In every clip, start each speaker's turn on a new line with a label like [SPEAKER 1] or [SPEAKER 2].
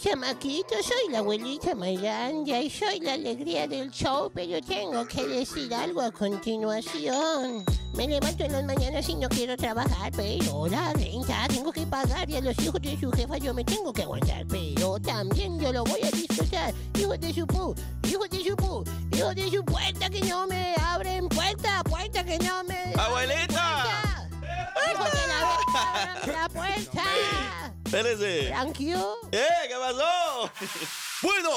[SPEAKER 1] chamaquito, soy la abuelita Miranda y soy la alegría del show, pero tengo que decir algo a continuación. Me levanto en las mañanas y no quiero trabajar, pero la renta tengo que pagar y a los hijos de su jefa yo me tengo que aguantar, pero también yo lo voy a disfrutar. Hijos de su pu, hijos de su pu, hijos de su puerta que no me abren, puerta, puerta que no me... abren
[SPEAKER 2] Ah.
[SPEAKER 3] ¡Abuelita!
[SPEAKER 1] puerta. ¡Hijos de la puerta, abran la puerta!
[SPEAKER 3] ¡Espérese!
[SPEAKER 1] Tranquilo.
[SPEAKER 3] ¡Eh! ¿Qué pasó?
[SPEAKER 2] Bueno,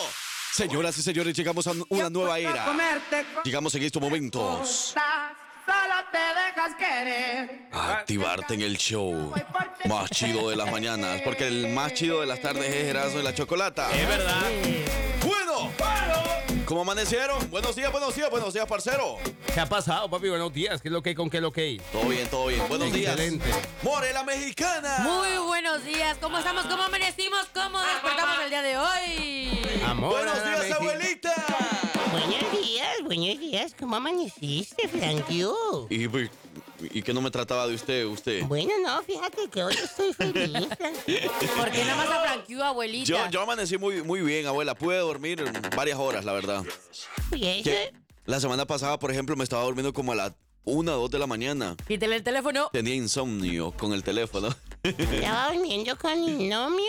[SPEAKER 2] señoras y señores, llegamos a una nueva era.
[SPEAKER 4] Comerte
[SPEAKER 2] Llegamos en estos momentos
[SPEAKER 4] cosas, solo te dejas querer.
[SPEAKER 2] a activarte en el show más chido de las mañanas, porque el más chido de las tardes es Gerazo y la Chocolata.
[SPEAKER 3] Es verdad.
[SPEAKER 2] Bueno, ¿cómo amanecieron? Buenos días, buenos días, buenos días, parcero.
[SPEAKER 5] ¿Qué ha pasado, papi? Buenos días. ¿Qué es lo que hay con qué es lo que hay?
[SPEAKER 2] Todo bien, todo bien. Buenos días.
[SPEAKER 5] Excelente.
[SPEAKER 2] More la mexicana.
[SPEAKER 6] Muy buenos días, ¿cómo estamos? ¿Cómo amanecimos? ¿Cómo despertamos el día de hoy?
[SPEAKER 5] Amor.
[SPEAKER 2] buenos
[SPEAKER 5] a la
[SPEAKER 2] días,
[SPEAKER 5] México.
[SPEAKER 2] abuelita.
[SPEAKER 1] Buenos días, buenos días. ¿Cómo amaneciste, Franquio?
[SPEAKER 2] Y, pues, y que no me trataba de usted, usted.
[SPEAKER 1] Bueno, no, fíjate que hoy estoy feliz, Franquio.
[SPEAKER 6] ¿Por qué nada más a Frankie, abuelita?
[SPEAKER 2] Yo, yo amanecí muy, muy bien, abuela. Pude dormir varias horas, la verdad.
[SPEAKER 1] Y eso,
[SPEAKER 2] Que la semana pasada, por ejemplo, me estaba durmiendo como a las 1 o 2 de la mañana.
[SPEAKER 6] Quítale el teléfono.
[SPEAKER 2] Tenía insomnio con el teléfono.
[SPEAKER 1] estaba durmiendo con mi novio.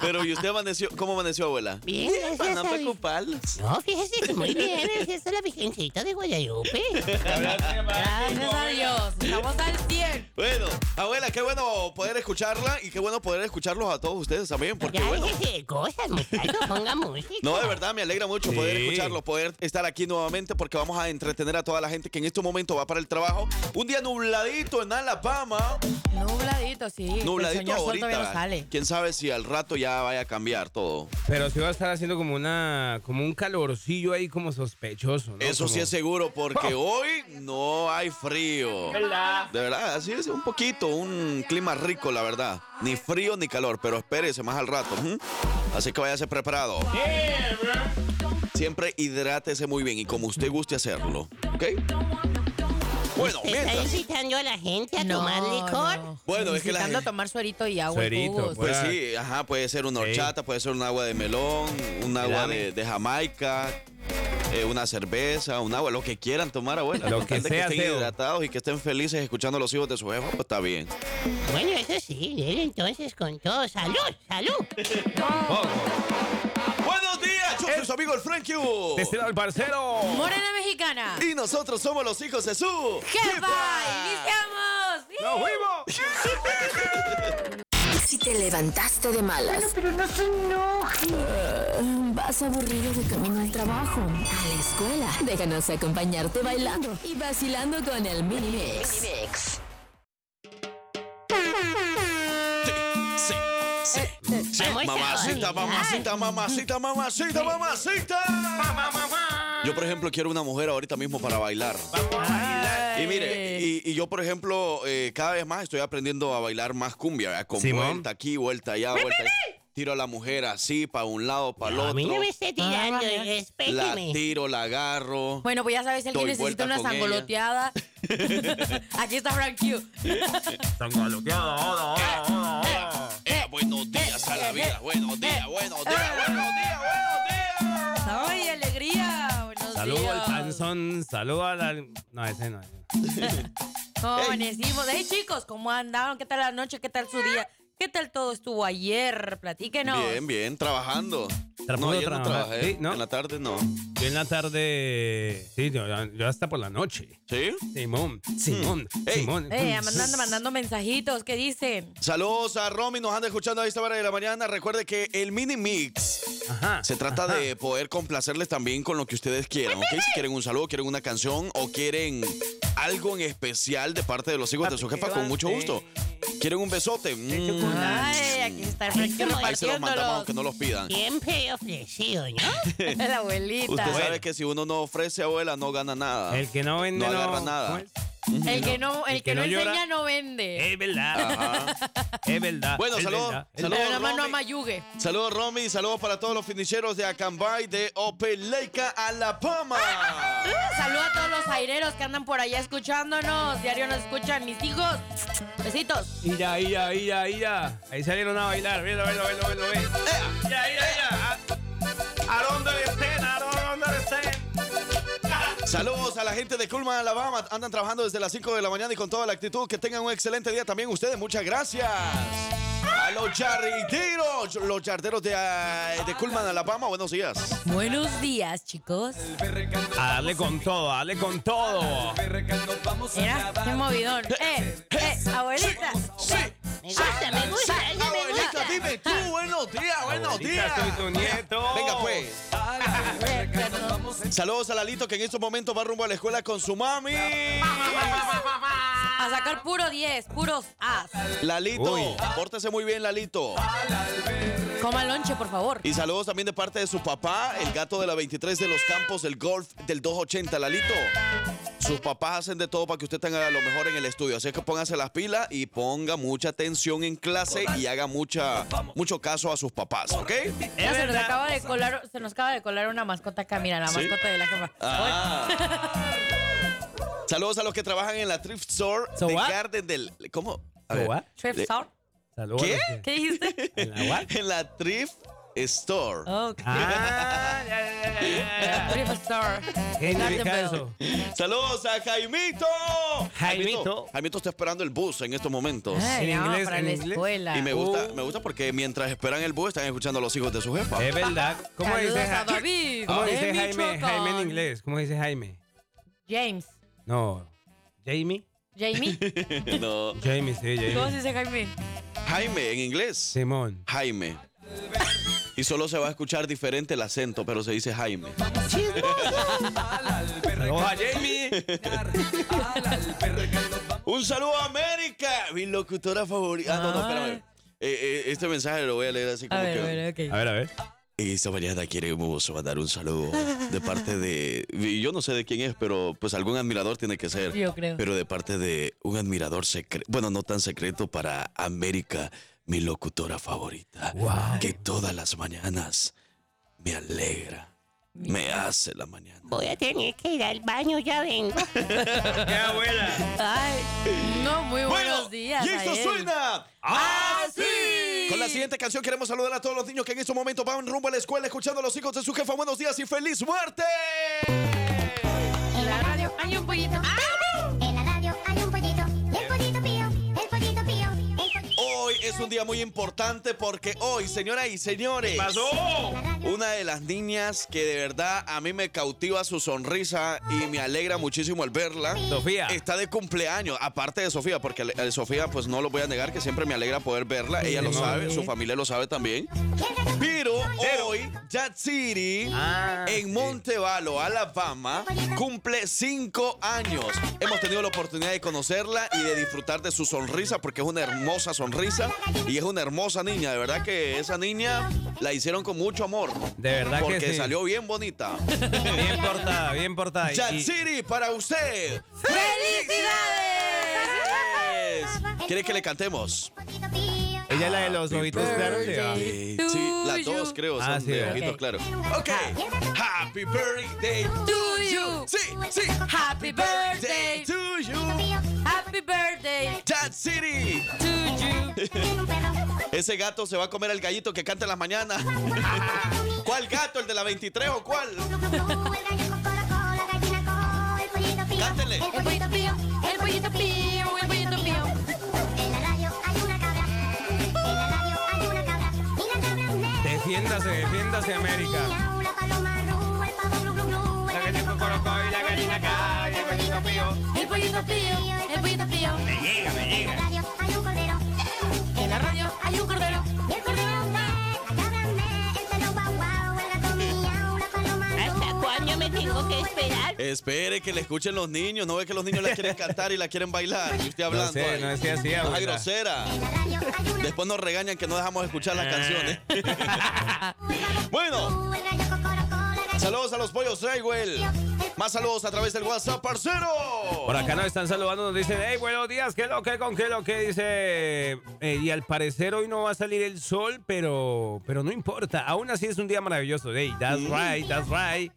[SPEAKER 2] Pero, ¿y usted amaneció? ¿Cómo amaneció, abuela?
[SPEAKER 1] Bien, gracias
[SPEAKER 2] Para pues, no
[SPEAKER 1] a Dios.
[SPEAKER 2] preocuparles.
[SPEAKER 1] No, fíjese que muy bien, gracias a la Virgencita de Guadalupe.
[SPEAKER 6] Gracias a Dios. Estamos al 100.
[SPEAKER 2] Bueno, abuela, qué bueno poder escucharla y qué bueno poder escucharlos a todos ustedes también, porque
[SPEAKER 1] Ya
[SPEAKER 2] bueno.
[SPEAKER 1] déjese de cosas, muchachos, ponga música.
[SPEAKER 2] No, de verdad, me alegra mucho poder
[SPEAKER 5] Sí.
[SPEAKER 2] escucharlo, poder estar aquí nuevamente porque vamos a entretener a toda la gente que en este momento va para el trabajo. Un día nubladito en Alabama.
[SPEAKER 6] Nubladito, sí.
[SPEAKER 2] Nubladito
[SPEAKER 6] el señor sol
[SPEAKER 2] ahorita.
[SPEAKER 6] todavía no sale.
[SPEAKER 2] Quién sabe si al rato ya vaya a cambiar todo.
[SPEAKER 5] Pero sí va a estar haciendo como una, como un calorcillo ahí como sospechoso, pues ¿no?
[SPEAKER 2] Eso sí
[SPEAKER 5] Como-
[SPEAKER 2] es seguro, porque hoy no hay frío. De verdad, así es un poquito, un clima rico, la verdad. Ni frío ni calor, pero espérese más al rato. ¿ujú? Así que váyase preparado. Siempre hidrátese muy bien y como usted guste hacerlo, ¿ok? Bueno,
[SPEAKER 1] ¿Te está
[SPEAKER 2] mientras.
[SPEAKER 1] incitando a la gente a tomar licor?
[SPEAKER 6] no.
[SPEAKER 2] Bueno, es que la
[SPEAKER 6] Necesitando
[SPEAKER 2] gente-
[SPEAKER 6] tomar suerito y agua y
[SPEAKER 5] Suerito,
[SPEAKER 6] jugos.
[SPEAKER 5] pues.
[SPEAKER 2] Pues sí, ajá, puede ser una
[SPEAKER 5] Sí.
[SPEAKER 2] horchata, puede ser un agua de melón, un agua
[SPEAKER 5] Dame.
[SPEAKER 2] de, de Jamaica, eh, una cerveza, un agua, lo que quieran tomar, abuela.
[SPEAKER 5] Lo
[SPEAKER 2] Con
[SPEAKER 5] que
[SPEAKER 2] tal de
[SPEAKER 5] sea,
[SPEAKER 2] estén
[SPEAKER 5] Teo.
[SPEAKER 2] hidratados y que estén felices escuchando a los hijos de su jefa, pues está bien.
[SPEAKER 1] Bueno, eso sí, dele entonces con todo. ¡Salud, salud!
[SPEAKER 2] ¡Buenos días! Yo
[SPEAKER 5] Eh.
[SPEAKER 2] soy su amigo el Frankie U.
[SPEAKER 5] De este lado el parcero.
[SPEAKER 6] Morena mexicana.
[SPEAKER 2] Y nosotros somos los hijos de su pues.
[SPEAKER 6] ¡Jefa! ¡Iniciamos! ¡Sí!
[SPEAKER 5] ¡Nos fuimos!
[SPEAKER 7] Si te levantaste de malas. pero no se enoje. Vas aburrido de camino al trabajo, a la escuela. Déjanos acompañarte bailando y vacilando con el mini mix.
[SPEAKER 2] Sí, sí, sí.
[SPEAKER 1] Vamos a
[SPEAKER 2] Mamacita,
[SPEAKER 1] bailar.
[SPEAKER 2] mamacita, mamacita, mamacita, mamacita. Yo, por ejemplo, quiero una mujer ahorita mismo para bailar. Y mire, y, y yo, por ejemplo, eh, cada vez más estoy aprendiendo a bailar más cumbia, ¿verdad? con
[SPEAKER 5] Simón.
[SPEAKER 2] vuelta aquí, vuelta allá, vuelta allá. Tiro a la mujer así, para un lado, para el
[SPEAKER 1] A mí no
[SPEAKER 2] otro.
[SPEAKER 1] me esté tirando,
[SPEAKER 6] Ah,
[SPEAKER 1] y
[SPEAKER 2] La
[SPEAKER 1] respéteme.
[SPEAKER 2] tiro, la agarro.
[SPEAKER 6] Bueno, pues ya sabes, si alguien
[SPEAKER 2] Doy vuelta
[SPEAKER 6] necesita una
[SPEAKER 2] con ella.
[SPEAKER 6] zangoloteada. Aquí está Frank Q.
[SPEAKER 2] Eh, buenos días a la vida, buenos días, buenos días, buenos días, buenos días.
[SPEAKER 6] ¡Ay, alegría! Buenos
[SPEAKER 5] Saludo
[SPEAKER 6] días.
[SPEAKER 5] al panzón, saludo al... al- No, ese no. ese no.
[SPEAKER 6] ¿Cómo amanecimos? Hey, chicos, ¿cómo andaron? ¿Qué tal la noche? ¿Qué tal su día? ¿Qué tal todo estuvo ayer? Platíquenos.
[SPEAKER 2] Bien, bien, trabajando.
[SPEAKER 5] Tra-
[SPEAKER 2] no,
[SPEAKER 5] pudo
[SPEAKER 2] ayer no
[SPEAKER 5] trabajar.
[SPEAKER 2] trabajé.
[SPEAKER 5] Sí, ¿no?
[SPEAKER 2] En la tarde no.
[SPEAKER 5] Yo en la tarde... Sí, yo, yo hasta por la noche.
[SPEAKER 2] ¿Sí?
[SPEAKER 5] Simón, Simón,
[SPEAKER 2] Mm. Ey.
[SPEAKER 5] Simón.
[SPEAKER 6] Eh, mandando, mandando mensajitos. ¿Qué dicen?
[SPEAKER 2] Saludos a Romy, nos anda escuchando a esta hora de la mañana. Recuerde que el mini mix
[SPEAKER 5] Ajá.
[SPEAKER 2] se trata de poder complacerles también con lo que ustedes quieran, ¿ok? Si quieren un saludo, quieren una canción o quieren algo en especial de parte de los hijos de su jefa, con mucho gusto. ¿Quieren un besote? Mm,
[SPEAKER 6] Ay, aquí está
[SPEAKER 1] Ay,
[SPEAKER 6] Frank Q
[SPEAKER 1] cómo-
[SPEAKER 2] ahí se los mandamos
[SPEAKER 6] repartiéndolos.
[SPEAKER 2] aunque no los pidan.
[SPEAKER 1] Siempre ofrecido, ¿no?
[SPEAKER 6] La abuelita.
[SPEAKER 2] Usted sabe que si uno no ofrece, abuela, no gana nada.
[SPEAKER 5] El que no vende
[SPEAKER 2] No
[SPEAKER 5] no...
[SPEAKER 2] agarra nada.
[SPEAKER 5] ¿cómo es?
[SPEAKER 6] El que no, el
[SPEAKER 5] El
[SPEAKER 6] que
[SPEAKER 5] que
[SPEAKER 6] no,
[SPEAKER 5] no llora. Eh,
[SPEAKER 6] enseña no vende.
[SPEAKER 5] Es verdad.
[SPEAKER 2] Ajá.
[SPEAKER 5] Es verdad.
[SPEAKER 2] Bueno,
[SPEAKER 5] es
[SPEAKER 2] saludos,
[SPEAKER 5] verdad, es
[SPEAKER 2] saludos.
[SPEAKER 6] Pero nada más no
[SPEAKER 2] Romy.
[SPEAKER 6] amayugue.
[SPEAKER 2] Saludos, Romy. Saludos para todos los finicheros de Acambay de Opelaica, Alabama.
[SPEAKER 6] Saludos a todos los aireros que andan por allá escuchándonos. Diario nos escuchan mis hijos. Besitos.
[SPEAKER 5] Ira, ira, ira, ira. Ahí salieron a bailar. Mira, mira, mira, mira, mira. Mira, mira, mira.
[SPEAKER 3] ¿A dónde le estén? ¿A dónde le estén?
[SPEAKER 2] Saludos a la gente de Culman, Alabama. Andan trabajando desde las 5 de la mañana y con toda la actitud. Que tengan un excelente día también ustedes. Muchas gracias. A los charreteros, los charteros de, ah, de Culman, Alabama. Buenos días.
[SPEAKER 6] Buenos días, chicos.
[SPEAKER 5] A darle con todo, a darle con todo.
[SPEAKER 6] Mira, qué movidón. Eh, eh, abuelita.
[SPEAKER 1] Me gusta, me gusta, ella me
[SPEAKER 2] Abuelita,
[SPEAKER 1] gusta.
[SPEAKER 2] dime tú. Buenos días, buenos días.
[SPEAKER 5] Abuelita, soy tu nieto.
[SPEAKER 2] Venga, pues.
[SPEAKER 6] Eh, perdón.
[SPEAKER 2] Saludos a Lalito que en estos momentos va rumbo a la escuela con su mami.
[SPEAKER 6] A sacar puro 10, puros as.
[SPEAKER 2] Lalito,
[SPEAKER 5] Uy.
[SPEAKER 2] pórtese muy bien, Lalito.
[SPEAKER 6] Coma lonche, por favor.
[SPEAKER 2] Y saludos también de parte de su papá, el gato de la 23 de los campos, del golf del 280, Lalito. Sus papás hacen de todo para que usted tenga lo mejor en el estudio. Así es que póngase las pilas y ponga mucha atención en clase y haga mucha, mucho caso a sus papás, ¿ok?
[SPEAKER 6] Ya se nos acaba de colar, se nos acaba de colar una mascota acá, mira, la
[SPEAKER 2] ¿Sí?
[SPEAKER 6] mascota de la jefa.
[SPEAKER 2] Ah. Saludos a los que trabajan en la Thrift Store
[SPEAKER 5] So
[SPEAKER 2] de
[SPEAKER 5] what?
[SPEAKER 2] Garden del... ¿Cómo? A
[SPEAKER 5] So
[SPEAKER 2] ver.
[SPEAKER 5] what?
[SPEAKER 6] Thrift
[SPEAKER 2] Le-
[SPEAKER 6] store.
[SPEAKER 5] Saludos.
[SPEAKER 2] ¿Qué?
[SPEAKER 6] ¿Qué dijiste?
[SPEAKER 5] ¿En la what? Oh.
[SPEAKER 2] En la Thrift Store.
[SPEAKER 6] Ok.
[SPEAKER 5] Ah, ya, ya, ya, ya,
[SPEAKER 6] Thrift store.
[SPEAKER 5] ya. ¿Qué
[SPEAKER 6] Garden
[SPEAKER 5] significa
[SPEAKER 6] Bell.
[SPEAKER 5] eso?
[SPEAKER 2] Saludos a Jaimito.
[SPEAKER 5] Jaimito.
[SPEAKER 2] Jaimito está esperando el bus en estos momentos.
[SPEAKER 6] Ay,
[SPEAKER 5] En
[SPEAKER 6] ya,
[SPEAKER 5] inglés,
[SPEAKER 6] para
[SPEAKER 5] en
[SPEAKER 6] la
[SPEAKER 5] inglés.
[SPEAKER 6] escuela.
[SPEAKER 2] Y me gusta,
[SPEAKER 6] Uh.
[SPEAKER 5] Oh.
[SPEAKER 2] me gusta porque mientras esperan el bus están escuchando a los hijos de su jefa.
[SPEAKER 5] Es verdad. ¿Cómo
[SPEAKER 6] Saludos
[SPEAKER 5] dice, Ja-
[SPEAKER 6] a David
[SPEAKER 5] ¿Cómo
[SPEAKER 6] de
[SPEAKER 5] dice Jaime,
[SPEAKER 6] Michoacán.
[SPEAKER 5] Jaime en inglés? ¿Cómo dice Jaime?
[SPEAKER 6] James.
[SPEAKER 5] No. Jamie.
[SPEAKER 6] Jamie.
[SPEAKER 2] No.
[SPEAKER 5] Jamie, sí,
[SPEAKER 6] ¿Cómo se
[SPEAKER 5] Jamie.
[SPEAKER 6] dice Jaime?
[SPEAKER 2] Jaime en inglés.
[SPEAKER 5] Simón.
[SPEAKER 2] Jaime. Y solo se va a escuchar diferente el acento, pero se dice Jaime.
[SPEAKER 5] Saludos a Jamie.
[SPEAKER 2] Un saludo a América, mi locutora favorita. Ah, no, no, espérame. Eh, eh, este mensaje lo voy a leer así como
[SPEAKER 6] A ver,
[SPEAKER 2] que.
[SPEAKER 6] a ver, ok.
[SPEAKER 5] A ver, a ver.
[SPEAKER 2] Esta mañana queremos mandar un saludo de parte de. y Yo no sé de quién es, pero pues algún admirador tiene que ser.
[SPEAKER 6] Yo creo.
[SPEAKER 2] Pero de parte de un admirador secreto. Bueno, no tan secreto para América, mi locutora favorita.
[SPEAKER 5] Wow.
[SPEAKER 2] Que todas las mañanas me alegra. Me hace la mañana.
[SPEAKER 1] Voy a tener que ir al baño, ya vengo.
[SPEAKER 5] ¡Qué abuela!
[SPEAKER 6] Ay, no, muy buenos
[SPEAKER 2] Bueno,
[SPEAKER 6] días.
[SPEAKER 2] y esto
[SPEAKER 6] a él.
[SPEAKER 2] suena.
[SPEAKER 6] ¡Así!
[SPEAKER 2] Con la siguiente canción queremos saludar a todos los niños que en estos momentos van rumbo a la escuela escuchando a los hijos de su jefa. Buenos días y feliz muerte.
[SPEAKER 6] En la radio hay un pollito.
[SPEAKER 8] Ah, En la radio hay un pollito, y el pollito pío, el pollito pío, el pollito.
[SPEAKER 2] Hoy es un día muy importante porque hoy, señoras y señores,
[SPEAKER 8] En la radio
[SPEAKER 2] una de las niñas que de verdad a mí me cautiva su sonrisa y me alegra muchísimo al verla.
[SPEAKER 5] Sofía.
[SPEAKER 2] Está de cumpleaños, aparte de Sofía, porque a- a Sofía, pues no lo voy a negar que siempre me alegra poder verla. Ella lo
[SPEAKER 5] no.
[SPEAKER 2] sabe, su familia lo sabe también. Pero hoy, Yatsiri,
[SPEAKER 5] Ah, sí.
[SPEAKER 2] en Montevalo, Alabama, cumple cinco años. Hemos tenido la oportunidad de conocerla y de disfrutar de su sonrisa, porque es una hermosa sonrisa y es una hermosa niña. De verdad que esa niña la hicieron con mucho amor.
[SPEAKER 5] De verdad que
[SPEAKER 2] porque
[SPEAKER 5] sí.
[SPEAKER 2] salió bien bonita.
[SPEAKER 5] Bien portada, bien portada. Y-
[SPEAKER 2] Yatsiri, para usted. ¡Felicidades! ¿Quiere que le cantemos?
[SPEAKER 8] pollito pío.
[SPEAKER 5] Ella es la de los ojitos claros. ¿sí?
[SPEAKER 2] Sí, las dos creo, son
[SPEAKER 5] Ah, sí,
[SPEAKER 2] de
[SPEAKER 5] ¿verdad?
[SPEAKER 2] ojitos
[SPEAKER 6] Ok.
[SPEAKER 2] claro. Ok, happy birthday.
[SPEAKER 6] To you.
[SPEAKER 2] Sí, sí.
[SPEAKER 6] Happy birthday.
[SPEAKER 2] to you,
[SPEAKER 6] Happy birthday
[SPEAKER 2] Chat City.
[SPEAKER 6] to you.
[SPEAKER 8] Tiene un perro,
[SPEAKER 2] Ese gato se va a comer al gallito que canta en las mañanas. ¿Cuál gato? ¿El de la 23 o cuál?
[SPEAKER 8] glu, glu, glu, el gallo con cola, cola, gallina, co, el pollito pío,
[SPEAKER 2] Cántele.
[SPEAKER 8] el pollito pío, el pollito pío, el pollito pío. En la radio hay una cabra, en la radio hay una cabra, y la cabra es negra.
[SPEAKER 5] Defiéndase, defiéndase, América.
[SPEAKER 8] Miau, la paloma, ru, el pavo, glu, glu, glu, el gallo con cola, cola, la gallina, co, el pollito pío, el pollito pío, el pollito pío. En la radio hay un cordero. En la radio hay un cordero. Y el cordero me, la cabra me, el pelo guau guau, el gato miau, la paloma
[SPEAKER 1] ¿Hasta cuándo me tengo que esperar?
[SPEAKER 2] Espere que le escuchen los niños. No ve que los niños la quieren cantar y la quieren bailar. Y usted hablando.
[SPEAKER 5] No sé,
[SPEAKER 2] ahí.
[SPEAKER 5] no sé así,
[SPEAKER 2] Ay,
[SPEAKER 5] abuela.
[SPEAKER 2] grosera.
[SPEAKER 8] En la radio hay una
[SPEAKER 2] Después nos regañan que no dejamos escuchar las canciones.
[SPEAKER 5] Eh.
[SPEAKER 2] bueno,
[SPEAKER 8] el gallo cocorocó, la gallina
[SPEAKER 2] saludos a los pollos Raywell.
[SPEAKER 8] pío, el
[SPEAKER 2] Más saludos a través del WhatsApp, parcero.
[SPEAKER 5] Por acá nos están saludando, nos dicen, hey, buenos días, qué lo que, con qué lo que, dice. eh, y al parecer hoy no va a salir el sol, pero, pero no importa. Aún así es un día maravilloso. Hey, that's right, that's right.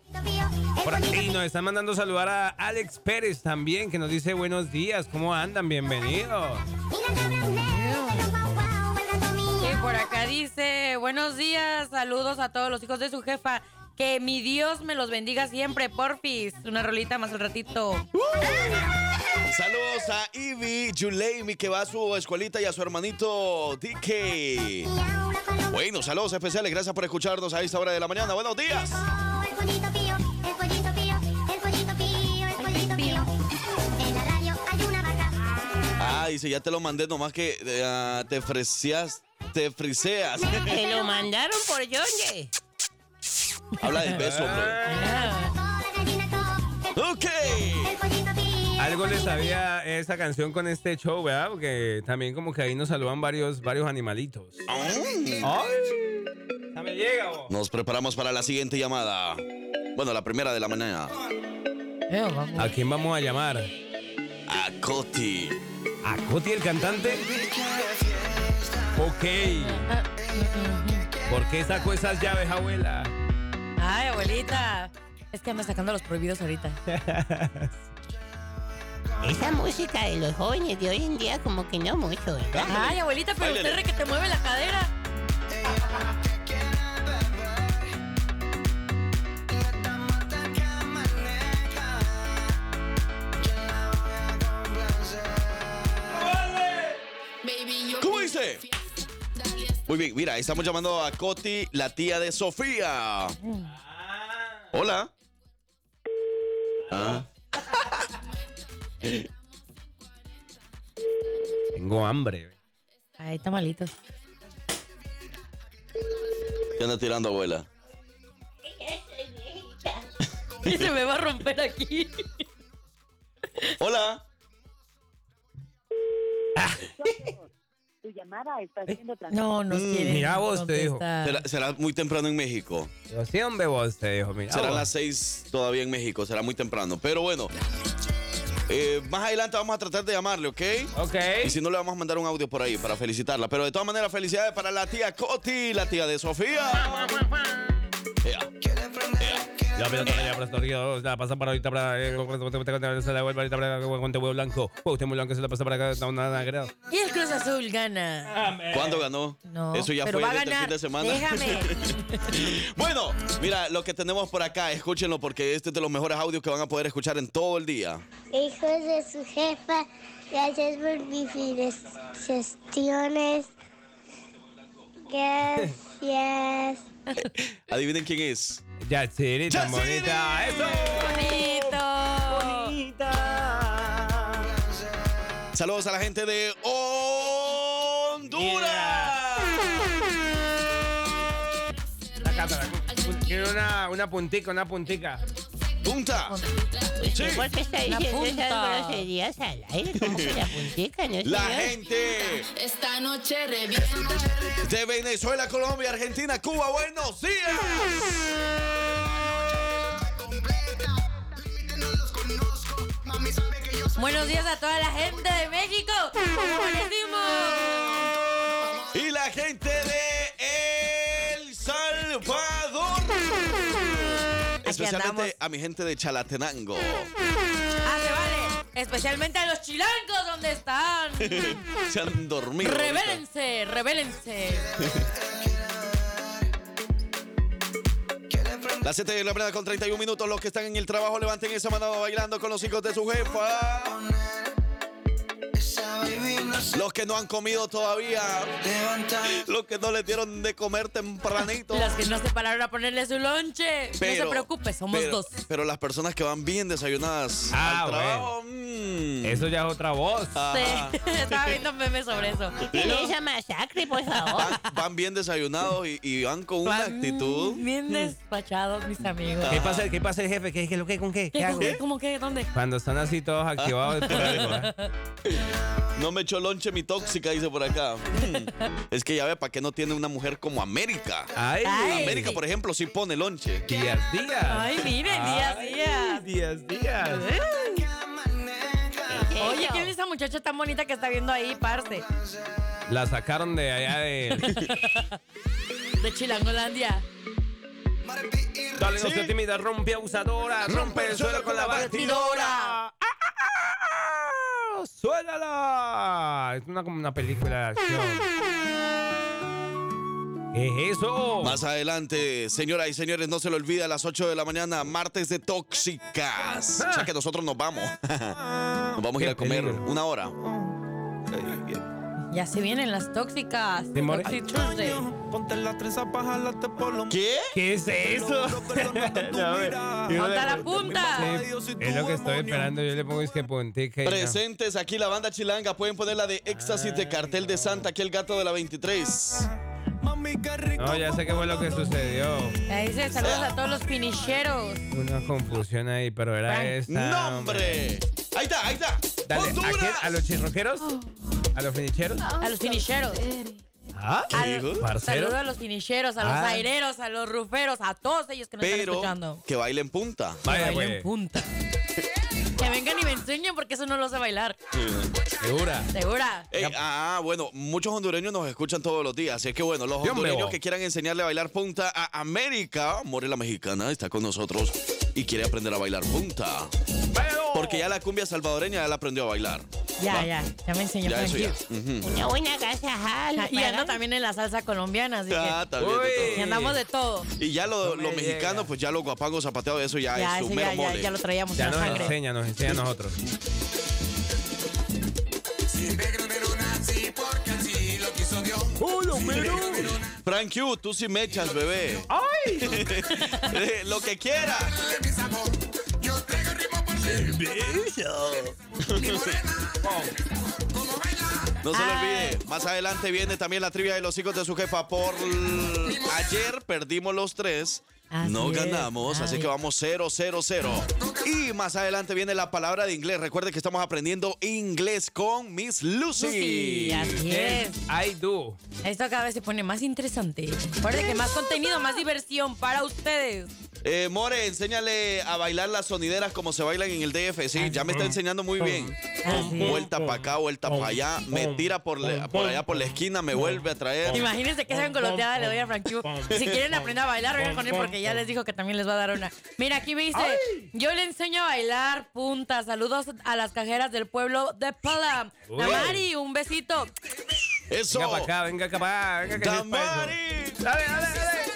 [SPEAKER 5] Por aquí nos están mandando saludar a Alex Pérez también, que nos dice buenos días, ¿cómo andan? Bienvenidos.
[SPEAKER 4] Sí, por acá dice, buenos días, saludos a todos los hijos de su jefa. Que mi Dios me los bendiga siempre, porfis. Una rolita más al ratito.
[SPEAKER 2] Saludos a Ivy Juleimi, que va a su escuelita, y a su hermanito DK. Bueno, saludos especiales. Gracias por escucharnos a esta hora de la mañana. Buenos días.
[SPEAKER 8] El pollito pío, el pollito pío, el pollito pío, el pollito pío. En la radio hay una vaca.
[SPEAKER 2] Ah, dice, ya te lo mandé, nomás que eh, ah, te freseas, te friseas.
[SPEAKER 4] Te lo mandaron por Yonge.
[SPEAKER 2] Habla del beso, bro.
[SPEAKER 8] Toda la gallina co, el-
[SPEAKER 2] Ok.
[SPEAKER 8] el pollito pío.
[SPEAKER 5] Algo les sabía esa canción con este show, ¿verdad? Porque también como que ahí nos saludan varios, varios animalitos. ¡Ay! Ya me llega, vos.
[SPEAKER 2] Nos preparamos para la siguiente llamada. Bueno, la primera de la mañana.
[SPEAKER 5] ¿A quién vamos a llamar?
[SPEAKER 2] A Coti.
[SPEAKER 5] ¿A Coti el cantante? Ok. ¿Por qué sacó esas llaves, abuela?
[SPEAKER 4] Ay, abuelita. Es que ando sacando los prohibidos ahorita.
[SPEAKER 1] Esa música de los jóvenes de hoy en día como que no mucho, ¿verdad?
[SPEAKER 4] Ay, abuelita, pero usted re que te mueve la cadera.
[SPEAKER 2] ¿Cómo dice? Muy bien, mira, estamos llamando a Coti, la tía de Sofía. Hola. Ah,
[SPEAKER 5] Tengo hambre.
[SPEAKER 4] Ay, tamalitos.
[SPEAKER 2] ¿Qué anda tirando, abuela?
[SPEAKER 4] Y se me va a romper aquí.
[SPEAKER 2] Hola.
[SPEAKER 9] Tu llamada está siendo
[SPEAKER 4] No, no
[SPEAKER 2] Mm,
[SPEAKER 4] quiere.
[SPEAKER 5] mira vos, te dijo.
[SPEAKER 4] contestar.
[SPEAKER 2] ¿Será, será muy temprano en México.
[SPEAKER 5] Yo siempre vos te dijo, mira.
[SPEAKER 2] Serán
[SPEAKER 5] vos.
[SPEAKER 2] las seis todavía en México, será muy temprano. Pero bueno, eh, más adelante vamos a tratar de llamarle, ¿ok?
[SPEAKER 5] Ok.
[SPEAKER 2] Y si no, le vamos a mandar un audio por ahí para felicitarla. Pero de todas maneras, felicidades para la tía Coti, la tía de Sofía. Ea.
[SPEAKER 5] La pelota de la Prastorrido, la pasa para ahorita para. eh, Se la vuelve ahorita para. Con Tehuel Blanco. Con Tehuel Blanco se la pasa para acá. No, nada, nada.
[SPEAKER 4] Y el Cruz Azul gana.
[SPEAKER 2] ¿Cuándo ganó?
[SPEAKER 4] No,
[SPEAKER 2] Eso ya
[SPEAKER 4] pero
[SPEAKER 2] fue
[SPEAKER 4] va a
[SPEAKER 2] desde el
[SPEAKER 4] ganar.
[SPEAKER 2] fin de semana.
[SPEAKER 4] Déjame.
[SPEAKER 2] bueno, mira lo que tenemos por acá. Escúchenlo porque este es de los mejores audios que van a poder escuchar en todo el día.
[SPEAKER 10] Hijos de su jefa, gracias por mis gestiones. Gracias.
[SPEAKER 2] Adivinen quién es.
[SPEAKER 5] Ya, sí,
[SPEAKER 2] Yatsiri.
[SPEAKER 5] tan bonita. ¡Eso!
[SPEAKER 4] Bonito.
[SPEAKER 2] Saludos a la gente de Honduras.
[SPEAKER 5] Saca, saca. Quiero una, una puntica, una puntica.
[SPEAKER 2] Punta. Sí.
[SPEAKER 1] ¿Por qué está
[SPEAKER 4] La
[SPEAKER 1] diciendo
[SPEAKER 4] punta.
[SPEAKER 1] esas groserías al aire? ¿Cómo que la puntica? No,
[SPEAKER 2] La
[SPEAKER 1] señor.
[SPEAKER 2] gente
[SPEAKER 9] Esta noche revienta.
[SPEAKER 2] de Venezuela, Colombia, Argentina, Cuba. Buenos días.
[SPEAKER 4] Buenos días a toda la gente de México. ¿Cómo amanecimos?
[SPEAKER 2] Y la gente de El Salvador.
[SPEAKER 4] andamos.
[SPEAKER 2] Especialmente a mi gente de Chalatenango.
[SPEAKER 4] Ah, se vale. Especialmente a los chilangos, ¿dónde están?
[SPEAKER 2] Se han dormido. ahorita.
[SPEAKER 4] Revélense, revélense.
[SPEAKER 2] Las 7 de la mañana con 31 minutos. Los que están en el trabajo levanten esa mano bailando con los hijos de su jefa. Los que no han comido todavía. Los que no les dieron de comer tempranito.
[SPEAKER 4] Los que no se pararon a ponerle su lonche. no se preocupe, somos
[SPEAKER 2] pero-
[SPEAKER 4] dos.
[SPEAKER 2] Pero las personas que van bien desayunadas
[SPEAKER 5] Ah,
[SPEAKER 2] al trabajo. mm,
[SPEAKER 5] Eso ya es otra voz.
[SPEAKER 2] ah.
[SPEAKER 4] Sí, estaba viendo memes sobre eso.
[SPEAKER 1] Tiene esa masacre, por favor.
[SPEAKER 2] Van, van bien desayunados y, y van con una actitud.
[SPEAKER 4] Bien despachados mis amigos.
[SPEAKER 5] ¿Qué pasa, qué pasa jefe? ¿Qué, qué, lo que, con qué?
[SPEAKER 4] ¿Qué,
[SPEAKER 5] ¿Qué hago?
[SPEAKER 4] con qué? Ah. ¿Cómo qué? ¿Dónde?
[SPEAKER 5] Cuando están así todos activados es por algo, ¿eh?
[SPEAKER 2] No me echó lonche mi tóxica, dice por acá. Mm. Es que ya ve, ¿para qué no tiene una mujer como América?
[SPEAKER 5] Ay. Ay.
[SPEAKER 2] América, por ejemplo, sí pone lonche.
[SPEAKER 5] Días, días.
[SPEAKER 4] Ay, miren, días, días.
[SPEAKER 5] Días, días.
[SPEAKER 4] Oye, ¿quién es esa muchacha tan bonita que está viendo ahí, parce?
[SPEAKER 5] La sacaron de allá de.
[SPEAKER 4] De Chilangolandia.
[SPEAKER 5] Dale, no seas tímida, rompe abusadora, rompe el suelo con la batidora. ¡Ah, ah, ah, ah! ¡Suélala! Es una, como una película de acción. ¿Qué es eso?
[SPEAKER 2] Más adelante, señoras y señores, no se lo olvida a las 8 de la mañana, martes de tóxicas.
[SPEAKER 5] Ah.
[SPEAKER 2] O sea que nosotros nos vamos. Nos vamos a ir a comer una hora.
[SPEAKER 4] Ya se vienen las tóxicas.
[SPEAKER 5] ¿Te more-
[SPEAKER 4] Toxic Tuesday.
[SPEAKER 11] Ponte la trenza, pajálate por lo
[SPEAKER 2] ¿Qué?
[SPEAKER 5] ¿Qué es eso? No, me- yo
[SPEAKER 4] ¡Hasta
[SPEAKER 5] le-
[SPEAKER 4] la punta!
[SPEAKER 5] Sí, es lo que estoy esperando. Yo le pongo es que ponteca y no.
[SPEAKER 2] Presentes aquí la banda chilanga. Pueden poner la de Éxtasis de Cartel de Santa, aquí el gato de la 23.
[SPEAKER 5] No, ya sé qué fue lo que sucedió.
[SPEAKER 4] Ahí dice saludos a todos los finicheros.
[SPEAKER 5] Una confusión ahí, pero era
[SPEAKER 4] Frank.
[SPEAKER 5] esta.
[SPEAKER 2] ¡Nombre! Ahí está, ahí está.
[SPEAKER 5] Dale, ¿a, quién?
[SPEAKER 2] ¡Honduras!
[SPEAKER 5] ¿A los chirroqueros? ¿A los finicheros?
[SPEAKER 4] A los finicheros.
[SPEAKER 5] ¿Ah?
[SPEAKER 2] ¿Qué dijo?
[SPEAKER 5] ¿Parceros?
[SPEAKER 4] Saludos a los finicheros, a los
[SPEAKER 5] Ah.
[SPEAKER 4] aireros, a los ruferos, a todos ellos que nos están
[SPEAKER 2] Pero eh,
[SPEAKER 4] escuchando.
[SPEAKER 2] que bailen punta.
[SPEAKER 5] Vaya, pues,
[SPEAKER 4] Que bailen
[SPEAKER 5] güey.
[SPEAKER 4] punta. Que vengan y me enseñen porque eso no lo sé bailar.
[SPEAKER 5] Segura.
[SPEAKER 4] ¿Segura?
[SPEAKER 2] Ey, ah, bueno, muchos hondureños nos escuchan todos los días. Así es que bueno, los
[SPEAKER 5] Yo me
[SPEAKER 2] hondureños
[SPEAKER 5] voy.
[SPEAKER 2] que quieran enseñarle a bailar punta a América, More la mexicana está con nosotros y quiere aprender a bailar punta. Porque ya la cumbia salvadoreña ya la aprendió a bailar.
[SPEAKER 4] Ya,
[SPEAKER 2] Va.
[SPEAKER 4] ya. Ya me enseñó
[SPEAKER 2] Ya eso
[SPEAKER 4] Frankie.
[SPEAKER 2] ya. Ujú.
[SPEAKER 1] Una buena casa,
[SPEAKER 4] Ah, Y anda también en la salsa colombiana, así
[SPEAKER 2] Ah,
[SPEAKER 4] que.
[SPEAKER 2] está bien,
[SPEAKER 5] Uy.
[SPEAKER 2] está
[SPEAKER 4] Y
[SPEAKER 2] bien.
[SPEAKER 4] andamos de todo.
[SPEAKER 2] Y ya lo-
[SPEAKER 5] No me
[SPEAKER 2] los mexicanos,
[SPEAKER 5] llega.
[SPEAKER 2] pues ya los guapangos zapateados, eso ya,
[SPEAKER 4] Ya,
[SPEAKER 2] es su
[SPEAKER 4] eso
[SPEAKER 2] mero
[SPEAKER 4] ya, ya,
[SPEAKER 2] mole.
[SPEAKER 4] ya lo traíamos
[SPEAKER 5] Ya
[SPEAKER 4] en la
[SPEAKER 5] nos
[SPEAKER 4] sangre.
[SPEAKER 5] enseña, nos enseña a nosotros.
[SPEAKER 2] Frank Q, tú sí me echas, bebé. ¡Ay! lo que quieras. No se lo
[SPEAKER 4] Ay.
[SPEAKER 2] olvide, más adelante viene también la trivia de los hijos de su jefa. Por ayer perdimos los tres,
[SPEAKER 4] Así
[SPEAKER 2] no
[SPEAKER 4] es.
[SPEAKER 2] ganamos, así
[SPEAKER 4] Ay.
[SPEAKER 2] que vamos 0, 0, 0. Y más adelante viene la palabra de inglés. Recuerde que estamos aprendiendo inglés con Miss Lucy.
[SPEAKER 4] Sí, así es.
[SPEAKER 5] I do.
[SPEAKER 4] Esto cada vez se pone más interesante. Recuerde que más contenido, más diversión para ustedes.
[SPEAKER 2] Eh, More, enséñale a bailar las sonideras como se bailan en el DF. Sí, ya me está enseñando muy bien.
[SPEAKER 4] Así es.
[SPEAKER 2] Vuelta para acá, vuelta para allá. Me tira por, la- por allá, por la esquina, me vuelve a traer.
[SPEAKER 4] Imagínense que esa engoloteada le doy a Frankie. Si quieren aprender a bailar, vengan con él porque ya les dijo que también les va a dar una. Mira, aquí me dice, yo le enseño a bailar punta. Saludos a las cajeras del pueblo de Palam.
[SPEAKER 5] Uy.
[SPEAKER 4] Damari, un besito.
[SPEAKER 2] Eso.
[SPEAKER 5] Venga para acá, venga para acá, venga que les paso.
[SPEAKER 2] Damari.
[SPEAKER 5] Dale, dale, dale.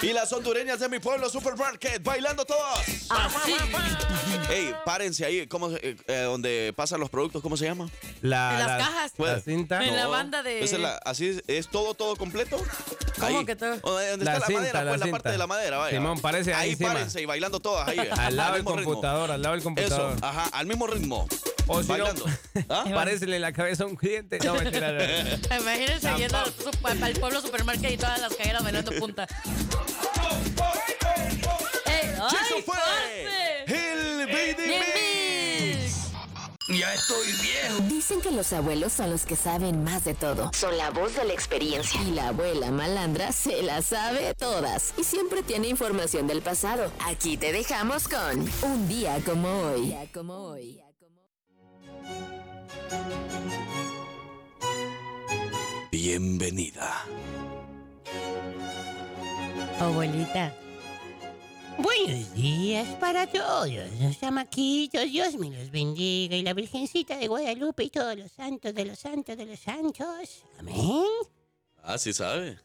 [SPEAKER 2] Y las hondureñas de mi pueblo, Supermarket, bailando todas.
[SPEAKER 4] Así.
[SPEAKER 2] Ey, párense ahí, ¿cómo, se- eh, eh, donde pasan los productos, ¿cómo se llama?
[SPEAKER 5] La,
[SPEAKER 4] En las
[SPEAKER 5] la-
[SPEAKER 4] cajas.
[SPEAKER 5] La cinta.
[SPEAKER 4] En la banda de-
[SPEAKER 2] Esa es la- así es, es todo, todo completo.
[SPEAKER 4] ¿Cómo
[SPEAKER 2] Ahí.
[SPEAKER 4] que todo?
[SPEAKER 2] O- eh, ¿Dónde
[SPEAKER 5] La
[SPEAKER 2] está
[SPEAKER 5] cinta,
[SPEAKER 2] la madera?
[SPEAKER 5] la
[SPEAKER 2] pues la parte
[SPEAKER 5] cinta.
[SPEAKER 2] de la madera, vaya.
[SPEAKER 5] Simón, parece ahí
[SPEAKER 2] Ahí
[SPEAKER 5] encima.
[SPEAKER 2] párense y bailando todas ahí.
[SPEAKER 5] Al lado del
[SPEAKER 2] mismo ritmo.
[SPEAKER 5] computador, al lado del computador.
[SPEAKER 2] Eso, ajá, al mismo ritmo.
[SPEAKER 5] O si no,
[SPEAKER 2] bailando. ¿Ah?
[SPEAKER 5] parécele la cabeza a un cliente. No, mentira. no.
[SPEAKER 4] Imagínense yendo al su- al pueblo supermercado y todas las cajeras bailando punta. ¡Ey!
[SPEAKER 2] Sí,
[SPEAKER 4] ¡Ay,
[SPEAKER 2] eso
[SPEAKER 4] parce! Eh,
[SPEAKER 2] fue el
[SPEAKER 4] Bien,
[SPEAKER 2] BDB.
[SPEAKER 4] bien.
[SPEAKER 7] Dicen que los abuelos son los que saben más de todo. Son la voz de la experiencia. Y la abuela malandra se la sabe todas. Y siempre tiene información del pasado. Aquí te dejamos con Un día como hoy. Un día como hoy.
[SPEAKER 2] Bienvenida.
[SPEAKER 4] Abuelita.
[SPEAKER 1] Buenos días para todos los chamaquitos. Dios me los bendiga y la Virgencita de Guadalupe y todos los santos de los santos de los santos. Amén.
[SPEAKER 2] Ah, sí sabe.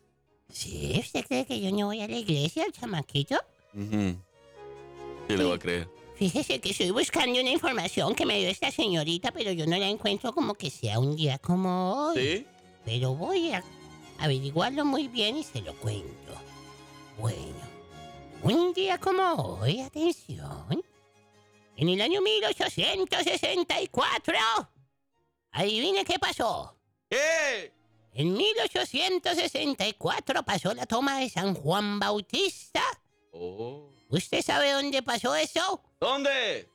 [SPEAKER 1] ¿Sí? ¿Usted cree que yo no voy a la iglesia, chamaquito?
[SPEAKER 2] Ujú. Sí le va a creer.
[SPEAKER 1] Fíjese que estoy buscando una información que me dio esta señorita, pero yo no la encuentro como que sea un día como hoy.
[SPEAKER 2] ¿Sí?
[SPEAKER 1] Pero voy a averiguarlo muy bien y se lo cuento. Bueno, un día como hoy, atención. En el año 1864, adivine qué pasó. En 1864 pasó la toma de San Juan Bautista.
[SPEAKER 2] Oh.
[SPEAKER 1] ¿Usted sabe dónde pasó eso?
[SPEAKER 2] ¿Dónde?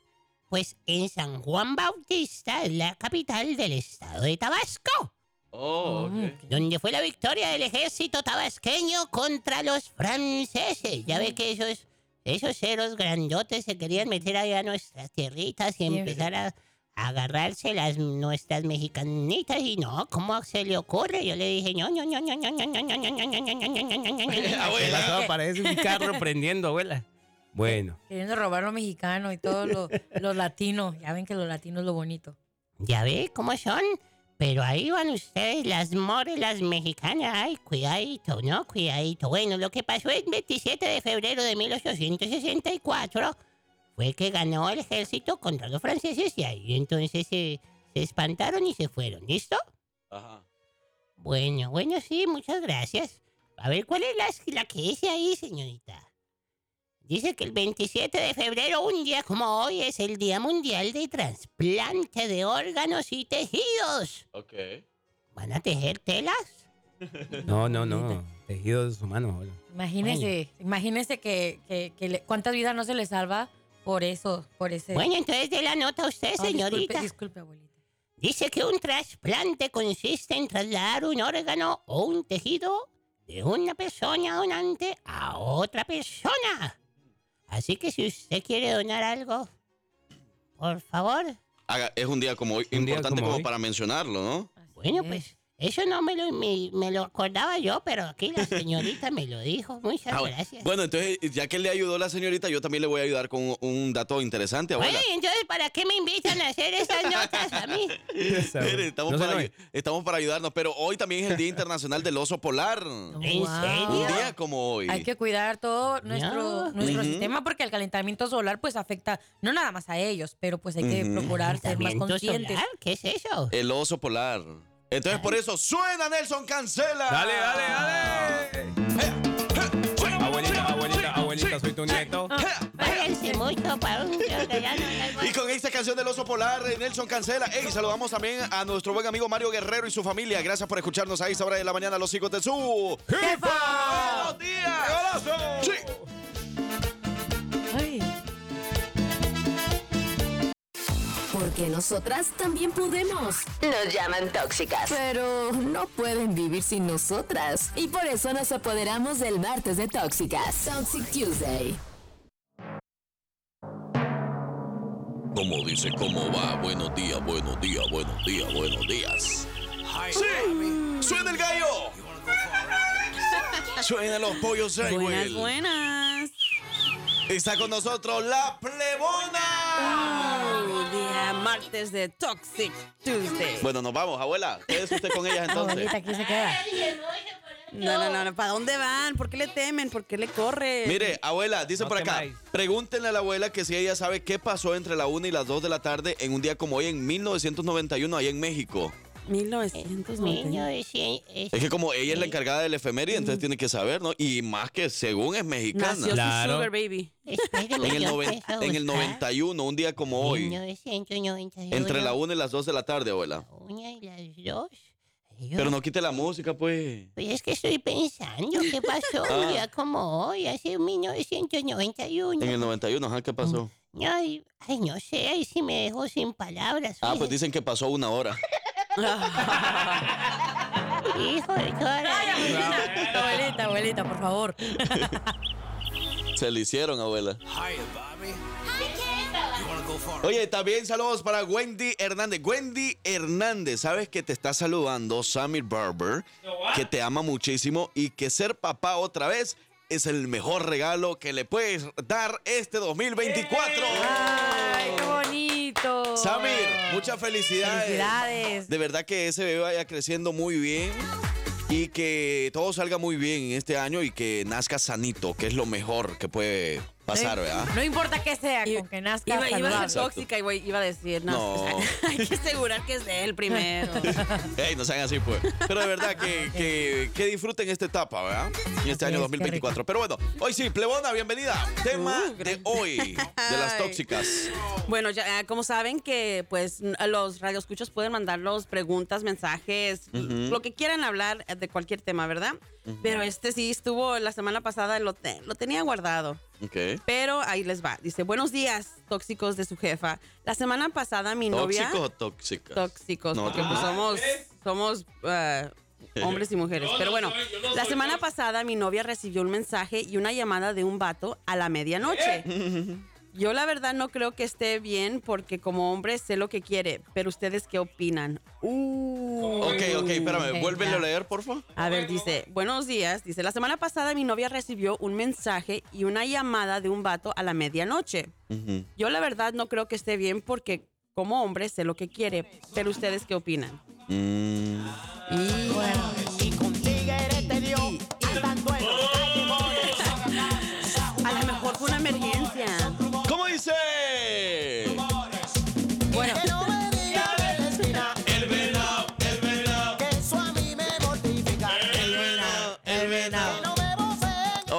[SPEAKER 1] Pues en San Juan Bautista, la capital del estado de Tabasco.
[SPEAKER 2] Oh,
[SPEAKER 1] Donde fue la victoria del ejército tabasqueño contra los franceses. Ya ve que esos, esos ceros grandotes se querían meter allá a nuestras tierritas y empezar a, a agarrarse las nuestras mexicanitas. Y no, ¿cómo se le ocurre? Yo le dije, no, no, no, no, no, no, no, no, no, no, no, no, no, no, no, no, no".
[SPEAKER 5] Abuela, parece un carro prendiendo, abuela. Bueno,
[SPEAKER 6] Queriendo robar lo mexicano y todos los los latinos. Ya ven que los latinos es lo bonito.
[SPEAKER 1] Ya ve cómo son. Pero ahí van ustedes, las morelas mexicanas. Ay, cuidadito, ¿no? Cuidadito. Bueno, lo que pasó el 27 de febrero de 1864 fue que ganó el ejército contra los franceses y ahí entonces se, se espantaron y se fueron. ¿Listo?
[SPEAKER 2] Ajá.
[SPEAKER 1] Bueno, bueno, sí, muchas gracias. A ver, ¿cuál es la, la que dice ahí, señorita? Dice que el 27 de febrero, un día como hoy, es el Día Mundial de Transplante de Órganos y Tejidos.
[SPEAKER 2] Ok.
[SPEAKER 1] ¿Van a tejer telas?
[SPEAKER 5] no, no, no. Tejidos humanos, abuela.
[SPEAKER 6] Imagínese, imagínese que, que- que le- cuántas vidas no se le salva por eso, por ese.
[SPEAKER 1] Bueno, entonces de la nota a usted,
[SPEAKER 6] Oh, disculpe,
[SPEAKER 1] señorita.
[SPEAKER 6] disculpe, abuelita.
[SPEAKER 1] Dice que un trasplante consiste en trasladar un órgano o un tejido de una persona donante a otra persona. Así que si usted quiere donar algo, por favor.
[SPEAKER 2] Haga- es un día como hoy,
[SPEAKER 5] Un día
[SPEAKER 2] importante
[SPEAKER 5] como
[SPEAKER 2] como,
[SPEAKER 5] hoy.
[SPEAKER 2] para mencionarlo, ¿no?
[SPEAKER 1] Bueno, pues eso no me lo, me, me lo acordaba yo, pero aquí la señorita me lo dijo. Muchas
[SPEAKER 2] Ah, bueno.
[SPEAKER 1] gracias.
[SPEAKER 2] Bueno, entonces, ya que le ayudó la señorita, yo también le voy a ayudar con un dato interesante, abuela.
[SPEAKER 1] Bueno, y entonces, ¿para qué me invitan a hacer estas notas a mí?
[SPEAKER 2] Mire, estamos,
[SPEAKER 5] No se
[SPEAKER 2] para,
[SPEAKER 5] enoje.
[SPEAKER 2] estamos para ayudarnos, pero hoy también es el Día Internacional del Oso Polar.
[SPEAKER 1] ¿En
[SPEAKER 6] Wow.
[SPEAKER 1] serio?
[SPEAKER 2] Un día como hoy.
[SPEAKER 6] Hay que cuidar todo nuestro,
[SPEAKER 1] No.
[SPEAKER 6] nuestro
[SPEAKER 2] Ujú.
[SPEAKER 6] sistema porque el calentamiento solar pues afecta no nada más a ellos, pero pues hay que
[SPEAKER 2] Ujú.
[SPEAKER 6] procurar ser más
[SPEAKER 1] ¿Calentamiento
[SPEAKER 6] conscientes.
[SPEAKER 1] solar? ¿Qué es eso?
[SPEAKER 2] El oso polar. Entonces, por eso, suena Nelson Cancela.
[SPEAKER 5] Dale, dale, dale. Abuelita, abuelita, abuelita, soy tu nieto.
[SPEAKER 1] Váyanse mucho para un creo que ya no hay más.
[SPEAKER 2] Y con esta canción del oso polar, eh, Nelson Cancela. Ey, saludamos también a nuestro buen amigo Mario Guerrero y su familia. Gracias por escucharnos a esta hora de la mañana, los hijos de su. ¡Buenos días! Sí.
[SPEAKER 6] Ay.
[SPEAKER 7] Porque nosotras también podemos. Nos llaman tóxicas. Pero no pueden vivir sin nosotras. Y por eso nos apoderamos del martes de tóxicas. Toxic Tuesday.
[SPEAKER 2] ¿Cómo dice? ¿Cómo va? Buenos días, buenos días, buenos días, buenos días. ¡Sí! ¡Suena el gallo! ¡Suena los pollos,
[SPEAKER 12] Buenas,
[SPEAKER 2] Raywell!
[SPEAKER 12] buenas.
[SPEAKER 2] Está con nosotros la plebona.
[SPEAKER 12] Hoy día martes de Toxic Tuesday.
[SPEAKER 2] Bueno, pues, nos vamos, abuela. Quédese usted con ellas entonces.
[SPEAKER 6] Abuelita, aquí se queda.
[SPEAKER 12] No, no, no, no. ¿Para dónde van? ¿Por qué le temen? ¿Por qué le corren?
[SPEAKER 2] Mire, abuela, dice
[SPEAKER 5] No
[SPEAKER 2] por acá.
[SPEAKER 5] temáis.
[SPEAKER 2] Pregúntenle a la abuela que si ella sabe qué pasó entre la 1 y las 2 de la tarde en un día como hoy en 1991 allá en México.
[SPEAKER 12] 1990.
[SPEAKER 1] 1900.
[SPEAKER 2] Es que como ella es la encargada del efeméride, entonces tiene que saber, ¿no? Y más que según es
[SPEAKER 12] Nació
[SPEAKER 2] mexicana.
[SPEAKER 5] Claro.
[SPEAKER 12] su sugar baby.
[SPEAKER 1] Espéreme,
[SPEAKER 2] En el,
[SPEAKER 1] yo
[SPEAKER 2] noven-
[SPEAKER 1] empiezo a
[SPEAKER 2] en el
[SPEAKER 1] buscar.
[SPEAKER 2] 91, un día como hoy.
[SPEAKER 1] 1991.
[SPEAKER 2] Entre la 1 y las 2 de la tarde, abuela.
[SPEAKER 1] Una y las dos. Ay, yo-
[SPEAKER 2] Pero no quite la música, pues.
[SPEAKER 1] Pues es que estoy pensando qué pasó un día como hoy, hace 1991.
[SPEAKER 2] Ah. En el 91, ajá, ¿qué pasó?
[SPEAKER 1] Ay, ay, no sé, ahí sí me dejó sin palabras.
[SPEAKER 2] Ah, pues
[SPEAKER 1] oye.
[SPEAKER 2] dicen que pasó una hora.
[SPEAKER 1] Hijo de toda la-
[SPEAKER 6] Abuelita, abuelita, por favor.
[SPEAKER 2] Se le hicieron, abuela. Oye, también saludos para Wendy Hernández. Wendy Hernández, sabes que te está saludando Sammy Barber, que te ama muchísimo y que ser papá otra vez es el mejor regalo que le puedes dar este 2024.
[SPEAKER 6] Ay, qué bonito.
[SPEAKER 2] Samir, muchas felicidades.
[SPEAKER 6] Felicidades.
[SPEAKER 2] De verdad que ese bebé vaya creciendo muy bien y que todo salga muy bien en este año y que nazca sanito, que es lo mejor que puede pasar, ¿verdad?
[SPEAKER 6] Eh, No importa que sea, con que nazca.
[SPEAKER 12] Iba, iba a
[SPEAKER 6] saludable.
[SPEAKER 12] ser tóxica y güey, iba a decir, no,
[SPEAKER 2] No.
[SPEAKER 12] hay que asegurar que es de él primero.
[SPEAKER 2] Ey, no sean así, pues. Pero de verdad que, que, que disfruten esta etapa, ¿verdad? Y este año 2024. Pero bueno, hoy sí, Plebona, bienvenida. Tema de hoy, de las
[SPEAKER 12] Uh, Ay.
[SPEAKER 2] tóxicas.
[SPEAKER 12] Bueno, ya eh, como saben que pues n- los radioescuchos pueden mandarlos preguntas, mensajes,
[SPEAKER 2] Ujú.
[SPEAKER 12] lo que quieran hablar eh, de cualquier tema, ¿verdad? Pero este sí estuvo la semana pasada, lo, te- lo tenía guardado.
[SPEAKER 2] Ok.
[SPEAKER 12] Pero ahí les va. Dice, buenos días, tóxicos de su jefa. La semana pasada mi novia...
[SPEAKER 2] ¿Tóxicos o tóxicas?
[SPEAKER 12] Tóxicos,
[SPEAKER 2] No,
[SPEAKER 12] porque pues,
[SPEAKER 2] ah,
[SPEAKER 12] somos, somos eh, hombres y mujeres.
[SPEAKER 2] Yo no
[SPEAKER 12] Pero bueno,
[SPEAKER 2] soy, yo no
[SPEAKER 12] la
[SPEAKER 2] soy,
[SPEAKER 12] semana pasada mi novia recibió un mensaje y una llamada de un vato a la medianoche.
[SPEAKER 2] ¿Eh?
[SPEAKER 12] Yo la verdad no creo que esté bien porque como hombre sé lo que quiere, pero ustedes qué opinan. Uh.
[SPEAKER 2] Ok, ok, espérame, vuélvelo a leer, por favor.
[SPEAKER 12] A ver, dice, buenos días. Dice, la semana pasada mi novia recibió un mensaje y una llamada de un vato a la medianoche. Yo la verdad no creo que esté bien porque como hombre sé lo que quiere, pero ustedes qué opinan.
[SPEAKER 2] Mm.
[SPEAKER 12] Y bueno, a lo mejor fue una emergencia.
[SPEAKER 2] ¿Cómo dice?
[SPEAKER 12] Bueno.
[SPEAKER 8] El venado, el venado. Que eso a mí me mortifica. El venado, el venado.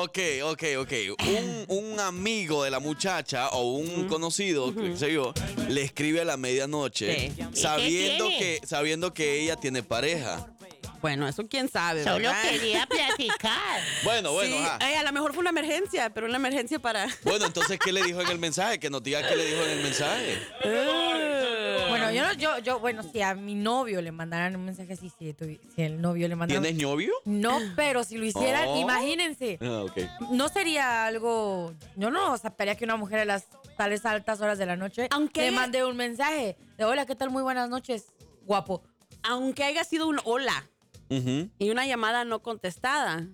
[SPEAKER 2] Ok, ok, ok. Un, un amigo de la muchacha o un conocido, qué sé yo, le escribe a la medianoche
[SPEAKER 12] Sí. ¿Y qué
[SPEAKER 2] sabiendo
[SPEAKER 12] tiene?
[SPEAKER 2] que, sabiendo que ella tiene pareja.
[SPEAKER 12] Bueno, eso quién sabe.
[SPEAKER 2] Solo
[SPEAKER 12] ¿verdad?
[SPEAKER 2] quería
[SPEAKER 12] platicar.
[SPEAKER 2] Bueno, bueno, ajá.
[SPEAKER 12] a lo mejor fue una emergencia, pero una emergencia para.
[SPEAKER 2] Bueno, entonces, ¿qué le dijo en el mensaje? Que nos diga qué le dijo en el mensaje.
[SPEAKER 6] Bueno, yo, no- yo, yo, bueno, si a mi novio le mandaran un mensaje así, si, tuvi- si el novio le mandara.
[SPEAKER 2] ¿Tienes novio?
[SPEAKER 6] No, pero si lo hicieran,
[SPEAKER 2] Oh.
[SPEAKER 6] imagínense.
[SPEAKER 2] Ah, ok.
[SPEAKER 6] No sería algo. Yo no aceptaría que una mujer a las tales altas horas de la noche
[SPEAKER 12] Aunque-
[SPEAKER 6] le mande un mensaje de hola, ¿qué tal? Muy buenas noches, guapo.
[SPEAKER 12] Aunque haya sido un hola
[SPEAKER 2] Ujú.
[SPEAKER 12] y una llamada no contestada,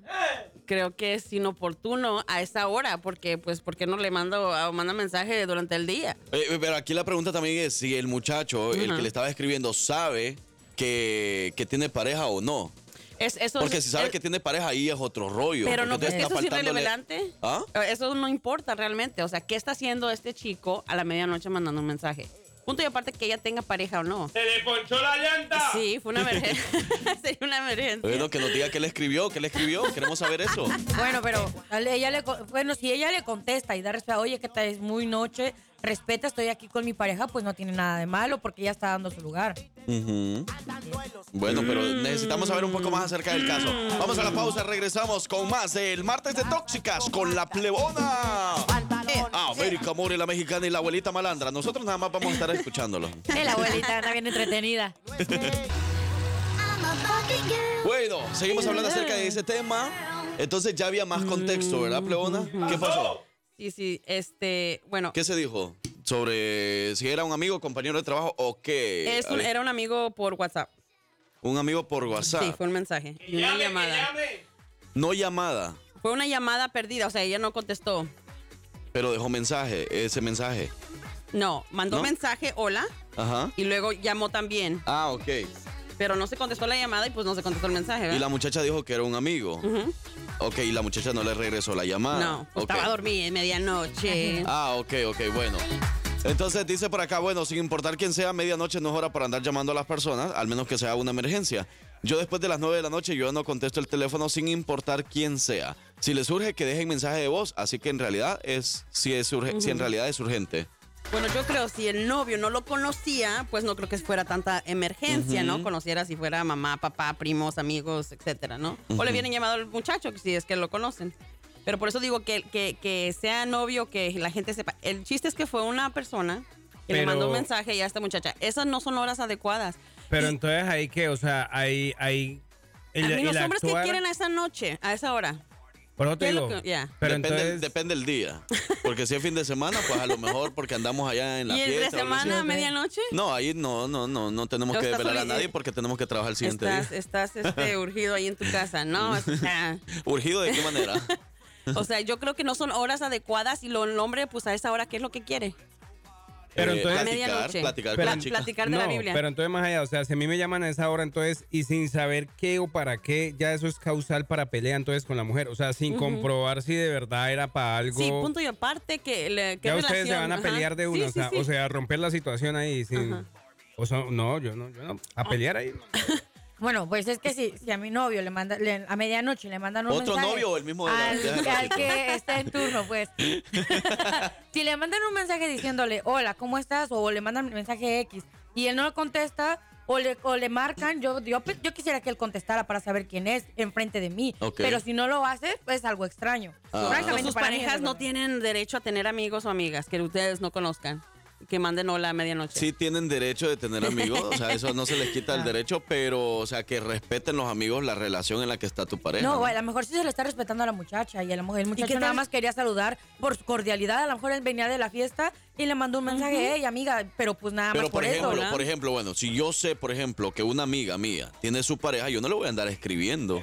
[SPEAKER 12] creo que es inoportuno a esa hora, porque pues, ¿por qué no le mando o manda mensaje durante el día?
[SPEAKER 2] Eh, pero aquí la pregunta también es si el muchacho, el
[SPEAKER 12] Ajá.
[SPEAKER 2] que le estaba escribiendo, sabe que, que tiene pareja o no.
[SPEAKER 12] Es, eso
[SPEAKER 2] Porque
[SPEAKER 12] es-
[SPEAKER 2] si sabe
[SPEAKER 12] es-
[SPEAKER 2] que tiene pareja, ahí es otro rollo.
[SPEAKER 12] Pero
[SPEAKER 2] porque
[SPEAKER 12] no,
[SPEAKER 2] te
[SPEAKER 12] es que
[SPEAKER 2] está
[SPEAKER 12] eso es
[SPEAKER 2] faltándole-
[SPEAKER 12] irrelevante. Eh,
[SPEAKER 2] ¿Ah?
[SPEAKER 12] Eso no importa realmente. O sea, ¿qué está haciendo este chico a la medianoche mandando un mensaje? Punto y aparte que ella tenga pareja o no.
[SPEAKER 3] ¡Se le ponchó la llanta!
[SPEAKER 12] Sí, fue una emergencia. Sería una emergencia.
[SPEAKER 2] Bueno, que nos diga qué le escribió, qué le escribió. Queremos saber eso.
[SPEAKER 6] Bueno, pero dale, ella le, co- bueno, si ella le contesta y da respeto, oye, ¿qué tal? Es muy noche, respeta, estoy aquí con mi pareja, pues no tiene nada de malo porque ella está dando su lugar.
[SPEAKER 2] Ujú. Bueno, pero necesitamos saber un poco más acerca del caso. Vamos a la pausa, regresamos con más del martes de Tóxicas con la plebona. Ah, América More, la mexicana y la abuelita malandra. Nosotros nada más vamos a estar escuchándolo.
[SPEAKER 6] Eh, La abuelita anda bien entretenida.
[SPEAKER 2] Bueno, seguimos hablando acerca de ese tema. Entonces ya había más contexto, ¿verdad, plebona? ¿Qué pasó?
[SPEAKER 12] Sí, sí, este, bueno,
[SPEAKER 2] ¿Qué se dijo? Sobre si era un amigo, compañero de trabajo o qué.
[SPEAKER 12] es un-
[SPEAKER 2] A ver,
[SPEAKER 12] era un amigo por WhatsApp.
[SPEAKER 2] un amigo por
[SPEAKER 12] Sí,
[SPEAKER 2] WhatsApp.
[SPEAKER 12] fue un mensaje. Y una llamada.
[SPEAKER 2] No llamada,
[SPEAKER 12] Fue una llamada perdida, o sea, ella no contestó.
[SPEAKER 2] pero dejó mensaje, ese mensaje.
[SPEAKER 12] No, mandó
[SPEAKER 2] ¿No?
[SPEAKER 12] mensaje, hola,
[SPEAKER 2] Ajá.
[SPEAKER 12] y luego llamó también.
[SPEAKER 2] Ah, ok.
[SPEAKER 12] Pero no se contestó la llamada y pues no se contestó el mensaje, ¿verdad?
[SPEAKER 2] Y la muchacha dijo que era un amigo.
[SPEAKER 12] Ujú.
[SPEAKER 2] Ok, y la muchacha no le regresó la llamada.
[SPEAKER 12] No, pues
[SPEAKER 2] Ok.
[SPEAKER 12] estaba a dormir, medianoche.
[SPEAKER 2] Ah, ok, ok, bueno. Entonces dice por acá, bueno, sin importar quién sea, medianoche no es hora para andar llamando a las personas, al menos que sea una emergencia. Yo después de las 9 de la noche yo no contesto el teléfono sin importar quién sea. Si le surge que dejen mensaje de voz, así que en realidad es si es urge- si en
[SPEAKER 12] Ujú.
[SPEAKER 2] realidad es urgente.
[SPEAKER 12] Bueno, yo creo, si el novio no lo conocía, pues no creo que fuera tanta emergencia,
[SPEAKER 2] Ujú.
[SPEAKER 12] ¿no? Conociera si fuera mamá, papá, primos, amigos, etcétera, ¿no? O
[SPEAKER 2] Ujú.
[SPEAKER 12] le vienen llamado al muchacho, si es que lo conocen. Pero por eso digo que, que, que sea novio, que la gente sepa. El chiste es que fue una persona que le
[SPEAKER 5] Pero-
[SPEAKER 12] mandó un mensaje y a esta muchacha. Esas no son horas adecuadas.
[SPEAKER 5] Pero entonces ahí que, o sea, ahí, ahí.
[SPEAKER 12] A
[SPEAKER 5] el-
[SPEAKER 12] mí
[SPEAKER 5] el
[SPEAKER 12] Ah, los hombres que
[SPEAKER 5] actuar-
[SPEAKER 12] quieren a esa noche, a esa hora.
[SPEAKER 5] Por eso te
[SPEAKER 12] ¿Qué es lo
[SPEAKER 5] digo.
[SPEAKER 12] que- ya.
[SPEAKER 5] Pero
[SPEAKER 2] depende,
[SPEAKER 5] entonces-
[SPEAKER 2] depende el día. Porque si es fin de semana, pues a lo mejor porque andamos allá en la
[SPEAKER 12] ¿Y el de
[SPEAKER 2] fiesta. o algo así.
[SPEAKER 12] semana, a medianoche?
[SPEAKER 2] No, ahí no, no, no, no tenemos
[SPEAKER 12] No,
[SPEAKER 2] que
[SPEAKER 12] estás
[SPEAKER 2] desvelar a
[SPEAKER 12] obligado.
[SPEAKER 2] nadie porque tenemos que trabajar el siguiente
[SPEAKER 12] Estás,
[SPEAKER 2] día.
[SPEAKER 12] estás este, urgido ahí en tu casa, ¿no? O sea,
[SPEAKER 2] ¿Urgido de qué manera?
[SPEAKER 12] O sea, yo creo que no son horas adecuadas y lo, el hombre, pues a esa hora, ¿qué es lo que quiere?
[SPEAKER 5] Pero
[SPEAKER 2] Eh,
[SPEAKER 5] entonces,
[SPEAKER 2] platicar, Medianoche. platicar con la chica. platicar de la Biblia.
[SPEAKER 5] Pero entonces más allá, o sea, si a mí me llaman a esa hora entonces y sin saber qué o para qué, ya eso es causal para pelea entonces con la mujer, o sea, sin
[SPEAKER 12] Ujú.
[SPEAKER 5] comprobar si de verdad era para algo.
[SPEAKER 12] Sí, punto y aparte que le- ¿qué
[SPEAKER 5] ya ustedes se
[SPEAKER 12] relación?
[SPEAKER 5] van a
[SPEAKER 12] Ajá.
[SPEAKER 5] pelear de
[SPEAKER 12] Sí,
[SPEAKER 5] uno,
[SPEAKER 12] sí,
[SPEAKER 5] o, sea,
[SPEAKER 12] sí.
[SPEAKER 5] o sea, romper la situación ahí sin o sea, no, yo no, yo no, a
[SPEAKER 12] Ah.
[SPEAKER 5] pelear ahí.
[SPEAKER 6] Bueno, pues es que si, si a mi novio le manda le- a medianoche le mandan un
[SPEAKER 2] ¿Otro
[SPEAKER 6] mensaje
[SPEAKER 2] novio o el mismo de la-
[SPEAKER 6] al,
[SPEAKER 2] de la-
[SPEAKER 6] al que está en turno, pues. si le mandan un mensaje diciéndole, "Hola, ¿cómo estás?" o le mandan un mensaje X y él no lo contesta o le, o le marcan, yo, yo pe- yo quisiera que él contestara para saber quién es enfrente de mí,
[SPEAKER 12] Ok.
[SPEAKER 6] pero si no lo hace, pues es algo extraño.
[SPEAKER 12] Ah.
[SPEAKER 6] Francamente,
[SPEAKER 12] Sus
[SPEAKER 6] para mí es
[SPEAKER 12] parejas
[SPEAKER 6] algo
[SPEAKER 12] no tienen derecho a tener amigos o amigas que ustedes no conozcan, que manden hola a medianoche.
[SPEAKER 2] Sí tienen derecho de tener amigos, o sea, eso no se les quita el derecho, pero, o sea, que respeten los amigos la relación en la que está tu pareja.
[SPEAKER 6] No, a lo mejor sí se le está respetando a la muchacha y a lo mejor el muchacho nada más quería saludar por su cordialidad. A lo mejor él venía de la fiesta y le mandó un mensaje, hey, amiga, pero pues nada
[SPEAKER 2] Pero
[SPEAKER 6] más
[SPEAKER 2] por
[SPEAKER 6] por, eso.
[SPEAKER 2] ejemplo,
[SPEAKER 6] ¿no?
[SPEAKER 2] por ejemplo, bueno, si yo sé, por ejemplo, que una amiga mía tiene su pareja, yo no le voy a andar escribiendo.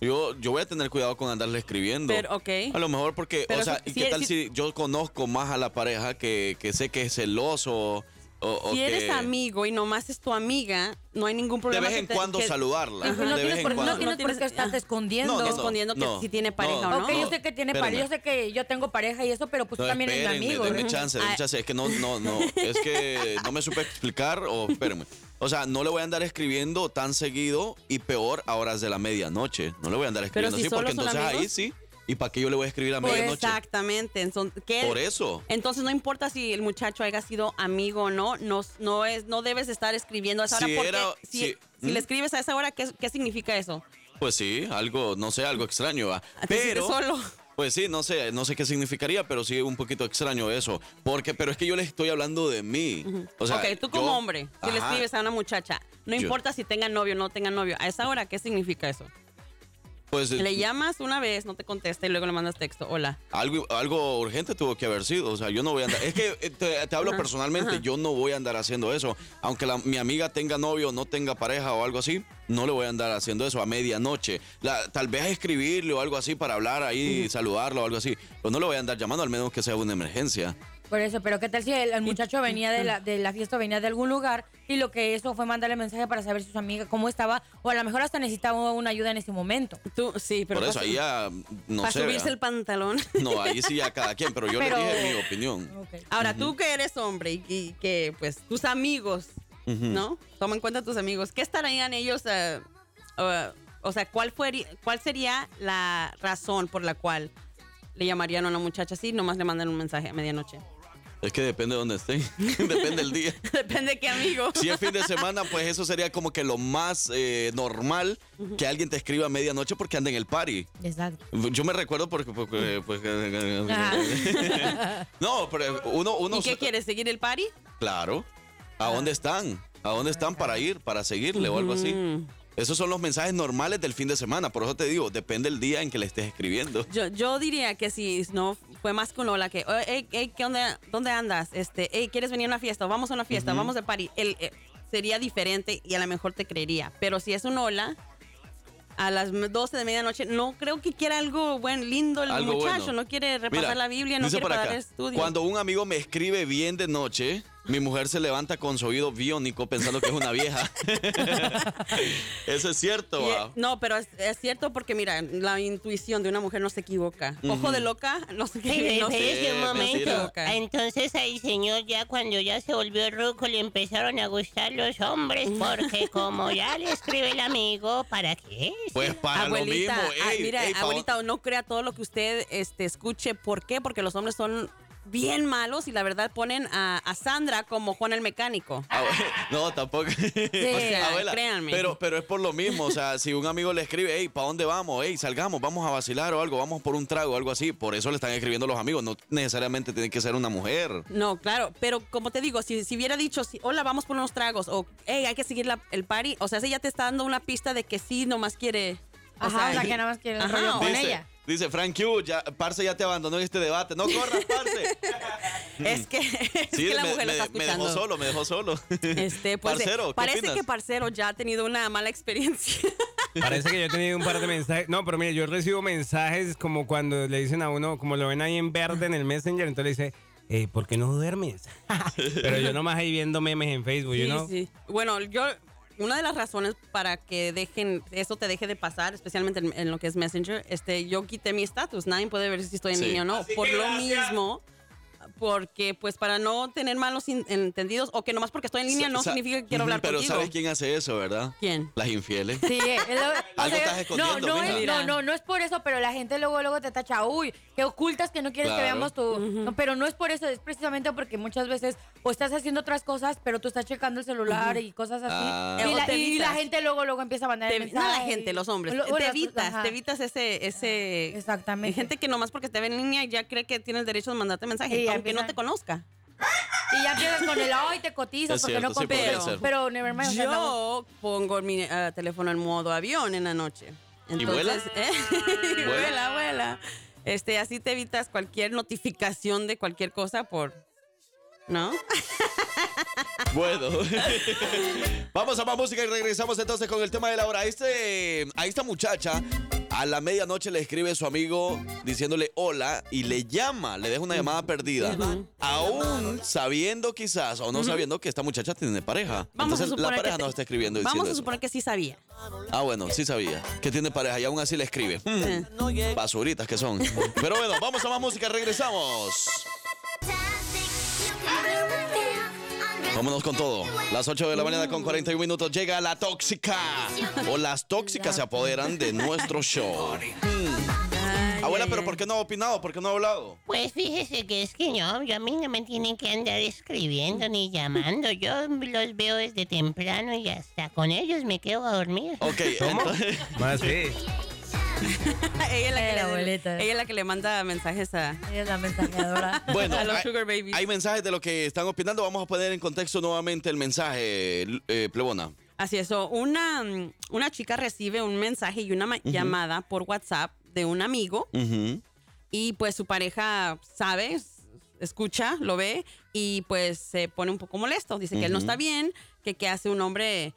[SPEAKER 2] Yo, yo voy a tener cuidado con andarle escribiendo.
[SPEAKER 12] Pero, ok.
[SPEAKER 2] A lo mejor porque,
[SPEAKER 12] Pero
[SPEAKER 2] o sea,
[SPEAKER 12] si-
[SPEAKER 2] ¿y
[SPEAKER 12] si-
[SPEAKER 2] qué tal
[SPEAKER 12] si-
[SPEAKER 2] si yo conozco más a la pareja que, que sé que es celoso o, o
[SPEAKER 12] Si
[SPEAKER 2] que
[SPEAKER 12] eres amigo y nomás es tu amiga, no hay ningún problema.
[SPEAKER 2] vez
[SPEAKER 12] que
[SPEAKER 2] en cuando saludarla, Ajá. de vez en cuando.
[SPEAKER 6] No tienes por qué estarte escondiendo.
[SPEAKER 2] No, no, no,
[SPEAKER 12] escondiendo que
[SPEAKER 2] no,
[SPEAKER 12] si tiene pareja o no.
[SPEAKER 6] ok, yo sé que tiene pareja, yo
[SPEAKER 2] espérame.
[SPEAKER 6] sé que yo tengo pareja y eso, pero pues tú
[SPEAKER 2] No,
[SPEAKER 6] también eres mi
[SPEAKER 2] espérenme,
[SPEAKER 6] amigo.
[SPEAKER 2] denme
[SPEAKER 6] ¿no?
[SPEAKER 2] chance, denme
[SPEAKER 6] Ah,
[SPEAKER 2] chance. Es que no, no, no. Es que no me supe explicar o espérenme. O sea, no le voy a andar escribiendo tan seguido y peor a horas de la medianoche. No le voy a andar
[SPEAKER 12] Pero
[SPEAKER 2] escribiendo
[SPEAKER 12] si
[SPEAKER 2] así porque
[SPEAKER 12] solo son
[SPEAKER 2] entonces ahí
[SPEAKER 12] amigos. Pues
[SPEAKER 2] sí. ¿Y para qué yo le voy a escribir a
[SPEAKER 12] Por-
[SPEAKER 2] medianoche?
[SPEAKER 12] exactamente. Entonces, ¿qué?
[SPEAKER 2] Por eso.
[SPEAKER 12] Entonces no importa si el muchacho haya sido amigo o no, no, no es, no debes estar escribiendo a esa
[SPEAKER 2] Si
[SPEAKER 12] hora porque
[SPEAKER 2] era-
[SPEAKER 12] si,
[SPEAKER 2] si-
[SPEAKER 12] si
[SPEAKER 2] ¿Mm?
[SPEAKER 12] le escribes a esa hora, ¿qué, qué significa eso?
[SPEAKER 2] Pues sí, algo, no sé, algo extraño. ¿va? Pero.
[SPEAKER 12] Ah, solo.
[SPEAKER 2] Pues sí, no sé, no sé qué significaría, pero sí un poquito extraño eso. Porque, pero es que yo les estoy hablando de mí. O sea,
[SPEAKER 12] ok, tú como
[SPEAKER 2] yo-
[SPEAKER 12] hombre, si le
[SPEAKER 2] Ajá.
[SPEAKER 12] escribes a una muchacha, no
[SPEAKER 2] Yo-
[SPEAKER 12] importa si tenga novio o no tenga novio, a esa hora, ¿qué significa eso?
[SPEAKER 2] Pues,
[SPEAKER 12] Le llamas una vez, no te contesta y luego le mandas texto, hola.
[SPEAKER 2] Algo, algo urgente tuvo que haber sido. O sea, yo no voy a andar. Es que eh, te, te hablo
[SPEAKER 12] Ajá,
[SPEAKER 2] personalmente,
[SPEAKER 12] ajá.
[SPEAKER 2] yo no voy a andar haciendo eso. Aunque la- mi amiga tenga novio, no tenga pareja o algo así, no le voy a andar haciendo eso a medianoche. La- tal vez escribirle o algo así para hablar ahí, saludarlo o algo así. Pero no le voy a andar llamando, al menos que sea una emergencia.
[SPEAKER 6] Por eso, pero ¿qué tal si el, el muchacho venía de la, de la fiesta, venía de algún lugar y lo que hizo fue mandarle mensaje para saber si su amiga cómo estaba o a lo mejor hasta necesitaba una ayuda en ese momento?
[SPEAKER 12] Tú, sí,
[SPEAKER 2] Por eso, ahí ya no
[SPEAKER 12] para
[SPEAKER 2] sé.
[SPEAKER 12] subirse
[SPEAKER 2] ¿verdad?
[SPEAKER 12] el pantalón.
[SPEAKER 2] No, ahí sí ya cada quien, pero yo
[SPEAKER 12] Pero-
[SPEAKER 2] le dije mi opinión.
[SPEAKER 12] Ahora,
[SPEAKER 2] Ujú.
[SPEAKER 12] tú que eres hombre y, y que, pues, tus amigos,
[SPEAKER 2] Ujú.
[SPEAKER 12] ¿no? Toma en cuenta a tus amigos. ¿Qué estarían ellos? eh, eh, o sea, ¿cuál, fue, ¿cuál sería la razón por la cual le llamarían a una muchacha así y nomás le mandan un mensaje a medianoche?
[SPEAKER 2] Es que depende de dónde estén, depende del día.
[SPEAKER 12] Depende de qué amigo.
[SPEAKER 2] Si es fin de semana, pues eso sería como que lo más eh, normal que alguien te escriba a medianoche porque anda en el party.
[SPEAKER 6] Exacto.
[SPEAKER 2] Yo me recuerdo porque... porque- pues, porque-
[SPEAKER 12] Ajá.
[SPEAKER 2] no, pero uno... uno
[SPEAKER 12] ¿Y qué quieres? ¿Seguir el party?
[SPEAKER 2] Claro. ¿A dónde están? ¿A dónde están para ir, para seguirle o algo así?
[SPEAKER 12] Ah. Ujú.
[SPEAKER 2] Esos son los mensajes normales del fin de semana. Por eso te digo, depende del día en que le estés escribiendo.
[SPEAKER 12] Yo, yo diría que si no fue más con Lola que, "Oye, hey, hey, ¿qué onda, ¿dónde andas? Este, hey, ¿quieres venir a una fiesta? Vamos a una fiesta,
[SPEAKER 2] Ujú.
[SPEAKER 12] vamos de party. El, eh, sería diferente y a lo mejor te creería. Pero si es un hola, a las 12 de medianoche, no creo que quiera algo buen, lindo el
[SPEAKER 2] Algo
[SPEAKER 12] muchacho.
[SPEAKER 2] bueno.
[SPEAKER 12] No quiere repasar
[SPEAKER 2] Mira,
[SPEAKER 12] la Biblia, no
[SPEAKER 2] dice
[SPEAKER 12] quiere
[SPEAKER 2] por
[SPEAKER 12] pagar
[SPEAKER 2] acá,
[SPEAKER 12] estudios.
[SPEAKER 2] Cuando un amigo me escribe bien de noche, mi mujer se levanta con su oído biónico pensando que es una vieja. Eso es cierto. ah.
[SPEAKER 12] Y, eh,
[SPEAKER 2] va.
[SPEAKER 12] no, pero es, es cierto porque, mira, la intuición de una mujer no se equivoca. Ojo
[SPEAKER 2] Ujú.
[SPEAKER 12] de loca, no se,
[SPEAKER 1] Pero
[SPEAKER 12] no se-
[SPEAKER 1] espérese un
[SPEAKER 12] no se
[SPEAKER 1] momento.
[SPEAKER 12] equivoca.
[SPEAKER 1] Entonces ahí, señor, ya cuando ya se volvió ruco le empezaron a gustar los hombres porque como ya le escribe el amigo, ¿para qué?
[SPEAKER 2] Pues para
[SPEAKER 12] abuelita,
[SPEAKER 2] lo mismo.
[SPEAKER 12] ah,
[SPEAKER 2] ey,
[SPEAKER 12] mira,
[SPEAKER 2] ey, pa-
[SPEAKER 12] abuelita, no crea todo lo que usted este, escuche. ¿Por qué? Porque los hombres son bien malos y la verdad ponen a, a Sandra como Juan el mecánico.
[SPEAKER 2] Ah, bueno, No, tampoco.
[SPEAKER 12] o sea, créanme.
[SPEAKER 2] Pero, pero es por lo mismo. O sea, si un amigo le escribe, hey, ¿para dónde vamos? Hey, salgamos, vamos a vacilar o algo, vamos por un trago o algo así. Por eso le están escribiendo los amigos. No necesariamente tiene que ser una mujer.
[SPEAKER 12] No, claro, pero como te digo, si, si hubiera dicho, si, hola, vamos por unos tragos o, hey, hay que seguir la- el party, o sea, ella te está dando una pista de que sí, nomás quiere...
[SPEAKER 6] Ajá, o sea, que nada más quiere el
[SPEAKER 12] Ajá,
[SPEAKER 6] rollo con
[SPEAKER 2] dice,
[SPEAKER 6] ella.
[SPEAKER 2] Dice Frank Q, ya, Parce ya te abandonó en este debate. No corras, Parce.
[SPEAKER 12] Es que, es
[SPEAKER 2] Sí,
[SPEAKER 12] que la
[SPEAKER 2] me,
[SPEAKER 12] mujer lo
[SPEAKER 2] me-
[SPEAKER 12] está
[SPEAKER 2] me dejó
[SPEAKER 12] escuchando.
[SPEAKER 2] solo, me dejó solo.
[SPEAKER 12] Este, pues, eh,
[SPEAKER 2] Parcero, ¿qué
[SPEAKER 12] parece
[SPEAKER 2] opinas?
[SPEAKER 12] que Parcero ya ha tenido una mala experiencia.
[SPEAKER 5] Parece que yo he tenido un par de mensajes. No, pero mire, yo recibo mensajes como cuando le dicen a uno, como lo ven ahí en verde en el Messenger, entonces le dice, eh, ¿por qué no duermes? Pero yo nomás ahí viendo memes en Facebook,
[SPEAKER 12] Sí,
[SPEAKER 5] you know?
[SPEAKER 12] sí. Bueno, yo una de las razones para que dejen eso te deje de pasar, especialmente en, en lo que es Messenger, este, yo quité mi estatus. Nadie puede ver si estoy en
[SPEAKER 6] Sí.
[SPEAKER 12] línea o no.
[SPEAKER 6] Así
[SPEAKER 12] por
[SPEAKER 6] que
[SPEAKER 12] lo
[SPEAKER 6] gracias.
[SPEAKER 12] mismo, porque pues para no tener malos in- entendidos o que nomás porque estoy en línea no
[SPEAKER 2] Sa- sa-
[SPEAKER 12] significa que quiero hablar
[SPEAKER 2] Pero
[SPEAKER 12] contigo.
[SPEAKER 2] ¿sabes quién hace eso, verdad?
[SPEAKER 12] ¿Quién?
[SPEAKER 2] Las infieles.
[SPEAKER 6] Sí, eh, es lo- o
[SPEAKER 2] Algo
[SPEAKER 6] sea,
[SPEAKER 2] estás
[SPEAKER 6] no,
[SPEAKER 2] escondiendo,
[SPEAKER 6] no,
[SPEAKER 2] mija.
[SPEAKER 6] es, no, no, no es por eso, pero la gente luego, luego te tacha, uy, que ocultas que no quieres que
[SPEAKER 2] Claro.
[SPEAKER 6] veamos tu. No, pero no es por eso, es precisamente porque muchas veces o estás haciendo otras cosas, pero tú estás checando el celular y cosas así.
[SPEAKER 12] Ah.
[SPEAKER 6] Y, la,
[SPEAKER 12] O te
[SPEAKER 6] y la
[SPEAKER 12] evitas.
[SPEAKER 6] gente luego, luego empieza a mandar
[SPEAKER 12] Te-
[SPEAKER 6] el
[SPEAKER 12] no la
[SPEAKER 6] mensaje
[SPEAKER 12] gente,
[SPEAKER 6] y-
[SPEAKER 12] los hombres.
[SPEAKER 6] Lo-
[SPEAKER 12] te
[SPEAKER 6] bueno,
[SPEAKER 12] evitas,
[SPEAKER 6] ajá.
[SPEAKER 12] te evitas ese, ese.
[SPEAKER 6] Exactamente.
[SPEAKER 12] Hay gente que nomás porque te ve en línea ya cree que tienes derecho de mandarte mensajes,
[SPEAKER 6] Sí,
[SPEAKER 12] aunque
[SPEAKER 6] empiezan-
[SPEAKER 12] no te conozca.
[SPEAKER 6] Y ya empiezas con el ay, te cotizas
[SPEAKER 12] Es
[SPEAKER 6] porque no
[SPEAKER 12] cierto, sí, podría
[SPEAKER 6] compro.
[SPEAKER 12] ser.
[SPEAKER 6] pero nevermind, o sea, no.
[SPEAKER 12] Yo pongo mi eh, teléfono en modo avión en la noche.
[SPEAKER 2] ¿Y vuela?
[SPEAKER 12] Entonces, ¿eh?
[SPEAKER 2] ¿Vuela?
[SPEAKER 12] vuela? vuela, Este, así te evitas cualquier notificación de cualquier cosa por. ¿No?
[SPEAKER 2] Bueno. Vamos a más música y regresamos entonces con el tema de la hora. Este, a esta muchacha a la medianoche le escribe su amigo diciéndole hola y le llama, le deja una llamada perdida. Aún sabiendo quizás o no sabiendo que esta muchacha tiene pareja.
[SPEAKER 12] Vamos a
[SPEAKER 2] entonces la
[SPEAKER 12] suponer que
[SPEAKER 2] pareja
[SPEAKER 12] te-
[SPEAKER 2] nos está escribiendo y
[SPEAKER 12] Vamos
[SPEAKER 2] diciendo
[SPEAKER 12] a
[SPEAKER 2] eso.
[SPEAKER 12] suponer que sí sabía.
[SPEAKER 2] Ah, bueno, sí sabía que tiene pareja y aún así le escribe. Mm, basuritas que son. Pero bueno, vamos a más música, regresamos. Vámonos con todo. Las 8 de la mañana con 41 minutos llega la tóxica. O las tóxicas se apoderan de nuestro show. Mm. Abuela, pero ¿por qué no ha opinado? ¿Por qué no ha hablado?
[SPEAKER 1] Pues fíjese que es que no, yo a mí no me tienen que andar escribiendo ni llamando. Yo los veo desde temprano y hasta con ellos me quedo a dormir.
[SPEAKER 12] Oh.
[SPEAKER 2] Ok, entonces-
[SPEAKER 5] Más sí.
[SPEAKER 12] ella, es la que
[SPEAKER 6] La
[SPEAKER 12] le-
[SPEAKER 6] abuelita.
[SPEAKER 12] ella es la que le manda mensajes a.
[SPEAKER 6] Ella es la mensajeadora.
[SPEAKER 2] Bueno,
[SPEAKER 12] a los
[SPEAKER 2] hay,
[SPEAKER 12] Sugar Babies.
[SPEAKER 2] hay mensajes de lo que están opinando. Vamos a poner en contexto nuevamente el mensaje, eh, plebona.
[SPEAKER 12] Así es, o una, mm, una chica recibe un mensaje y una ma- llamada por WhatsApp de un amigo
[SPEAKER 2] Ujú.
[SPEAKER 12] y pues su pareja sabe, s- escucha, lo ve y pues se pone un poco molesto. Dice que él no
[SPEAKER 6] Ujú.
[SPEAKER 12] está bien, que qué hace un hombre...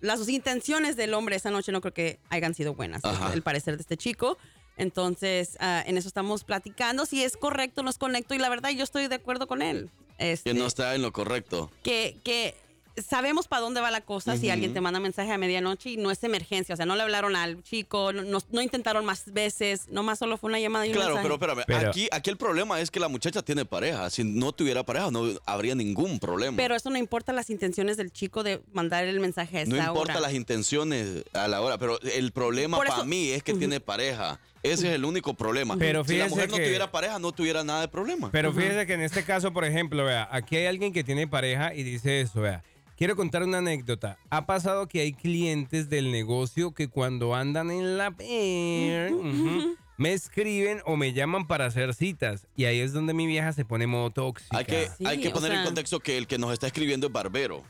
[SPEAKER 12] Las sus intenciones del hombre esa noche no creo que hayan sido buenas,
[SPEAKER 2] Ajá.
[SPEAKER 12] el parecer de este chico. Entonces, ah, en eso estamos platicando, si es correcto, no es correcto y la verdad yo estoy de acuerdo con él. Este,
[SPEAKER 2] Que no está en lo correcto.
[SPEAKER 12] que, que sabemos para dónde va la cosa si
[SPEAKER 2] Ujú.
[SPEAKER 12] alguien te manda mensaje a medianoche y no es emergencia. O sea, no le hablaron al chico, no, no- no intentaron más veces, nomás solo fue una llamada y un
[SPEAKER 2] Claro,
[SPEAKER 12] mensaje.
[SPEAKER 2] pero espérame,
[SPEAKER 5] Pero-
[SPEAKER 2] aquí, aquí el problema es que la muchacha tiene pareja. Si no tuviera pareja, no habría ningún problema.
[SPEAKER 12] Pero eso no importa las intenciones del chico de mandar el mensaje a esa
[SPEAKER 2] no importa
[SPEAKER 12] hora.
[SPEAKER 2] las intenciones a la hora, pero el problema
[SPEAKER 12] Por
[SPEAKER 2] para
[SPEAKER 12] eso-
[SPEAKER 2] mí es que tiene pareja. Ese es el único problema.
[SPEAKER 5] Pero
[SPEAKER 2] si la
[SPEAKER 5] fíjese
[SPEAKER 2] mujer no
[SPEAKER 5] que-
[SPEAKER 2] tuviera pareja, no tuviera nada de problema.
[SPEAKER 5] Pero fíjese que en este caso, por ejemplo, vea, aquí hay alguien que tiene pareja y dice eso, vea. Quiero contar una anécdota. Ha pasado que hay clientes del negocio que cuando andan en la per, ujú, me escriben o me llaman para hacer citas. Y ahí es donde mi vieja se pone modo tóxica.
[SPEAKER 2] Hay que, hay que
[SPEAKER 12] o
[SPEAKER 2] poner en
[SPEAKER 12] sea-
[SPEAKER 2] contexto que el que nos está escribiendo es barbero.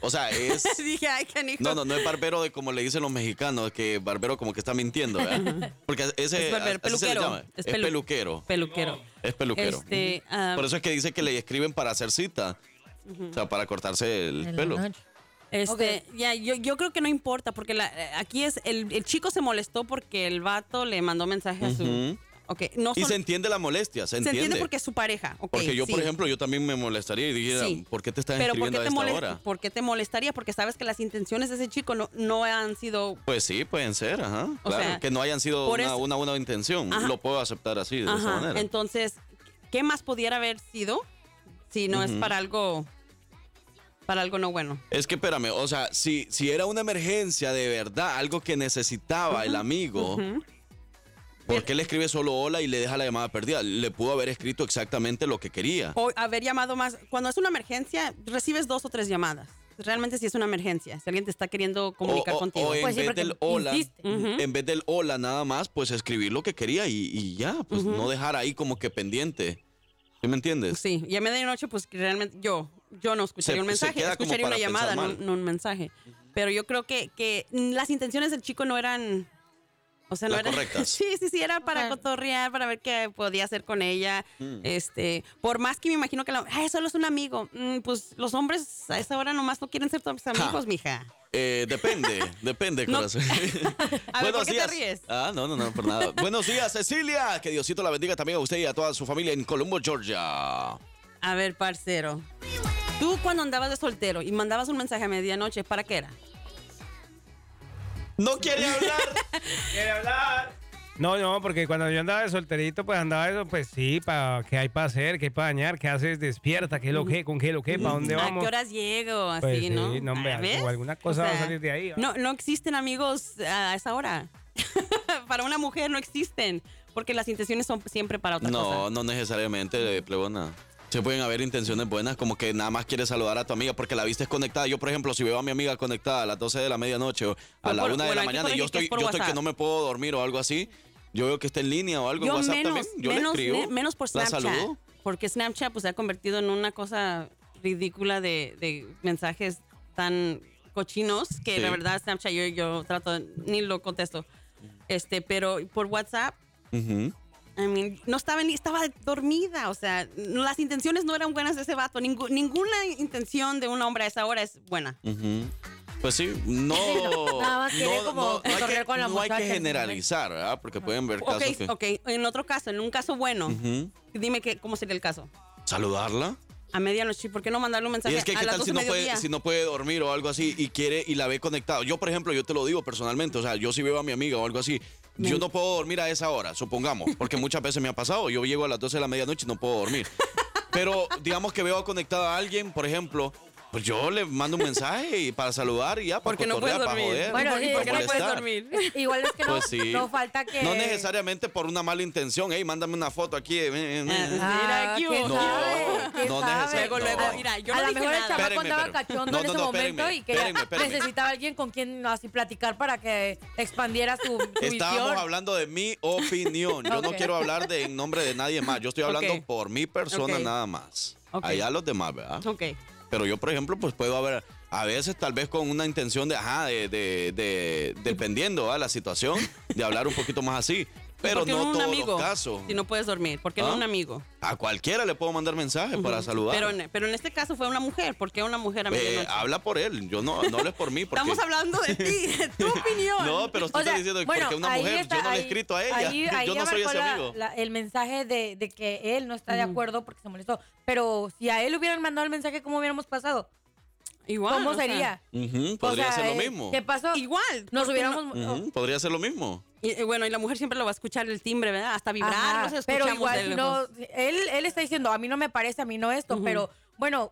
[SPEAKER 2] O sea, es.
[SPEAKER 12] Dije, ay, qué nico.
[SPEAKER 2] No, no, no es barbero de como le dicen los mexicanos, que barbero como que está mintiendo, ¿verdad? Porque ese
[SPEAKER 12] Es barbero,
[SPEAKER 2] eh, así se le
[SPEAKER 12] peluquero.
[SPEAKER 2] llama. Es,
[SPEAKER 12] Es pelu-
[SPEAKER 2] peluquero.
[SPEAKER 12] Peluquero.
[SPEAKER 2] Es peluquero.
[SPEAKER 12] Este, ah,
[SPEAKER 2] Por eso es que dice que le escriben para hacer cita.
[SPEAKER 12] Ujú.
[SPEAKER 2] O sea, para cortarse el pelo.
[SPEAKER 12] Este, ya, yo, yo creo que no importa, porque la- eh, aquí es, el, el chico se molestó porque el vato le mandó mensaje a su...
[SPEAKER 2] Ujú.
[SPEAKER 12] Ok, no
[SPEAKER 2] Y
[SPEAKER 12] son-
[SPEAKER 2] se entiende la molestia, se
[SPEAKER 12] se
[SPEAKER 2] entiende.
[SPEAKER 12] porque es su pareja. ok,
[SPEAKER 2] Porque yo, por
[SPEAKER 12] sí.
[SPEAKER 2] ejemplo, yo también me molestaría y dijera,
[SPEAKER 12] Sí.
[SPEAKER 2] ¿por qué te estás
[SPEAKER 12] Pero ¿por
[SPEAKER 2] escribiendo
[SPEAKER 12] qué,
[SPEAKER 2] a
[SPEAKER 12] te
[SPEAKER 2] esta
[SPEAKER 12] molest-
[SPEAKER 2] hora?
[SPEAKER 12] por qué te molestaría? Porque sabes que las intenciones de ese chico no, no han sido...
[SPEAKER 2] Pues sí, pueden ser, ajá.
[SPEAKER 12] O
[SPEAKER 2] claro,
[SPEAKER 12] sea,
[SPEAKER 2] que no hayan sido
[SPEAKER 12] por
[SPEAKER 2] una,
[SPEAKER 12] eso-
[SPEAKER 2] una buena intención.
[SPEAKER 12] Ajá.
[SPEAKER 2] Lo puedo aceptar así, de esa
[SPEAKER 12] Ajá,
[SPEAKER 2] manera.
[SPEAKER 12] Entonces, ¿qué más pudiera haber sido si no es
[SPEAKER 2] Ujú.
[SPEAKER 12] para algo... Para algo no bueno.
[SPEAKER 2] Es que espérame, o sea, si, si era una emergencia de verdad, algo que necesitaba el amigo,
[SPEAKER 12] Ujú.
[SPEAKER 2] ¿por qué le escribe solo hola y le deja la llamada perdida? Le pudo haber escrito exactamente lo que quería.
[SPEAKER 12] O haber llamado más. Cuando es una emergencia, recibes dos o tres llamadas. Realmente si es una emergencia, si alguien te está queriendo comunicar
[SPEAKER 2] o, o-
[SPEAKER 12] contigo.
[SPEAKER 2] o en vez del hola,
[SPEAKER 12] Ujú.
[SPEAKER 2] en vez del hola nada más, pues escribir lo que quería y, y ya, pues
[SPEAKER 12] Ujú.
[SPEAKER 2] no dejar ahí como que pendiente. ¿Sí me entiendes?
[SPEAKER 12] Sí, y a medianoche, pues que realmente yo, yo no escucharía
[SPEAKER 2] Se-
[SPEAKER 12] un
[SPEAKER 2] se
[SPEAKER 12] mensaje,
[SPEAKER 2] queda como
[SPEAKER 12] escucharía
[SPEAKER 2] para
[SPEAKER 12] una llamada,
[SPEAKER 2] pensar
[SPEAKER 12] no,
[SPEAKER 2] mal.
[SPEAKER 12] no un mensaje. Pero yo creo que, que las intenciones del chico no eran. O sea, no
[SPEAKER 2] Las
[SPEAKER 12] eran.
[SPEAKER 2] correctas.
[SPEAKER 12] Sí, sí, sí, era para cotorrear, para ver qué podía hacer con ella.
[SPEAKER 2] Mm.
[SPEAKER 12] Este, por más que me imagino que la. Ay, solo es un amigo. Mm, pues los hombres a esa hora nomás no quieren ser tus amigos, mija.
[SPEAKER 2] Eh, depende, depende,
[SPEAKER 12] No.
[SPEAKER 2] corazón.
[SPEAKER 12] A ver, ¿por
[SPEAKER 2] Buenos
[SPEAKER 12] qué
[SPEAKER 2] días.
[SPEAKER 12] te ríes?
[SPEAKER 2] Ah, no, no, no, por nada. Buenos días, Cecilia. Que Diosito la bendiga también a usted y a toda su familia en Colombo, Georgia.
[SPEAKER 12] A ver, parcero. Tú cuando andabas de soltero y mandabas un mensaje a medianoche, ¿para qué era?
[SPEAKER 2] No quiere hablar.
[SPEAKER 5] quiere hablar. No, no, porque cuando yo andaba de solterito, pues andaba eso, pues sí, pa, ¿qué hay para hacer? ¿Qué hay para dañar? ¿Qué haces? Despierta, ¿qué lo que? ¿Con qué lo que? ¿Para dónde
[SPEAKER 12] ¿A
[SPEAKER 5] vamos?
[SPEAKER 12] qué horas llego? Así,
[SPEAKER 5] Pues sí,
[SPEAKER 12] ¿no?
[SPEAKER 5] no, hombre,
[SPEAKER 12] Ah, ¿ves?
[SPEAKER 5] o alguna cosa va a salir de ahí, ¿va?
[SPEAKER 12] No, no existen amigos a esa hora. para una mujer no existen, porque las intenciones son siempre para otra cosa.
[SPEAKER 2] No, no necesariamente, eh, plebona. Se pueden haber intenciones buenas, como que nada más quieres saludar a tu amiga porque la viste conectada. Yo, por ejemplo, si veo a mi amiga conectada a las 12 de la medianoche o a
[SPEAKER 12] Por-
[SPEAKER 2] la
[SPEAKER 12] por-
[SPEAKER 2] 1 de
[SPEAKER 12] bueno,
[SPEAKER 2] la
[SPEAKER 12] aquí
[SPEAKER 2] mañana y yo
[SPEAKER 12] ponen que es
[SPEAKER 2] estoy,
[SPEAKER 12] por
[SPEAKER 2] yo estoy que
[SPEAKER 12] WhatsApp.
[SPEAKER 2] no me puedo dormir o algo así, yo veo que está en línea o algo en
[SPEAKER 12] Yo
[SPEAKER 2] WhatsApp
[SPEAKER 12] menos,
[SPEAKER 2] también. Yo
[SPEAKER 12] menos,
[SPEAKER 2] le escribo.
[SPEAKER 12] me- menos por
[SPEAKER 2] La
[SPEAKER 12] Snapchat.
[SPEAKER 2] saludo.
[SPEAKER 12] Porque Snapchat pues, se ha convertido en una cosa ridícula de, de mensajes tan cochinos que
[SPEAKER 2] Sí.
[SPEAKER 12] la verdad Snapchat yo, yo trato, ni lo contesto. Este, pero por WhatsApp,
[SPEAKER 2] Ujú.
[SPEAKER 12] I mean, no estaba ni, estaba dormida. O sea, las intenciones no eran buenas de ese vato. Ningú- ninguna intención de un hombre a esa hora es buena.
[SPEAKER 2] Ujú. Pues sí, no.
[SPEAKER 12] Nada más quería
[SPEAKER 2] no-
[SPEAKER 12] como
[SPEAKER 2] no- no hay
[SPEAKER 12] cotorrear
[SPEAKER 2] que-
[SPEAKER 12] con la
[SPEAKER 2] no hay que
[SPEAKER 12] muchacha.
[SPEAKER 2] generalizar, ¿verdad? Porque pueden ver casos
[SPEAKER 12] Ok,
[SPEAKER 2] que.
[SPEAKER 12] ok, en otro caso, en un caso bueno,
[SPEAKER 2] Ujú.
[SPEAKER 12] dime que, cómo sería el caso.
[SPEAKER 2] Saludarla.
[SPEAKER 12] A medianoche, ¿por qué no mandarle un
[SPEAKER 2] Y
[SPEAKER 12] mensaje
[SPEAKER 2] es que
[SPEAKER 12] a
[SPEAKER 2] qué tal
[SPEAKER 12] las 12
[SPEAKER 2] si
[SPEAKER 12] de
[SPEAKER 2] no, puede,
[SPEAKER 12] mediodía?
[SPEAKER 2] si no puede dormir o algo así y quiere y la ve conectado. Yo, por ejemplo, yo te lo digo personalmente, o sea, yo si veo a mi amiga o algo así, yo no puedo dormir a esa hora, supongamos, porque muchas veces me ha pasado, yo llego a las 12 de la medianoche y no puedo dormir. Pero digamos que veo conectada a alguien, por ejemplo, pues yo le mando un mensaje y para saludar y ya, para
[SPEAKER 12] Porque no puedes
[SPEAKER 2] cotorrear, para
[SPEAKER 12] dormir.
[SPEAKER 2] joder,
[SPEAKER 12] Bueno, ¿y
[SPEAKER 2] para
[SPEAKER 12] por qué no puedes
[SPEAKER 2] molestar.
[SPEAKER 12] dormir?
[SPEAKER 6] Igual es que no,
[SPEAKER 2] Pues sí.
[SPEAKER 6] no falta que.
[SPEAKER 2] No necesariamente por una mala intención, hey, mándame una foto aquí. eh, eh, eh.
[SPEAKER 6] Ah,
[SPEAKER 12] Mira,
[SPEAKER 6] ¿quién
[SPEAKER 2] No,
[SPEAKER 6] sabe? ¿Quién
[SPEAKER 2] no
[SPEAKER 6] sabe?
[SPEAKER 2] necesari- Luego, luego, no.
[SPEAKER 12] mira, yo
[SPEAKER 6] a
[SPEAKER 12] no
[SPEAKER 6] lo
[SPEAKER 12] dije
[SPEAKER 6] mejor el
[SPEAKER 12] nada.
[SPEAKER 6] chamaco
[SPEAKER 2] Espérenme,
[SPEAKER 6] andaba
[SPEAKER 2] espérenme.
[SPEAKER 6] cachondo
[SPEAKER 2] No,
[SPEAKER 6] en
[SPEAKER 2] no,
[SPEAKER 6] ese
[SPEAKER 2] no,
[SPEAKER 6] momento
[SPEAKER 2] espérenme,
[SPEAKER 6] y que ella
[SPEAKER 2] espérenme, espérenme.
[SPEAKER 6] necesitaba alguien con quien así platicar para que expandiera su, su
[SPEAKER 2] Estábamos
[SPEAKER 6] visión.
[SPEAKER 2] hablando de mi opinión. Yo no
[SPEAKER 6] Ok.
[SPEAKER 2] quiero hablar de, en nombre de nadie más. Yo estoy hablando
[SPEAKER 12] Ok.
[SPEAKER 2] por mi persona
[SPEAKER 12] Ok.
[SPEAKER 2] nada más.
[SPEAKER 12] Ok.
[SPEAKER 2] Allá los demás, ¿verdad?
[SPEAKER 12] Ok.
[SPEAKER 2] Pero yo, por ejemplo, pues puedo haber, a veces tal vez con una intención de, ajá, de, de, de- dependiendo de la situación, de hablar un poquito más así. Pero
[SPEAKER 12] ¿Por qué
[SPEAKER 2] no
[SPEAKER 12] un
[SPEAKER 2] todos
[SPEAKER 12] amigo?
[SPEAKER 2] los casos.
[SPEAKER 12] Si no puedes dormir, ¿por qué no
[SPEAKER 2] ¿Ah?
[SPEAKER 12] un amigo?
[SPEAKER 2] A cualquiera le puedo mandar mensaje para saludar.
[SPEAKER 12] Pero en, pero en este caso fue una mujer, ¿por qué una mujer a
[SPEAKER 2] Eh,
[SPEAKER 12] medianoche?
[SPEAKER 2] habla por él, yo no, no hables por mí. Porque...
[SPEAKER 12] Estamos hablando de ti, de tu opinión.
[SPEAKER 2] No, pero usted
[SPEAKER 6] O
[SPEAKER 2] está
[SPEAKER 6] sea,
[SPEAKER 2] diciendo que
[SPEAKER 6] bueno,
[SPEAKER 2] porque una
[SPEAKER 6] ahí
[SPEAKER 2] mujer,
[SPEAKER 6] está-
[SPEAKER 2] yo no le he
[SPEAKER 6] ahí-
[SPEAKER 2] escrito a ella.
[SPEAKER 6] ahí-
[SPEAKER 2] yo
[SPEAKER 6] ahí
[SPEAKER 2] no soy
[SPEAKER 6] abarcó
[SPEAKER 2] ese
[SPEAKER 6] la-
[SPEAKER 2] amigo.
[SPEAKER 6] la- el mensaje de, de que él no está de acuerdo porque se molestó. Pero si a él hubieran mandado el mensaje, ¿cómo hubiéramos pasado?
[SPEAKER 12] Igual.
[SPEAKER 6] ¿Cómo
[SPEAKER 12] o sea,
[SPEAKER 6] sería?
[SPEAKER 2] Ujú,
[SPEAKER 6] O
[SPEAKER 2] podría
[SPEAKER 6] sea,
[SPEAKER 2] ser lo
[SPEAKER 6] eh,
[SPEAKER 2] mismo.
[SPEAKER 6] ¿Qué pasó?
[SPEAKER 12] Igual.
[SPEAKER 6] Nos
[SPEAKER 12] ¿por qué no?
[SPEAKER 6] hubiéramos.
[SPEAKER 2] Ujú, podría ser lo mismo.
[SPEAKER 12] Y, eh, bueno, y la mujer siempre lo va a escuchar el timbre, ¿verdad? Hasta vibrar,
[SPEAKER 6] Ajá,
[SPEAKER 12] los escuchamos
[SPEAKER 6] pero igual,
[SPEAKER 12] de
[SPEAKER 6] si
[SPEAKER 12] lejos.
[SPEAKER 6] no, él, él está diciendo, a mí no me parece, a mí no esto, pero bueno,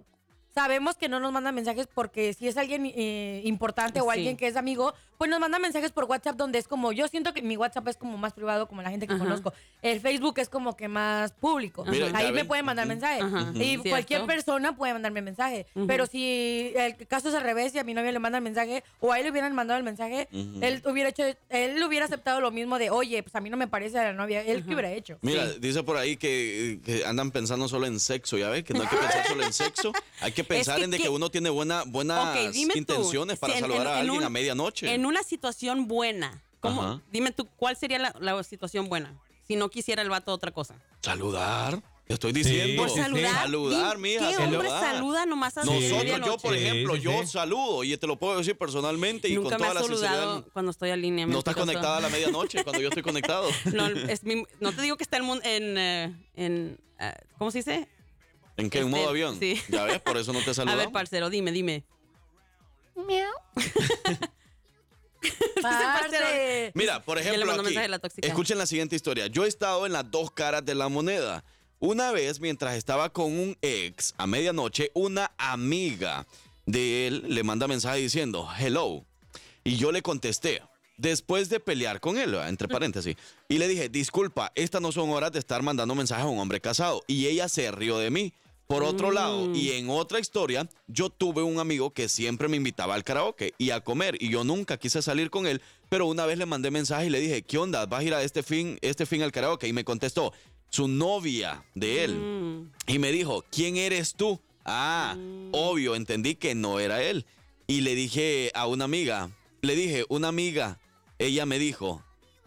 [SPEAKER 6] sabemos que no nos mandan mensajes porque si es alguien eh, importante o
[SPEAKER 12] Sí.
[SPEAKER 6] alguien que es amigo, pues nos mandan mensajes por WhatsApp donde es como, yo siento que mi WhatsApp es como más privado, como la gente que
[SPEAKER 12] Ajá.
[SPEAKER 6] conozco. El Facebook es como que más público.
[SPEAKER 2] Mira, ya
[SPEAKER 6] Ahí me
[SPEAKER 2] ven.
[SPEAKER 6] pueden mandar mensajes.
[SPEAKER 12] Ajá,
[SPEAKER 6] Y
[SPEAKER 12] cierto.
[SPEAKER 6] cualquier persona puede mandarme mensaje. Pero si el caso es al revés y a mi novia le mandan mensaje o a él le hubieran mandado el mensaje,
[SPEAKER 2] Ujú.
[SPEAKER 6] él hubiera hecho, él hubiera aceptado lo mismo de, oye, pues a mí no me parece a la novia. Él que hubiera hecho.
[SPEAKER 2] Mira, dice por ahí que, que andan pensando solo en sexo, ya ves, que no hay que pensar solo en sexo, hay que pensar
[SPEAKER 12] que
[SPEAKER 2] en de que
[SPEAKER 12] qué-
[SPEAKER 2] uno tiene buena, buenas
[SPEAKER 12] Ok, dime tú,
[SPEAKER 2] intenciones para
[SPEAKER 12] si en-
[SPEAKER 2] saludar
[SPEAKER 12] en-
[SPEAKER 2] a
[SPEAKER 12] en
[SPEAKER 2] alguien
[SPEAKER 12] un-
[SPEAKER 2] a medianoche.
[SPEAKER 12] En una situación buena, ¿cómo?
[SPEAKER 2] Ajá.
[SPEAKER 12] Dime tú, ¿cuál sería la, la situación buena? Si no quisiera el vato otra cosa.
[SPEAKER 2] Saludar, te estoy diciendo.
[SPEAKER 5] Por Sí, sí, sí.
[SPEAKER 12] Saludar.
[SPEAKER 2] Saludar,
[SPEAKER 12] Dime,
[SPEAKER 2] mija,
[SPEAKER 12] ¿Qué hombre
[SPEAKER 2] saludar.
[SPEAKER 12] saluda nomás a las
[SPEAKER 2] Nosotros, yo
[SPEAKER 12] medianoche?
[SPEAKER 2] por ejemplo,
[SPEAKER 5] Sí, sí,
[SPEAKER 2] yo
[SPEAKER 5] sí.
[SPEAKER 2] saludo y te lo puedo decir personalmente y
[SPEAKER 12] Nunca
[SPEAKER 2] con
[SPEAKER 12] me
[SPEAKER 2] toda
[SPEAKER 12] has
[SPEAKER 2] la
[SPEAKER 12] saludado
[SPEAKER 2] sinceridad.
[SPEAKER 12] cuando estoy en línea.
[SPEAKER 2] No estás
[SPEAKER 12] mentiroso.
[SPEAKER 2] conectada a la medianoche cuando yo estoy conectado.
[SPEAKER 12] No, es mi- no te digo que está el mundo en, eh, en ah, ¿cómo se dice?
[SPEAKER 2] ¿En qué? ¿En
[SPEAKER 12] Este,
[SPEAKER 2] modo avión?
[SPEAKER 12] sí.
[SPEAKER 2] Ya ves, por eso no te
[SPEAKER 12] A
[SPEAKER 2] saludamos.
[SPEAKER 12] ver, parcero, dime, dime.
[SPEAKER 6] Parce.
[SPEAKER 2] Mira, por
[SPEAKER 12] Ya le
[SPEAKER 2] ejemplo,
[SPEAKER 12] mandó
[SPEAKER 2] aquí,
[SPEAKER 12] mensaje a la tóxica.
[SPEAKER 2] escuchen la siguiente historia. Yo he estado en las dos caras de la moneda. Una vez, mientras estaba con un ex a medianoche, una amiga de él le manda mensaje diciendo, hello. Y yo le contesté, después de pelear con él, ¿verdad? entre paréntesis, y le dije, disculpa, estas no son horas de estar mandando mensajes a un hombre casado. Y ella se rió de mí. Por otro lado, y en otra historia, yo tuve un amigo que siempre me invitaba al karaoke y a comer, y yo nunca quise salir con él, pero una vez le mandé mensaje y le dije, ¿qué onda? ¿Vas a ir a este fin, este fin al karaoke? Y me contestó, su novia de él.
[SPEAKER 12] Mm.
[SPEAKER 2] Y me dijo, ¿quién eres tú? Ah, obvio, entendí que no era él. Y le dije a una amiga, le dije, una amiga, ella me dijo,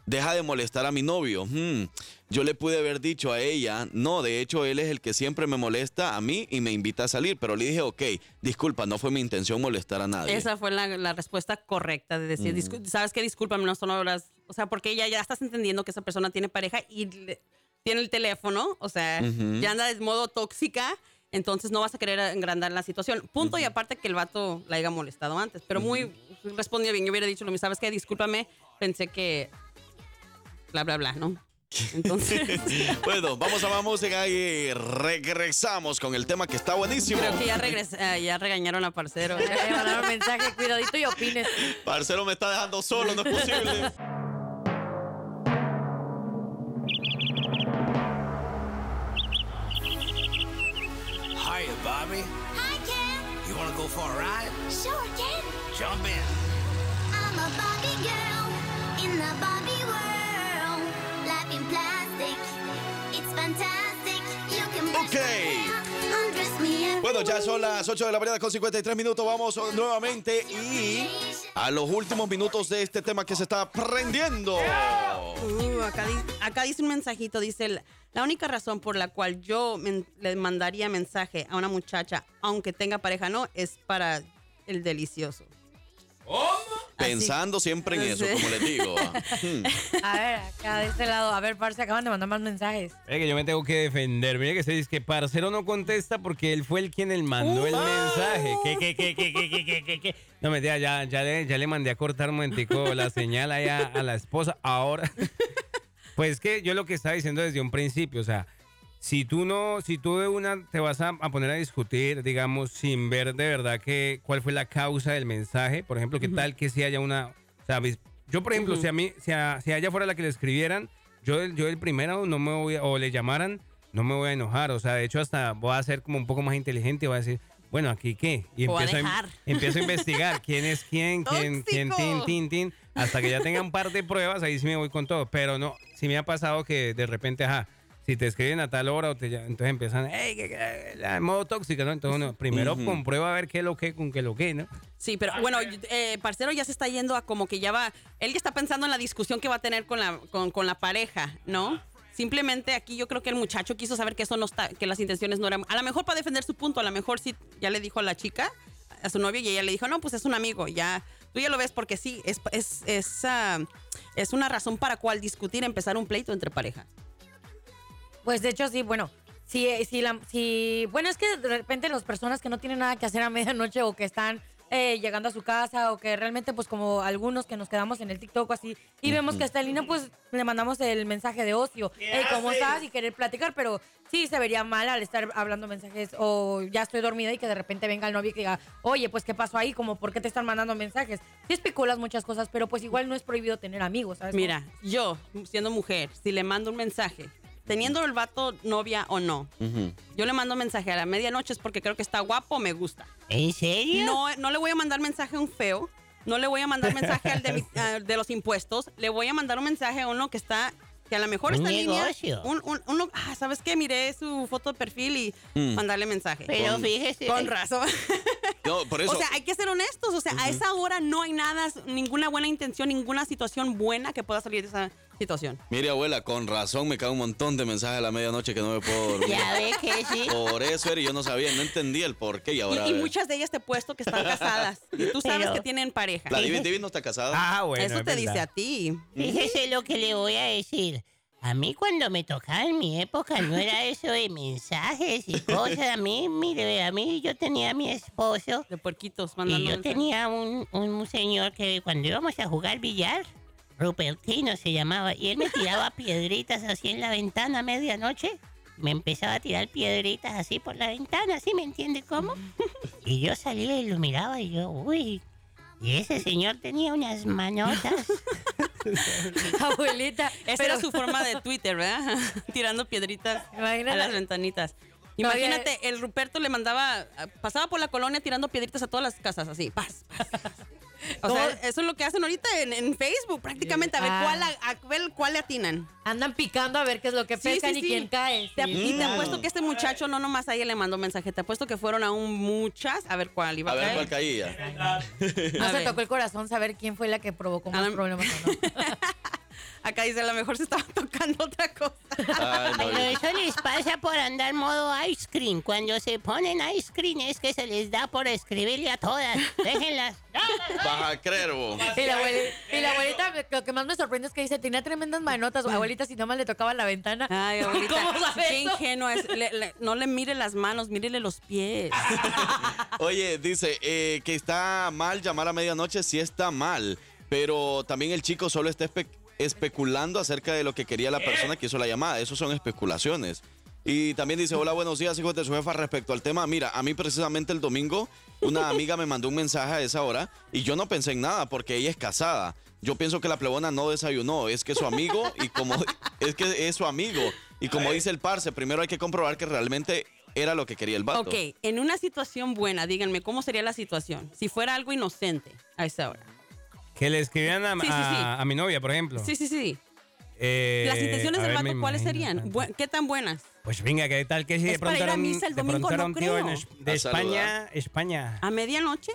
[SPEAKER 2] deja de molestar a mi novio. Hmm, Yo le pude haber dicho a ella, no, de hecho él es el que siempre me molesta a mí y me invita a salir, pero le dije, ok, disculpa, no fue mi intención molestar a nadie.
[SPEAKER 12] Esa fue la, la respuesta correcta de decir, "Discul- ¿sabes qué? Discúlpame, no son horas. O sea, porque ya, ya estás entendiendo que esa persona tiene pareja y le- tiene el teléfono, o sea,
[SPEAKER 2] Ujú.
[SPEAKER 12] ya anda de modo tóxica Entonces no vas a querer agrandar la situación. Punto y aparte que el vato la haya molestado antes. Pero muy respondía bien. Yo hubiera dicho lo mismo. ¿Sabes qué? Discúlpame. Pensé que bla, bla, bla, ¿no? Entonces,
[SPEAKER 2] bueno, vamos a más música y regresamos con el tema que está buenísimo.
[SPEAKER 12] creo que ya, regres- ah, ya regañaron a parcero. Le mandaron un mensaje, cuidadito y opines.
[SPEAKER 2] Parcero me está dejando solo, no es posible.
[SPEAKER 13] Hiya, Bobby.
[SPEAKER 8] Hi, Ken.
[SPEAKER 13] You want to go for a ride?
[SPEAKER 8] Sure, Ken.
[SPEAKER 13] Jump in.
[SPEAKER 8] I'm a Barbie girl in the Barbie world. Life in plastic, it's fantastic. You can brush
[SPEAKER 2] Ok.
[SPEAKER 8] me up, undress me up.
[SPEAKER 2] Bueno, ya son las 8 de la mañana con 53 minutos. Vamos nuevamente y a los últimos minutos de este tema que se está prendiendo.
[SPEAKER 12] Uh, acá, di- acá dice un mensajito, dice, la única razón por la cual yo men- le mandaría mensaje a una muchacha, aunque tenga pareja no, es para el delicioso.
[SPEAKER 2] Pensando siempre en eso,
[SPEAKER 12] Sí.
[SPEAKER 2] como les digo.
[SPEAKER 6] A ver, acá de este lado. A ver, parce, acaban de mandar más mensajes.
[SPEAKER 5] Mira que yo me tengo que defender. Mira que se dice que parcero no contesta porque él fue el quien el mandó el mensaje. ¿Qué, qué, qué, qué, qué, qué, qué, qué, qué? No, mentira, ya, ya, le, ya le mandé a cortar un momentico la señal ahí a, a la esposa. Ahora, pues es que yo lo que estaba diciendo desde un principio, o sea, si tú no, si tú de una te vas a, a poner a discutir, digamos, sin ver de verdad que, cuál fue la causa del mensaje, por ejemplo, qué tal que si haya una, o sea, mis- yo por ejemplo, si a mí, si a, si a ella fuera la que le escribieran, yo, del- yo el primero no me voy a- o le llamaran, no me voy a enojar, o sea, de hecho hasta voy a ser como un poco más inteligente, voy a decir, bueno, aquí qué, y
[SPEAKER 12] Voy a
[SPEAKER 5] empiezo a,
[SPEAKER 12] dejar.
[SPEAKER 5] empiezo a investigar quién es quién, quién, quién, tin,
[SPEAKER 12] Tóxico.
[SPEAKER 5] tin, tin, hasta que ya tenga un par de pruebas, ahí sí me voy con todo, pero no, sí me ha pasado que de repente, ajá, si te escriben a tal hora, o te, ll- entonces empiezan, hey, que- que- la- en modo tóxica, ¿no? Entonces, uno, primero
[SPEAKER 12] Ujú.
[SPEAKER 5] comprueba a ver qué lo que con qué lo que, ¿no?
[SPEAKER 12] Sí, pero bueno, eh, parcero ya se está yendo a como que ya va, él ya está pensando en la discusión que va a tener con la, con, con la pareja, ¿no? Simplemente aquí yo creo que el muchacho quiso saber que eso no está, que las intenciones no eran, a lo mejor para defender su punto, a lo mejor sí ya le dijo a la chica, a su novio y ella le dijo, no, pues es un amigo, ya, tú ya lo ves porque sí, es, es, es, ah, es una razón para cual discutir, empezar un pleito entre pareja.
[SPEAKER 6] Pues de hecho, sí, bueno. Si, eh, si la, si, bueno, es que de repente las personas que no tienen nada que hacer a medianoche o que están eh, llegando a su casa o que realmente, pues como algunos que nos quedamos en el TikTok o así y vemos que está en línea, pues le mandamos el mensaje de ocio. Hey, ¿Cómo
[SPEAKER 14] haces?
[SPEAKER 6] estás? Y querer platicar, pero sí se vería mal al estar hablando mensajes o ya estoy dormida y que de repente venga el novio y que diga, oye, pues ¿qué pasó ahí? Como, ¿por qué te están mandando mensajes? Sí especulas muchas cosas, pero pues igual no es prohibido tener amigos, ¿sabes?
[SPEAKER 12] Mira, yo, siendo mujer, si le mando un mensaje, teniendo el vato novia o no, yo le mando mensaje a la medianoche es porque creo que está guapo, me gusta.
[SPEAKER 14] ¿En serio?
[SPEAKER 12] No, no le voy a mandar mensaje a un feo, no le voy a mandar mensaje al de, mi- al de los impuestos, le voy a mandar un mensaje a uno que está, que a lo mejor
[SPEAKER 14] Un
[SPEAKER 12] está en línea.
[SPEAKER 14] negocio.
[SPEAKER 12] Un, un- uno, ah, ¿sabes qué? Miré su foto de perfil y
[SPEAKER 2] Mm.
[SPEAKER 12] mandarle mensaje.
[SPEAKER 2] Pero
[SPEAKER 12] Con-
[SPEAKER 2] fíjese-
[SPEAKER 12] Con razón.
[SPEAKER 2] No, por eso.
[SPEAKER 12] O sea, hay que ser honestos. O sea, a
[SPEAKER 2] Ujú.
[SPEAKER 12] esa hora no hay nada, ninguna buena intención, ninguna situación buena que pueda salir de esa situación.
[SPEAKER 2] Mire, abuela, con razón me cae un montón de mensajes a la medianoche que no me puedo dormir.
[SPEAKER 12] Ya ves que sí.
[SPEAKER 2] Por eso era, y yo no sabía, no entendía el por qué y
[SPEAKER 12] Y,
[SPEAKER 2] ahora.
[SPEAKER 12] y muchas de ellas te he puesto que están casadas. Y tú sabes
[SPEAKER 2] Pero-
[SPEAKER 12] que tienen pareja.
[SPEAKER 2] La Divin Divin no está casada.
[SPEAKER 5] Ah, bueno.
[SPEAKER 12] Eso te dice a ti.
[SPEAKER 14] Fíjese lo que le voy a decir. A mí cuando me tocaba en mi época no era eso de mensajes y cosas. A mí, mire, a mí yo tenía a mi esposo.
[SPEAKER 12] De puerquitos,
[SPEAKER 14] Y
[SPEAKER 12] mandando
[SPEAKER 14] yo
[SPEAKER 12] mensajes.
[SPEAKER 14] tenía un, un- un señor que cuando íbamos a jugar billar, Rupertino se llamaba, y él me tiraba piedritas así en la ventana a medianoche. Me empezaba a tirar piedritas así por la ventana, ¿sí me entiende cómo? Y yo salía y lo miraba y yo, uy. Y ese señor tenía unas manotas.
[SPEAKER 6] Abuelita.
[SPEAKER 12] Esa
[SPEAKER 6] pero-
[SPEAKER 12] era su forma de Twitter, ¿verdad? Tirando piedritas a las ventanitas. Imagínate, el Ruperto le mandaba, pasaba por la colonia tirando piedritas a todas las casas, así, paz, paz. O sea, eso es lo que hacen ahorita en, en Facebook, prácticamente, a ver,
[SPEAKER 6] Ah.
[SPEAKER 12] cuál, a, a ver cuál le atinan.
[SPEAKER 6] Andan picando a ver qué es lo que pescan y quién cae.
[SPEAKER 12] Te-
[SPEAKER 6] Sí,
[SPEAKER 12] y te
[SPEAKER 6] claro.
[SPEAKER 12] apuesto que este muchacho no nomás a ella le mandó mensaje, te apuesto que fueron aún muchas, a ver cuál iba
[SPEAKER 2] A
[SPEAKER 12] a,
[SPEAKER 2] ver
[SPEAKER 12] caer.
[SPEAKER 2] cuál caía.
[SPEAKER 12] Mm.
[SPEAKER 6] No se tocó el corazón saber quién fue la que provocó más problemas.
[SPEAKER 12] Acá dice, a lo mejor se estaba tocando otra cosa.
[SPEAKER 14] Pero eso les pasa por andar modo ice cream. Cuando se ponen ice cream es que se les da por escribirle a todas. Déjenlas.
[SPEAKER 2] Vas a creer, vos.
[SPEAKER 6] Y la, abueli- y la abuelita, lo que más me sorprende es que dice, tenía tremendas manotas. Abuelita, si nomás le tocaba la ventana.
[SPEAKER 12] Ay, abuelita,
[SPEAKER 6] ¿Cómo sabes
[SPEAKER 12] Qué
[SPEAKER 6] eso?
[SPEAKER 12] ingenua es. Le- le- no le mire las manos, mírele los pies.
[SPEAKER 2] Ah, Oye, dice eh, que está mal llamar a medianoche, sí está mal, pero también el chico solo está espe- especulando acerca de lo que quería la persona que hizo la llamada. Eso son especulaciones. Y también dice, hola, buenos días, hijos de su jefa, respecto al tema. Mira, a mí precisamente el domingo una amiga me mandó un mensaje a esa hora y yo no pensé en nada porque ella es casada. Yo pienso que la plebona no desayunó, es que su amigo y como es que es su amigo y como dice el parce, primero hay que comprobar que realmente era lo que quería el vato.
[SPEAKER 12] Ok, en una situación buena, díganme, ¿cómo sería la situación? Si fuera algo inocente a esa hora.
[SPEAKER 2] Ah.
[SPEAKER 5] Que le escribían a,
[SPEAKER 12] sí, sí.
[SPEAKER 5] a- a mi novia, por ejemplo.
[SPEAKER 12] Sí, sí, sí.
[SPEAKER 5] Eh,
[SPEAKER 12] Las intenciones
[SPEAKER 5] a
[SPEAKER 12] del
[SPEAKER 5] ver,
[SPEAKER 12] vato,
[SPEAKER 5] me
[SPEAKER 12] ¿cuáles
[SPEAKER 5] imagino.
[SPEAKER 12] serían? Buen- ¿Qué tan buenas?
[SPEAKER 5] Pues venga, ¿qué tal que si de
[SPEAKER 12] Es para
[SPEAKER 5] pronto
[SPEAKER 12] ir
[SPEAKER 5] era
[SPEAKER 12] a
[SPEAKER 5] un,
[SPEAKER 12] misa el
[SPEAKER 5] de
[SPEAKER 12] domingo,
[SPEAKER 5] pronto era
[SPEAKER 12] no
[SPEAKER 5] un tío en
[SPEAKER 12] creo.
[SPEAKER 5] es- de
[SPEAKER 2] A
[SPEAKER 5] España,
[SPEAKER 2] saludar.
[SPEAKER 5] España?
[SPEAKER 12] ¿A medianoche?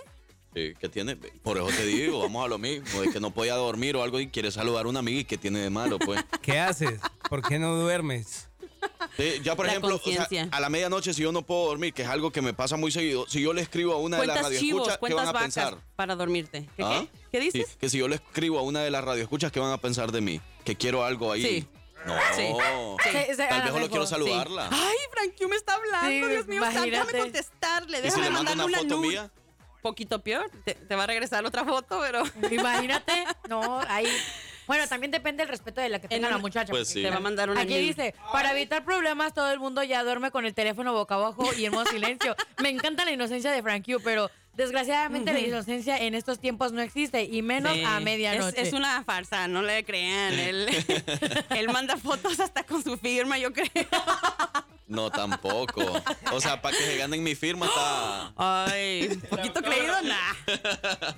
[SPEAKER 2] Sí, ¿Qué tiene? Por eso te digo, vamos a lo mismo, de que no podía dormir o algo y quiere saludar a una amiga y que tiene de malo, pues.
[SPEAKER 5] ¿Qué haces? ¿Por qué no duermes?
[SPEAKER 2] Sí, ya, por
[SPEAKER 5] La
[SPEAKER 2] ejemplo, o sea,
[SPEAKER 5] conciencia.
[SPEAKER 2] a la medianoche, si yo no puedo dormir, que es algo que me pasa muy seguido, si yo le escribo a una de las
[SPEAKER 12] ¿Cuentas chivos,
[SPEAKER 2] radioescuchas, ¿qué
[SPEAKER 12] cuentas
[SPEAKER 2] van a
[SPEAKER 12] vacas
[SPEAKER 2] pensar?
[SPEAKER 12] para dormirte? ¿Qué,
[SPEAKER 2] ¿Ah?
[SPEAKER 12] qué? ¿Qué dices?
[SPEAKER 2] Sí, que si yo le escribo a una de las radioescuchas, ¿qué van a pensar de mí? Que quiero algo ahí.
[SPEAKER 12] Sí.
[SPEAKER 2] No.
[SPEAKER 12] Sí. Sí, sí,
[SPEAKER 2] Tal
[SPEAKER 12] a lo
[SPEAKER 2] vez solo
[SPEAKER 12] mejor,
[SPEAKER 2] quiero
[SPEAKER 12] sí.
[SPEAKER 2] saludarla.
[SPEAKER 12] Ay, Frankie me está hablando,
[SPEAKER 6] Sí,
[SPEAKER 12] Dios mío, santo,
[SPEAKER 6] imagínate.
[SPEAKER 12] déjame contestarle,
[SPEAKER 2] ¿Y si
[SPEAKER 12] déjame
[SPEAKER 2] le mando
[SPEAKER 12] mandarle
[SPEAKER 2] una
[SPEAKER 12] una,
[SPEAKER 2] foto
[SPEAKER 12] nude.
[SPEAKER 2] mía?
[SPEAKER 12] Poquito peor, te, te va a regresar otra foto, pero...
[SPEAKER 6] Imagínate, no, ahí. Bueno, también depende el respeto de la que tenga
[SPEAKER 12] En
[SPEAKER 6] la
[SPEAKER 12] un-
[SPEAKER 6] muchacha.
[SPEAKER 12] Pues
[SPEAKER 6] porque
[SPEAKER 12] sí. Te va a mandar una
[SPEAKER 6] Aquí
[SPEAKER 12] niña.
[SPEAKER 6] dice, para evitar problemas, todo el mundo ya duerme con el teléfono boca abajo y en modo silencio. Me encanta la inocencia de Frank Yu, pero desgraciadamente la inocencia en estos tiempos no existe, y menos
[SPEAKER 12] Sí.
[SPEAKER 6] a medianoche.
[SPEAKER 12] Es, es una farsa, no le crean. Él, él manda fotos hasta con su firma, yo creo.
[SPEAKER 2] No, tampoco. O sea, para que se ganen mi firma está...
[SPEAKER 12] Ay, un poquito creído, nada.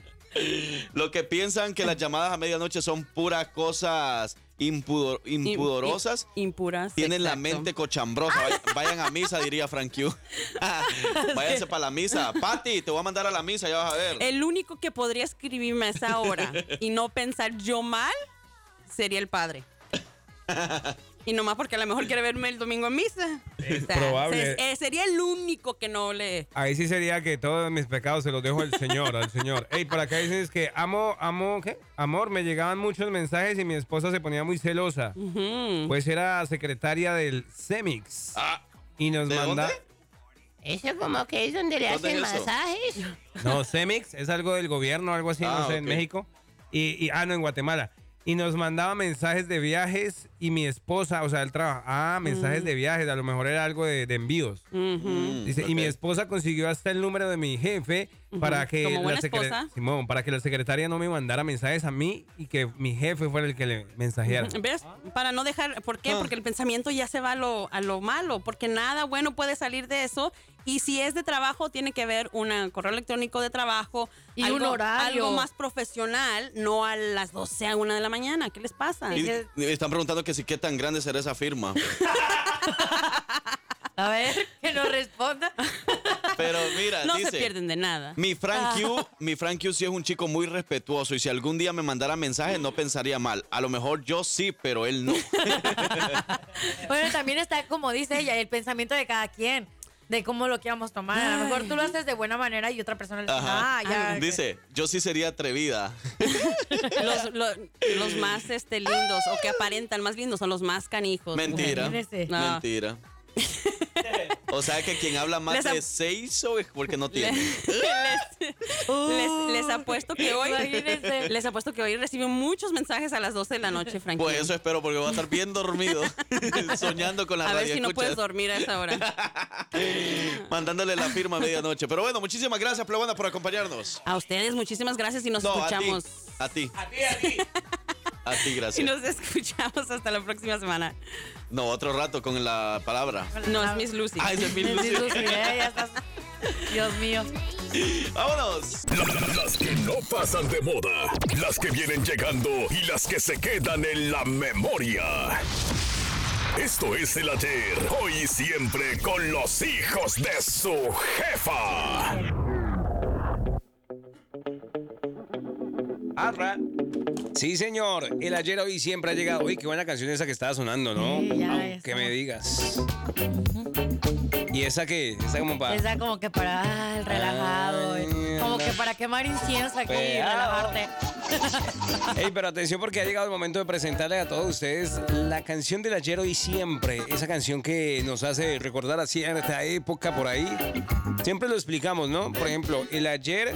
[SPEAKER 2] Lo que piensan que las llamadas a medianoche son puras cosas impudor- impudorosas.
[SPEAKER 12] Impuras.
[SPEAKER 2] Tienen la
[SPEAKER 12] exacto.
[SPEAKER 2] mente cochambrosa. Vay- Vayan a misa, diría Frank Q. Váyanse para la misa. Pati, te voy a mandar a la misa, ya vas a ver.
[SPEAKER 12] El único que podría escribirme a esa hora y no pensar yo mal sería el padre. Y nomás porque a lo mejor quiere verme el domingo en misa. O sea,
[SPEAKER 5] probable.
[SPEAKER 12] se- eh, sería el único que no le.
[SPEAKER 5] Ahí sí sería que todos mis pecados se los dejo al Señor, al Señor. Ey, por acá dices que amo, amo, ¿qué? Amor, me llegaban muchos mensajes y mi esposa se ponía muy celosa.
[SPEAKER 12] Ujú.
[SPEAKER 5] Pues era secretaria del CEMIX.
[SPEAKER 3] Ah.
[SPEAKER 5] y nos manda...
[SPEAKER 14] Eso como que es donde le
[SPEAKER 5] ¿Dónde
[SPEAKER 14] hacen
[SPEAKER 5] es eso?
[SPEAKER 14] masajes.
[SPEAKER 5] No, CEMIX es algo del gobierno, algo así, no
[SPEAKER 3] Ah,
[SPEAKER 5] sé, en
[SPEAKER 3] ok.
[SPEAKER 5] México. Y, y- ah, no, en Guatemala. Y nos mandaba mensajes de viajes y mi esposa, o sea, él trabajaba mensajes
[SPEAKER 3] Mm.
[SPEAKER 5] de viajes, a lo mejor era algo de, de envíos.
[SPEAKER 2] Mm,
[SPEAKER 12] Ujú.
[SPEAKER 5] Dice, y mi esposa consiguió hasta el número de mi jefe
[SPEAKER 12] Ujú.
[SPEAKER 5] para que
[SPEAKER 12] Como buena
[SPEAKER 5] la secre-
[SPEAKER 12] esposa.
[SPEAKER 5] Simón, para que la secretaria no me mandara mensajes a mí y que mi jefe fuera el que le mensajeara.
[SPEAKER 12] ¿Ves? Para no dejar. ¿Por
[SPEAKER 2] Ah.
[SPEAKER 12] qué? Porque el pensamiento ya se va a lo, a lo malo. Porque nada bueno puede salir de eso. Y si es de trabajo, tiene que ver un correo electrónico de trabajo.
[SPEAKER 6] Y un horario.
[SPEAKER 12] Algo más profesional, no a las 12 a 1 de la mañana. ¿Qué les pasa? Eh,
[SPEAKER 2] Y- y están preguntando que si qué tan grande será esa firma.
[SPEAKER 6] A ver, que nos responda.
[SPEAKER 2] Pero mira,
[SPEAKER 12] no
[SPEAKER 2] dice.
[SPEAKER 12] se pierden Ah. de nada.
[SPEAKER 2] Mi Frank Q, mi Frank Q sí es un chico muy respetuoso y si algún día me mandara mensaje no pensaría mal. A lo mejor yo sí, pero él no.
[SPEAKER 6] Bueno, también está, como dice ella, el pensamiento de cada quien, de cómo lo queramos tomar. A lo mejor tú lo haces de buena manera y otra persona le dice,
[SPEAKER 2] Ajá.
[SPEAKER 6] ah, ya.
[SPEAKER 2] Dice, yo sí sería atrevida.
[SPEAKER 12] los, lo- los más este, lindos o que aparentan más lindos son los más canijos.
[SPEAKER 2] Mentira.
[SPEAKER 12] Imagínense. No.
[SPEAKER 2] Mentira. O sea que quien habla más
[SPEAKER 12] Les ap-
[SPEAKER 2] de seis o es porque no tiene. Pues
[SPEAKER 12] Les, les apuesto que hoy
[SPEAKER 6] Imagínense.
[SPEAKER 12] les apuesto que hoy reciben muchos mensajes a las 12 de la noche, Frankie.
[SPEAKER 2] Pues eso espero porque voy a estar bien dormido, soñando con la
[SPEAKER 12] a ver
[SPEAKER 2] radio.
[SPEAKER 12] si no puedes dormir a esa hora.
[SPEAKER 2] Mandándole la firma a medianoche. Pero bueno, muchísimas gracias, Plebana, por acompañarnos.
[SPEAKER 12] A ustedes muchísimas gracias y nos
[SPEAKER 2] No, a ti,
[SPEAKER 12] escuchamos.
[SPEAKER 2] A ti. A ti, a ti.
[SPEAKER 12] Y
[SPEAKER 2] gracias.
[SPEAKER 12] nos escuchamos hasta la próxima semana.
[SPEAKER 2] No, otro rato con la palabra.
[SPEAKER 12] No, es Miss Lucy.
[SPEAKER 2] Ah, ese es Miss Lucy.
[SPEAKER 6] Dios mío.
[SPEAKER 2] ¡Vámonos!
[SPEAKER 15] Las que no pasan de moda, las que vienen llegando y las que se quedan en la memoria. Esto es el ayer, hoy y siempre con los hijos de su jefa.
[SPEAKER 3] Arra.
[SPEAKER 5] Ah, Sí, señor. El ayer hoy siempre ha llegado. Uy, qué buena canción esa que estaba sonando, ¿no? Que me digas. ¿Y esa qué? Esa como para.
[SPEAKER 6] Está como que para ah, el relajado, eh. como que para quemar incienso aquí y relajarte.
[SPEAKER 5] Ey, pero atención porque ha llegado el momento de presentarles a todos ustedes la canción del ayer y siempre. Esa canción que nos hace recordar a cierta época por ahí. Siempre lo explicamos, ¿no? Por ejemplo, el ayer,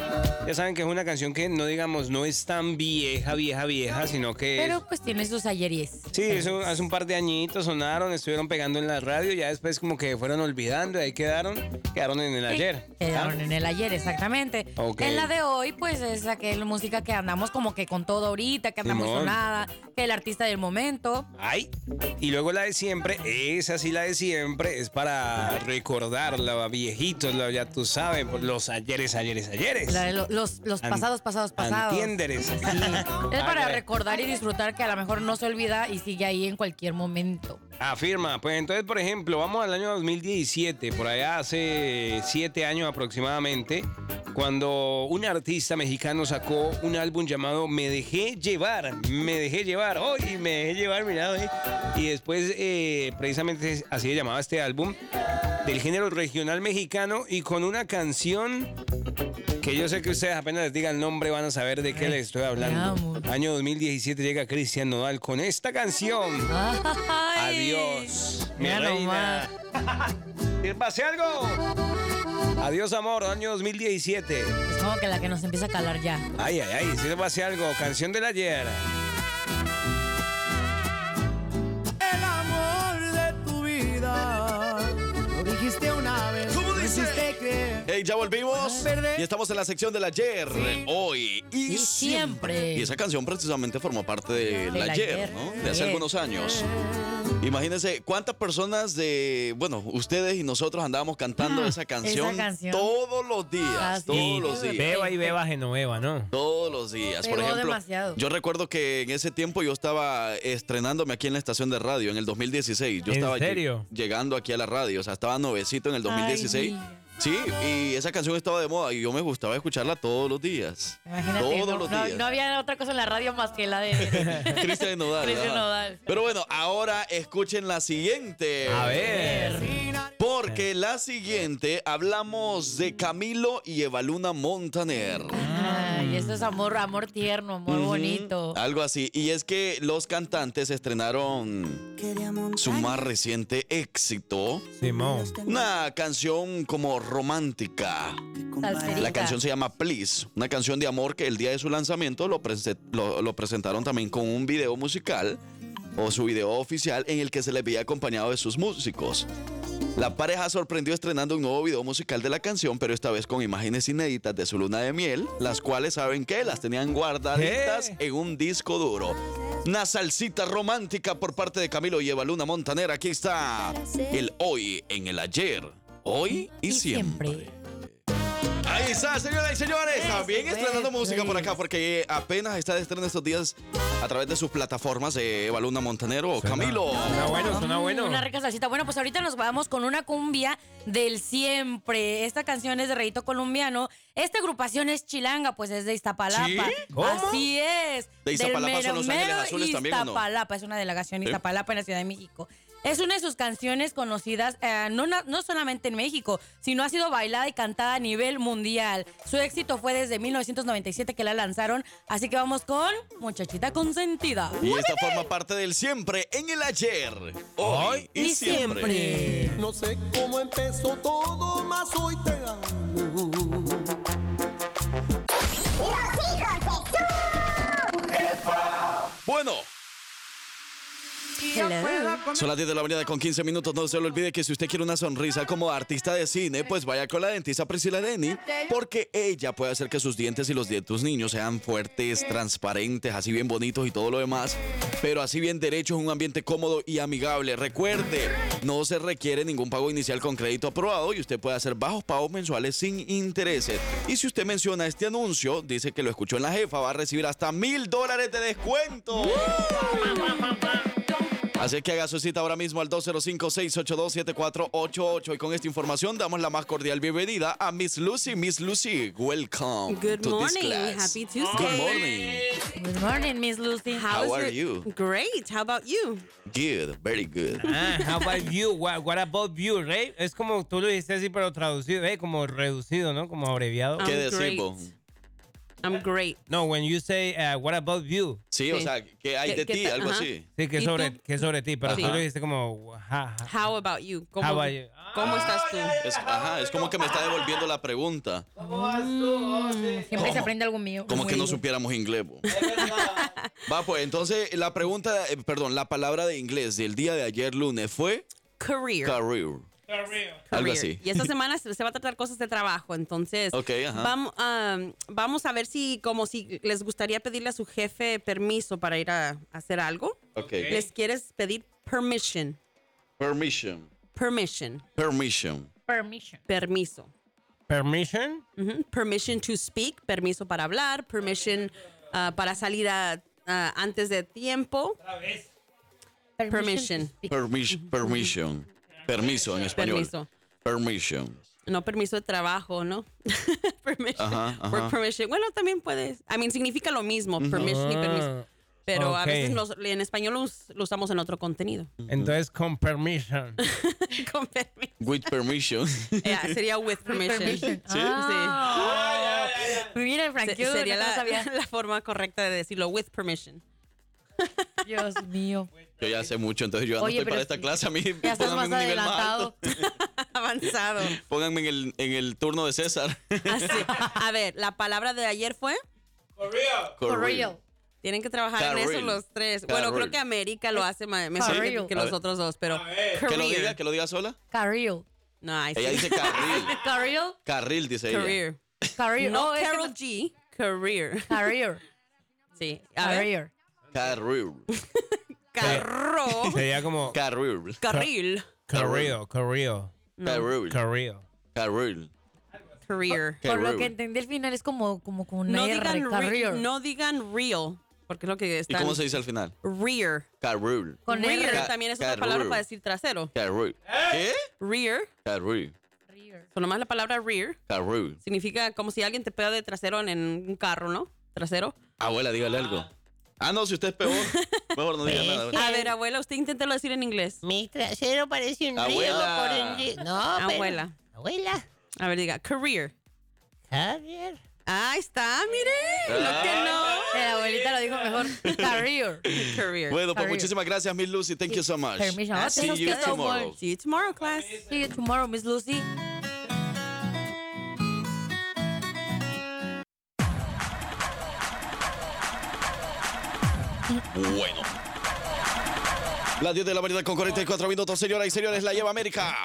[SPEAKER 5] ya saben que es una canción que no digamos, no es tan vieja, vieja, vieja, sino que es-
[SPEAKER 6] Pero pues tiene sus ayeries.
[SPEAKER 5] Sí, eso hace un par de añitos sonaron, estuvieron pegando en la radio, ya después como que fueron olvidando y ahí quedaron, quedaron en el ayer. ¿Ah?
[SPEAKER 6] Quedaron Eh, en el ayer, exactamente.
[SPEAKER 5] Ok.
[SPEAKER 6] En la de hoy, pues es aquella música que andamos como que con todo ahorita, que andamos
[SPEAKER 5] Simón.
[SPEAKER 6] sonada, que el artista del momento.
[SPEAKER 5] Ay, y luego la de siempre, esa sí la de siempre, es para recordarla, viejitos, la- ya tú sabes, por los ayeres, ayeres, ayeres.
[SPEAKER 6] La de lo- los, los
[SPEAKER 5] An-
[SPEAKER 6] pasados, pasados, pasados.
[SPEAKER 5] Antiénderes.
[SPEAKER 6] Es para
[SPEAKER 5] Ay,
[SPEAKER 6] recordar y disfrutar que a lo mejor no se olvida y sigue ahí en cualquier momento.
[SPEAKER 5] Afirma, pues entonces, por ejemplo, vamos al año 2017, por allá hace siete años aproximadamente, cuando un artista mexicano sacó un álbum llamado Me Dejé Llevar, Me Dejé Llevar, hoy Me Dejé Llevar, mirá, eh. y después eh, precisamente así se llamaba este álbum, del género regional mexicano y con una canción que yo sé que ustedes apenas les diga el nombre van a saber de qué les estoy hablando. Año 2017 llega Cristian Nodal con esta canción. Adiós, mi
[SPEAKER 6] Mira
[SPEAKER 5] reina. ¿Te pasé algo? Adiós, amor, año 2017.
[SPEAKER 6] Es como que la que nos empieza a calar ya.
[SPEAKER 5] Ay, ay, ay, si te pasé algo. Canción del ayer.
[SPEAKER 4] El amor de tu vida. Lo dijiste una vez. ¿Cómo hiciste creer.
[SPEAKER 2] Hey, ya volvimos y estamos en la sección del ayer, hoy y, siempre.
[SPEAKER 4] Y siempre.
[SPEAKER 2] Y esa canción precisamente formó parte del
[SPEAKER 4] Del
[SPEAKER 2] ayer,
[SPEAKER 4] ayer.
[SPEAKER 2] ¿no? De hace algunos años. Imagínense cuántas personas de, bueno, ustedes y nosotros andábamos cantando esa, canción
[SPEAKER 6] Ah, canción. Ah,
[SPEAKER 2] todos los días,
[SPEAKER 6] Así.
[SPEAKER 2] todos los días.
[SPEAKER 5] Beba y beba Genoveva, ¿no?
[SPEAKER 2] Todos los días. Por
[SPEAKER 6] Pegó
[SPEAKER 2] ejemplo,
[SPEAKER 6] demasiado.
[SPEAKER 2] yo recuerdo que en ese tiempo yo estaba estrenándome aquí en la estación de radio, en el 2016. Yo
[SPEAKER 5] ¿En
[SPEAKER 2] estaba lle-
[SPEAKER 5] serio?
[SPEAKER 2] llegando aquí a la radio, o sea, estaba novecito en el 2016. sí, y esa canción estaba de moda y yo me gustaba escucharla todos los días.
[SPEAKER 6] Imagínate,
[SPEAKER 2] todos
[SPEAKER 6] no,
[SPEAKER 2] los
[SPEAKER 6] no-
[SPEAKER 2] días.
[SPEAKER 6] no había otra cosa en la radio más que la de...
[SPEAKER 2] Cristian Nodal.
[SPEAKER 6] Cristian
[SPEAKER 2] ajá.
[SPEAKER 6] Nodal.
[SPEAKER 2] Pero bueno, ahora escuchen la siguiente.
[SPEAKER 5] A ver.
[SPEAKER 2] Porque la siguiente hablamos de Camilo y Evaluna Montaner.
[SPEAKER 6] Ay, eso es amor, amor tierno, amor Ah, bonito.
[SPEAKER 2] Algo así. Y es que los cantantes estrenaron su más reciente éxito.
[SPEAKER 5] Simón.
[SPEAKER 2] Una canción como romántica. La canción se llama Please, una canción de amor que el día de su lanzamiento lo, prese- lo- lo presentaron también con un video musical o su video oficial en el que se les veía acompañado de sus músicos. La pareja sorprendió estrenando un nuevo video musical de la canción, pero esta vez con imágenes inéditas de su luna de miel, las cuales, ¿saben qué? Las tenían guardaditas en un disco duro. Una salsita romántica por parte de Camilo y Luna Montaner. Aquí está el hoy en el ayer, hoy y, siempre. Ahí está, señoras y señores. También estrenando música por acá, porque apenas está de estreno estos días a través de sus plataformas de Evaluna Montanero o Camilo.
[SPEAKER 5] Suena bueno, suena bueno.
[SPEAKER 6] Ah, Una rica salsita. Bueno, pues ahorita nos vamos con una cumbia del siempre. Esta canción es de Reito Colombiano. Esta agrupación es chilanga, pues es de Iztapalapa.
[SPEAKER 2] ¿Sí? ¿Cómo?
[SPEAKER 6] Así es.
[SPEAKER 2] ¿De Iztapalapa son Los
[SPEAKER 6] mero,
[SPEAKER 2] Ángeles
[SPEAKER 6] mero
[SPEAKER 2] Azules también, o no?
[SPEAKER 6] Iztapalapa, es una delegación
[SPEAKER 2] Sí.
[SPEAKER 6] Iztapalapa en la Ciudad de México. Es una de sus canciones conocidas, eh, no, na- no solamente en México, sino ha sido bailada y cantada a nivel mundial. Su éxito fue desde 1997 que la lanzaron, así que vamos con Muchachita Consentida.
[SPEAKER 2] Y esta forma parte del siempre en el ayer, hoy y, siempre.
[SPEAKER 4] No sé cómo empezó todo, más hoy te amo.
[SPEAKER 2] Bueno, son las 10 de la mañana con 15 minutos. No se le olvide que si usted quiere una sonrisa como artista de cine, pues vaya con la dentista Priscila Denny, porque ella puede hacer que sus dientes y los de tus niños sean fuertes, transparentes, así bien bonitos y todo lo demás, pero así bien derechos, en un ambiente cómodo y amigable. Recuerde, no se requiere ningún pago inicial con crédito aprobado y usted puede hacer bajos pagos mensuales sin intereses. Y si usted menciona este anuncio, dice que lo escuchó en la jefa, va a recibir hasta mil dólares de descuento. Así que haga su cita ahora mismo al 205-682-7488. Y con esta información damos la más cordial bienvenida a Miss Lucy. Miss Lucy, welcome
[SPEAKER 12] Good
[SPEAKER 2] to this
[SPEAKER 12] morning.
[SPEAKER 2] class.
[SPEAKER 12] Happy Tuesday.
[SPEAKER 2] Good morning.
[SPEAKER 12] Good morning, Miss Lucy.
[SPEAKER 2] How
[SPEAKER 12] is
[SPEAKER 2] are
[SPEAKER 12] your-
[SPEAKER 2] you?
[SPEAKER 12] Great. How about you?
[SPEAKER 2] Good, very good.
[SPEAKER 5] Ah, how about you? What, what about you, Ray? Es como tú lo dijiste así, pero traducido, eh, como reducido, ¿no? Como abreviado.
[SPEAKER 12] I'm ¿Qué decir, bo? I'm great.
[SPEAKER 5] No, when you say, uh, what about you?
[SPEAKER 2] Sí, o Sí. sea, ¿qué hay de ti?
[SPEAKER 5] ti?
[SPEAKER 2] Algo Ajá. así.
[SPEAKER 5] Sí, que
[SPEAKER 12] ¿Y
[SPEAKER 5] sobre,
[SPEAKER 12] tú?
[SPEAKER 5] que sobre ti, pero
[SPEAKER 12] Sí.
[SPEAKER 5] tú lo dijiste como, ja, ja.
[SPEAKER 12] How about you? ¿Cómo,
[SPEAKER 5] How about you?
[SPEAKER 2] Ah,
[SPEAKER 12] ¿cómo estás tú?
[SPEAKER 2] Es, ajá, es como que me está devolviendo la pregunta.
[SPEAKER 6] Siempre se aprende algo mío.
[SPEAKER 2] Como que no supiéramos inglés. bo. Va, pues entonces la pregunta, eh, perdón, la palabra de inglés del día de ayer lunes fue
[SPEAKER 12] Career.
[SPEAKER 2] career. Algo
[SPEAKER 12] career.
[SPEAKER 2] así.
[SPEAKER 12] Y esta semana se se va a tratar cosas de trabajo, entonces
[SPEAKER 2] Ok, ajá.
[SPEAKER 12] vam- am, vamos a ver si como si les gustaría pedirle a su jefe permiso para ir a, a hacer algo.
[SPEAKER 2] Ok.
[SPEAKER 12] ¿Les quieres pedir permission?
[SPEAKER 2] Permission.
[SPEAKER 12] Permission.
[SPEAKER 2] Permission.
[SPEAKER 6] Permission.
[SPEAKER 12] Permiso.
[SPEAKER 5] Permission?
[SPEAKER 12] Ujú. Permission to speak, permiso para hablar, permission ah, para salir a- a- antes de tiempo. Permission.
[SPEAKER 2] Permission. Permission. Permiso en español.
[SPEAKER 12] Permiso.
[SPEAKER 2] Permission.
[SPEAKER 12] No permiso de trabajo, ¿no?
[SPEAKER 2] Ajá,
[SPEAKER 12] Work
[SPEAKER 2] ajá.
[SPEAKER 12] permission. Bueno, también puedes. I mean, significa lo mismo, permission y
[SPEAKER 5] Ah.
[SPEAKER 12] permiso. Pero a
[SPEAKER 5] ok.
[SPEAKER 12] veces los- en español los- lo usamos en otro contenido.
[SPEAKER 5] Entonces, con permission.
[SPEAKER 2] With permission.
[SPEAKER 12] Eh, sería with permission.
[SPEAKER 6] permission.
[SPEAKER 12] Sí.
[SPEAKER 6] Ah. Mira, Frank,
[SPEAKER 12] Se-
[SPEAKER 6] yo
[SPEAKER 12] sería
[SPEAKER 6] no
[SPEAKER 12] la,
[SPEAKER 6] sabía.
[SPEAKER 12] la forma correcta de decirlo, with permission.
[SPEAKER 6] Dios mío.
[SPEAKER 2] Yo ya sé mucho, entonces yo ya
[SPEAKER 6] Oye,
[SPEAKER 2] no estoy
[SPEAKER 6] pero
[SPEAKER 2] para esta clase. A mí
[SPEAKER 6] Ya estás
[SPEAKER 2] pónganme
[SPEAKER 6] más
[SPEAKER 2] en un nivel más alto.
[SPEAKER 6] adelantado.
[SPEAKER 12] Avanzado.
[SPEAKER 2] Pónganme en el, en el turno de César.
[SPEAKER 6] Ah,
[SPEAKER 12] A ver, la palabra de ayer fue.
[SPEAKER 2] For real.
[SPEAKER 12] Tienen que trabajar en eso
[SPEAKER 2] Carril.
[SPEAKER 12] los tres. Bueno,
[SPEAKER 2] Carril.
[SPEAKER 12] creo que América lo hace ma- mejor
[SPEAKER 2] ¿Sí?
[SPEAKER 12] que, que
[SPEAKER 2] A
[SPEAKER 12] los
[SPEAKER 2] ver.
[SPEAKER 12] otros dos, pero.
[SPEAKER 2] Que lo
[SPEAKER 12] Career.
[SPEAKER 2] diga, que lo diga sola.
[SPEAKER 6] Carril.
[SPEAKER 12] No, ay,
[SPEAKER 2] Ella
[SPEAKER 12] sí.
[SPEAKER 2] dice carril.
[SPEAKER 6] Carril.
[SPEAKER 2] Carril, dice ella.
[SPEAKER 12] Career.
[SPEAKER 6] Carril.
[SPEAKER 12] No,
[SPEAKER 6] Oh, es que
[SPEAKER 12] Carol G. Career.
[SPEAKER 6] Carril.
[SPEAKER 12] Sí. A ver.
[SPEAKER 6] Career.
[SPEAKER 2] Carril.
[SPEAKER 12] Carro.
[SPEAKER 5] Sería como...
[SPEAKER 2] Carril.
[SPEAKER 12] Carril.
[SPEAKER 5] Carril, carril.
[SPEAKER 2] Carril.
[SPEAKER 5] Carril.
[SPEAKER 2] Carril.
[SPEAKER 12] Career.
[SPEAKER 6] Por lo que entendí al final es como, como con una
[SPEAKER 12] No
[SPEAKER 6] R.
[SPEAKER 12] digan, re-
[SPEAKER 6] Carril.
[SPEAKER 12] no digan real, porque es lo que
[SPEAKER 2] ¿Y
[SPEAKER 12] están.
[SPEAKER 2] cómo se dice al final?
[SPEAKER 12] Rear.
[SPEAKER 2] Carril.
[SPEAKER 12] Con rear
[SPEAKER 2] Ca-
[SPEAKER 12] también es otra
[SPEAKER 2] carril.
[SPEAKER 12] palabra para decir trasero.
[SPEAKER 2] Carril. ¿Qué?
[SPEAKER 12] Rear.
[SPEAKER 2] Carril.
[SPEAKER 12] Solo más la palabra rear
[SPEAKER 2] Carril.
[SPEAKER 12] significa como si alguien te pega de trasero en, en un carro, ¿no? Trasero.
[SPEAKER 2] Abuela, dígale algo. Ah, no, si usted es peor, mejor no diga nada.
[SPEAKER 12] A ver, abuela, usted inténtelo decir en inglés.
[SPEAKER 14] Mi trasero parece un
[SPEAKER 2] Abuela.
[SPEAKER 14] río por un río. No, pero-
[SPEAKER 12] Abuela.
[SPEAKER 14] Abuela.
[SPEAKER 12] A ver, diga, career.
[SPEAKER 14] Javier.
[SPEAKER 12] Ahí está, mire. Lo que no.
[SPEAKER 6] La abuelita lo dijo mejor. Career.
[SPEAKER 12] Career.
[SPEAKER 2] Bueno, pues muchísimas gracias, Miss Lucy. Thank you so much.
[SPEAKER 6] Permission. Oh,
[SPEAKER 2] See
[SPEAKER 6] thank
[SPEAKER 2] you
[SPEAKER 6] you so
[SPEAKER 2] tomorrow.
[SPEAKER 6] much.
[SPEAKER 12] See you tomorrow, class.
[SPEAKER 6] See you tomorrow, Miss Lucy.
[SPEAKER 2] Bueno. Las 10 de la mañana con 44 minutos, señoras y señores, la lleva América.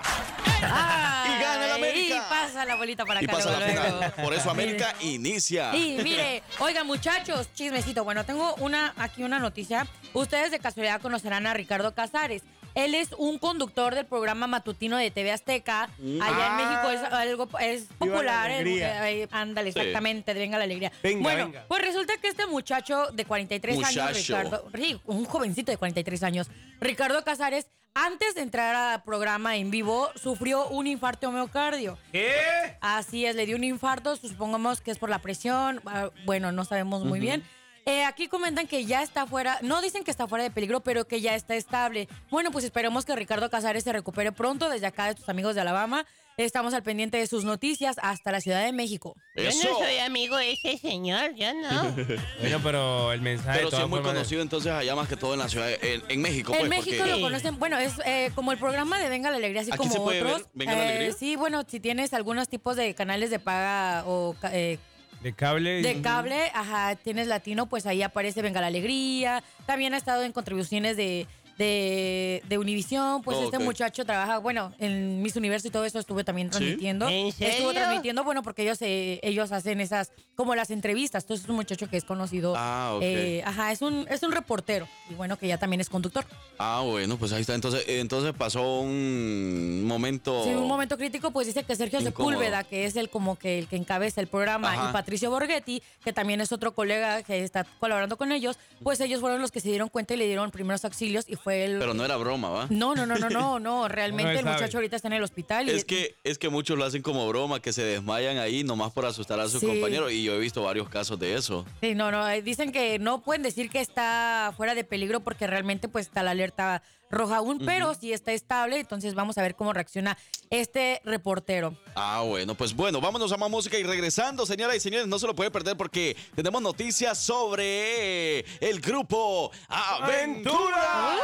[SPEAKER 6] y
[SPEAKER 2] gana el
[SPEAKER 6] Y
[SPEAKER 2] América.
[SPEAKER 6] pasa la bolita para acá.
[SPEAKER 2] Y pasa la
[SPEAKER 6] luego, luego.
[SPEAKER 2] final. Por eso América inicia.
[SPEAKER 6] Y mire, oigan muchachos, chismecito. Bueno, tengo una aquí una noticia. Ustedes de casualidad conocerán a Ricardo Casares. Él es un conductor del programa matutino de TV Azteca.
[SPEAKER 16] Mm.
[SPEAKER 6] Allá
[SPEAKER 16] Ah.
[SPEAKER 6] en México es algo es popular. es-
[SPEAKER 16] alegría.
[SPEAKER 6] eh, ándale,
[SPEAKER 16] Sí.
[SPEAKER 6] exactamente, de venga la alegría.
[SPEAKER 16] Venga,
[SPEAKER 6] bueno,
[SPEAKER 16] venga.
[SPEAKER 6] pues resulta que este muchacho de 43 años,
[SPEAKER 16] Muchacho.
[SPEAKER 6] Ricardo, Ri- un jovencito de 43 años, Ricardo Casares, antes de entrar al programa en vivo, sufrió un infarto de miocardio.
[SPEAKER 5] ¿Qué?
[SPEAKER 6] Así es, le dio un infarto, supongamos que es por la presión, ah, bueno, no sabemos muy
[SPEAKER 16] Ujú.
[SPEAKER 6] bien. Eh, aquí comentan que ya está fuera, no dicen que está fuera de peligro, pero que ya está estable. Bueno, pues esperemos que Ricardo Casares se recupere pronto desde acá de tus amigos de Alabama. Estamos al pendiente de sus noticias hasta la Ciudad de México.
[SPEAKER 14] Yo no soy amigo de ese señor, yo no.
[SPEAKER 5] Bueno, pero el mensaje.
[SPEAKER 2] Pero sí
[SPEAKER 5] de todas
[SPEAKER 2] es muy
[SPEAKER 5] formas-
[SPEAKER 2] conocido entonces allá más que todo en la ciudad, en, en México.
[SPEAKER 6] En
[SPEAKER 2] pues,
[SPEAKER 6] México
[SPEAKER 2] porque-
[SPEAKER 6] lo conocen, bueno, es eh, como el programa de Venga la Alegría, así
[SPEAKER 2] ¿Aquí
[SPEAKER 6] como
[SPEAKER 2] se puede ver
[SPEAKER 6] otros.
[SPEAKER 2] Venga la
[SPEAKER 6] Eh,
[SPEAKER 2] Alegría?
[SPEAKER 6] sí, bueno, si tienes algunos tipos de canales de paga o ca- eh,
[SPEAKER 5] De cable. y-
[SPEAKER 6] de cable, ajá, tienes latino, pues ahí aparece Venga la Alegría. También ha estado en contribuciones de, de, de Univisión, pues
[SPEAKER 16] Oh,
[SPEAKER 6] este
[SPEAKER 16] ok.
[SPEAKER 6] muchacho trabaja, bueno, en Miss Universo y todo eso estuve también
[SPEAKER 16] ¿Sí?
[SPEAKER 6] transmitiendo.
[SPEAKER 16] ¿En
[SPEAKER 6] Estuvo
[SPEAKER 16] serio?
[SPEAKER 6] transmitiendo, bueno, porque ellos, eh, ellos hacen esas, como las entrevistas. Entonces es un muchacho que es conocido.
[SPEAKER 2] Ah, ok.
[SPEAKER 6] eh, ajá, es un, es un reportero y bueno, que ya también es conductor.
[SPEAKER 2] Ah, bueno, pues ahí está. Entonces, entonces pasó un momento.
[SPEAKER 6] Sí, un momento crítico, pues dice que Sergio
[SPEAKER 2] Incómodo.
[SPEAKER 6] Sepúlveda, que es el como que el que encabeza el programa,
[SPEAKER 2] Ajá.
[SPEAKER 6] y Patricio Borghetti, que también es otro colega que está colaborando con ellos, pues ellos fueron los que se dieron cuenta y le dieron primeros auxilios y fue el...
[SPEAKER 2] Pero no era broma, ¿va?
[SPEAKER 6] No, no, no, no, no, no. Realmente
[SPEAKER 2] Nadie
[SPEAKER 6] el
[SPEAKER 2] sabe.
[SPEAKER 6] muchacho ahorita está en el hospital. Y...
[SPEAKER 2] Es que, es que muchos lo hacen como broma, que se desmayan ahí nomás por asustar a sus
[SPEAKER 6] Sí.
[SPEAKER 2] compañeros. Y yo he visto varios casos de eso.
[SPEAKER 6] Sí, no, no. eh, Dicen que no pueden decir que está fuera de peligro porque realmente pues está la alerta roja aún, pero sí está estable. Entonces vamos a ver cómo reacciona este reportero.
[SPEAKER 2] Ah, bueno, pues bueno, vámonos a más música y regresando, señoras y señores, no se lo puede perder porque tenemos noticias sobre el grupo Aventura.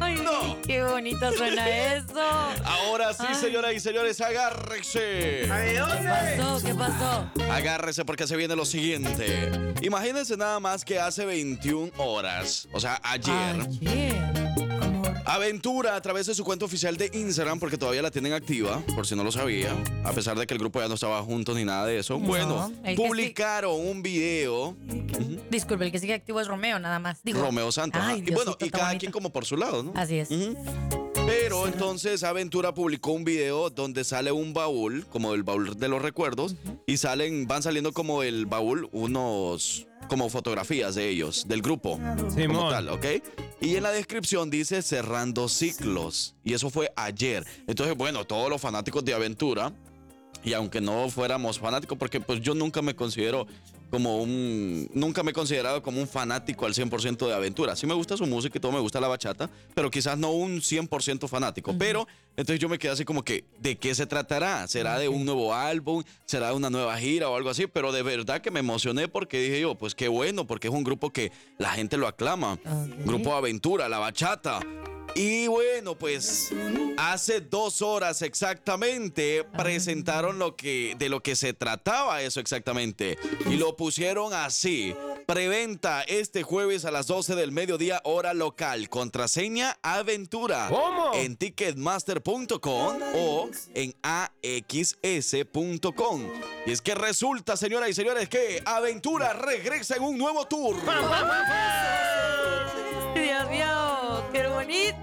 [SPEAKER 6] Ay, qué bonito suena eso.
[SPEAKER 2] Ahora sí,
[SPEAKER 6] Ay.
[SPEAKER 2] señoras y señores, agárrese.
[SPEAKER 6] ¿Qué pasó? ¿Qué pasó?
[SPEAKER 2] Agárrese porque se viene lo siguiente. Imagínense nada más que hace 21 horas, o sea, ayer. Aventura a través de su cuenta oficial de Instagram, porque todavía la tienen activa, por si no lo sabía, a pesar de que el grupo ya no estaba juntos ni nada de eso. bueno,
[SPEAKER 6] el que sí-
[SPEAKER 2] publicaron un video
[SPEAKER 6] Disculpe, el que sigue activo es Romeo, nada más. Digo,
[SPEAKER 2] Romeo Santos. ajá.
[SPEAKER 6] Ay,
[SPEAKER 2] y bueno,
[SPEAKER 6] Diosito,
[SPEAKER 2] y
[SPEAKER 6] está
[SPEAKER 2] cada
[SPEAKER 6] bonito.
[SPEAKER 2] quien como por su lado, ¿no?
[SPEAKER 6] Así es.
[SPEAKER 2] Pero entonces Aventura publicó un video donde sale un baúl, como el baúl de los recuerdos, y salen, van saliendo como el baúl unos como fotografías de ellos, del grupo. Como tal, ¿ok? Y en la descripción dice cerrando ciclos. Y eso fue ayer. Entonces, bueno, todos los fanáticos de Aventura. Y aunque no fuéramos fanáticos, porque pues yo nunca me considero como un... Nunca me he considerado como un fanático al 100% de aventura. Sí me gusta su música y todo, me gusta la bachata, pero quizás no un 100% fanático. Pero entonces yo me quedé así como que, ¿de qué se tratará? ¿Será de un nuevo álbum? ¿Será de una nueva gira o algo así? Pero de verdad que me emocioné porque dije yo, pues qué bueno, porque es un grupo que la gente lo aclama. Grupo Aventura, la bachata. Y bueno, pues hace dos horas exactamente presentaron lo que, de lo que se trataba eso exactamente. Y lo pusieron así. Preventa este jueves a las 12 del mediodía hora local. Contraseña Aventura. En ticketmaster.com o en axs.com. Y es que resulta, señoras y señores, que Aventura regresa en un nuevo tour.
[SPEAKER 6] Dios mío, qué bonito.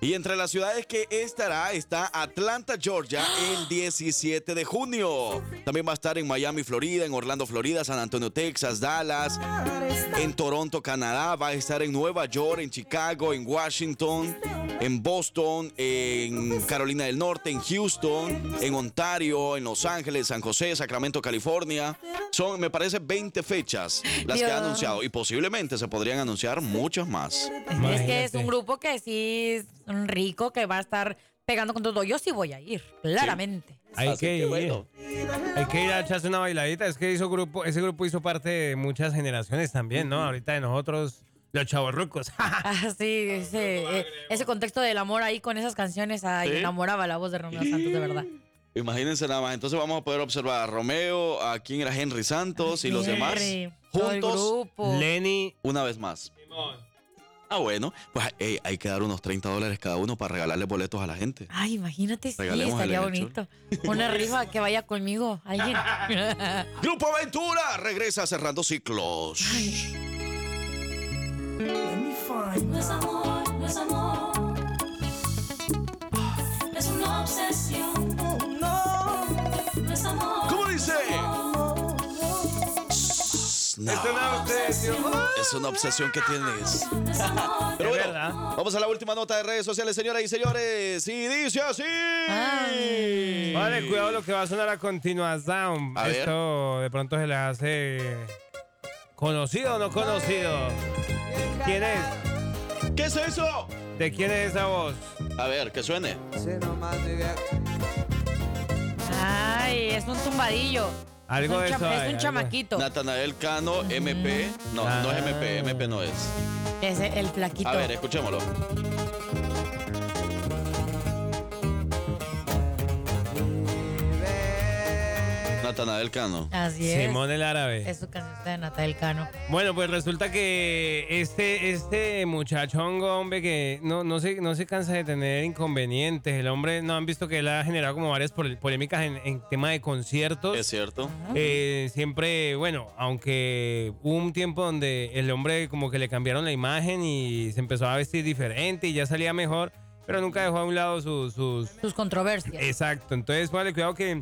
[SPEAKER 2] Y entre las ciudades que estará está Atlanta, Georgia, el 17 de junio. También va a estar en Miami, Florida, en Orlando, Florida, San Antonio, Texas, Dallas, en Toronto, Canadá, va a estar en Nueva York, en Chicago, en Washington, en Boston, en Carolina del Norte, en Houston, en Ontario, en Los Ángeles, San José, Sacramento, California. Son, me parece, 20 fechas las que
[SPEAKER 6] Dios.
[SPEAKER 2] ha anunciado y posiblemente se podrían anunciar muchas más.
[SPEAKER 6] Es que es un grupo que sí es un rico, que va a estar pegando con todo. Yo sí voy a ir, claramente.
[SPEAKER 5] Hay que ir. Hay que ir a echarse una bailadita. Es que hizo grupo, ese grupo hizo parte de muchas generaciones también, ¿no? Ahorita de nosotros, los chavorrucos.
[SPEAKER 6] Ah, sí, ese, eh, ese contexto del amor ahí con esas canciones, ay,
[SPEAKER 2] Sí.
[SPEAKER 6] enamoraba la voz de Romeo Santos, de verdad.
[SPEAKER 2] Imagínense nada más. Entonces vamos a poder observar a Romeo, a quién era Henry Santos y los
[SPEAKER 6] Henry,
[SPEAKER 2] demás.
[SPEAKER 6] todo el
[SPEAKER 2] Juntos.
[SPEAKER 6] grupo.
[SPEAKER 5] Lenny.
[SPEAKER 2] Una vez más. Ah, bueno. Pues hey, hay que dar unos 30 dólares cada uno para regalarle boletos a la gente.
[SPEAKER 6] Ay, imagínate, sí,
[SPEAKER 2] Regalemos
[SPEAKER 6] estaría
[SPEAKER 2] el hecho.
[SPEAKER 6] bonito. Una rifa que vaya conmigo, alguien.
[SPEAKER 2] Grupo Aventura regresa cerrando ciclos.
[SPEAKER 8] No es amor, no es amor. Es una obsesión. No, es amor.
[SPEAKER 2] ¿Cómo dice?
[SPEAKER 5] Este
[SPEAKER 8] Es una obsesión.
[SPEAKER 2] Es una obsesión que tienes. Pero bueno, vamos a la última nota de redes sociales, señoras y señores. Y dice así.
[SPEAKER 5] Vale, cuidado lo que va a sonar a continuación.
[SPEAKER 2] A ver.
[SPEAKER 5] Esto de pronto se le hace conocido o no conocido. ¿Quién es?
[SPEAKER 2] ¿Qué es eso?
[SPEAKER 5] ¿De quién es esa voz?
[SPEAKER 2] A ver, que suene.
[SPEAKER 6] Ay, es un tumbadillo.
[SPEAKER 2] Algo de
[SPEAKER 6] es un,
[SPEAKER 2] eso
[SPEAKER 6] chama- es
[SPEAKER 2] hay,
[SPEAKER 6] un
[SPEAKER 2] algo.
[SPEAKER 6] chamaquito.
[SPEAKER 2] Natanael Cano, MP. No, no es MP, MP no es.
[SPEAKER 6] Es el flaquito.
[SPEAKER 2] A ver, escuchémoslo. Natanael Cano.
[SPEAKER 6] Así es.
[SPEAKER 5] Simón el árabe.
[SPEAKER 6] Es su canción de Natal Cano.
[SPEAKER 5] Bueno, pues resulta que este, este muchachongo, hombre, que no, no, se, no se cansa de tener inconvenientes. El hombre, no han visto que él ha generado como varias pol- polémicas en, en tema de conciertos.
[SPEAKER 2] Es cierto.
[SPEAKER 5] Eh, siempre, bueno, aunque hubo un tiempo donde el hombre como que le cambiaron la imagen y se empezó a vestir diferente y ya salía mejor, pero nunca dejó a un lado sus... sus
[SPEAKER 6] Sus controversias.
[SPEAKER 5] Exacto, entonces, vale, cuidado que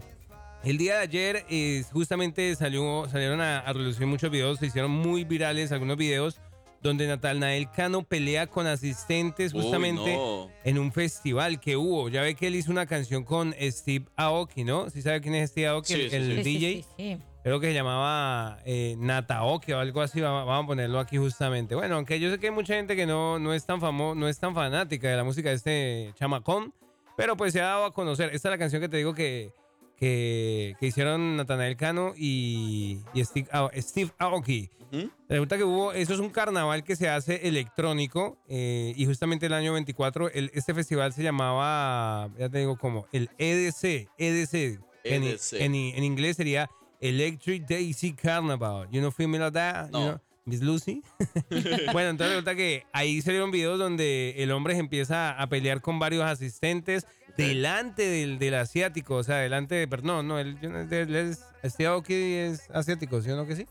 [SPEAKER 5] El día de ayer eh, justamente salió, salieron a, a relucir muchos videos, se hicieron muy virales algunos videos donde Nael Cano pelea con asistentes
[SPEAKER 2] Uy,
[SPEAKER 5] justamente
[SPEAKER 2] no.
[SPEAKER 5] en un festival que hubo. Ya ve que él hizo una canción con Steve Aoki, ¿no? ¿Sí sabe quién es Steve Aoki?
[SPEAKER 6] Sí,
[SPEAKER 5] el
[SPEAKER 6] sí,
[SPEAKER 5] el
[SPEAKER 6] sí. Sí, sí,
[SPEAKER 5] DJ.
[SPEAKER 6] sí, sí.
[SPEAKER 5] Creo que se llamaba eh, Nataoke o algo así. va- Vamos a ponerlo aquí justamente. Bueno, aunque yo sé que hay mucha gente que no, no, es tan famo, no es tan fanática de la música de este chamacón, pero pues se ha dado a conocer. Esta es la canción que te digo que, que, que hicieron Natanael Cano y, y Steve, Ao- Steve Aoki. Resulta que hubo, eso es un carnaval que se hace electrónico eh, y justamente el año 24, el- este festival se llamaba, ya te digo como, el E EDC, EDC. En,
[SPEAKER 2] EDC.
[SPEAKER 5] en- en inglés sería Electric Daisy Carnival. You know, feel me like that? You
[SPEAKER 2] No.
[SPEAKER 5] know, Miss Lucy. bueno, entonces resulta que ahí salieron videos donde el hombre se empieza a pelear con varios asistentes delante del, del asiático, o sea, delante de... Pero no, no, él, yo no- él es, este Aoki es asiático, ¿sí o no que sí?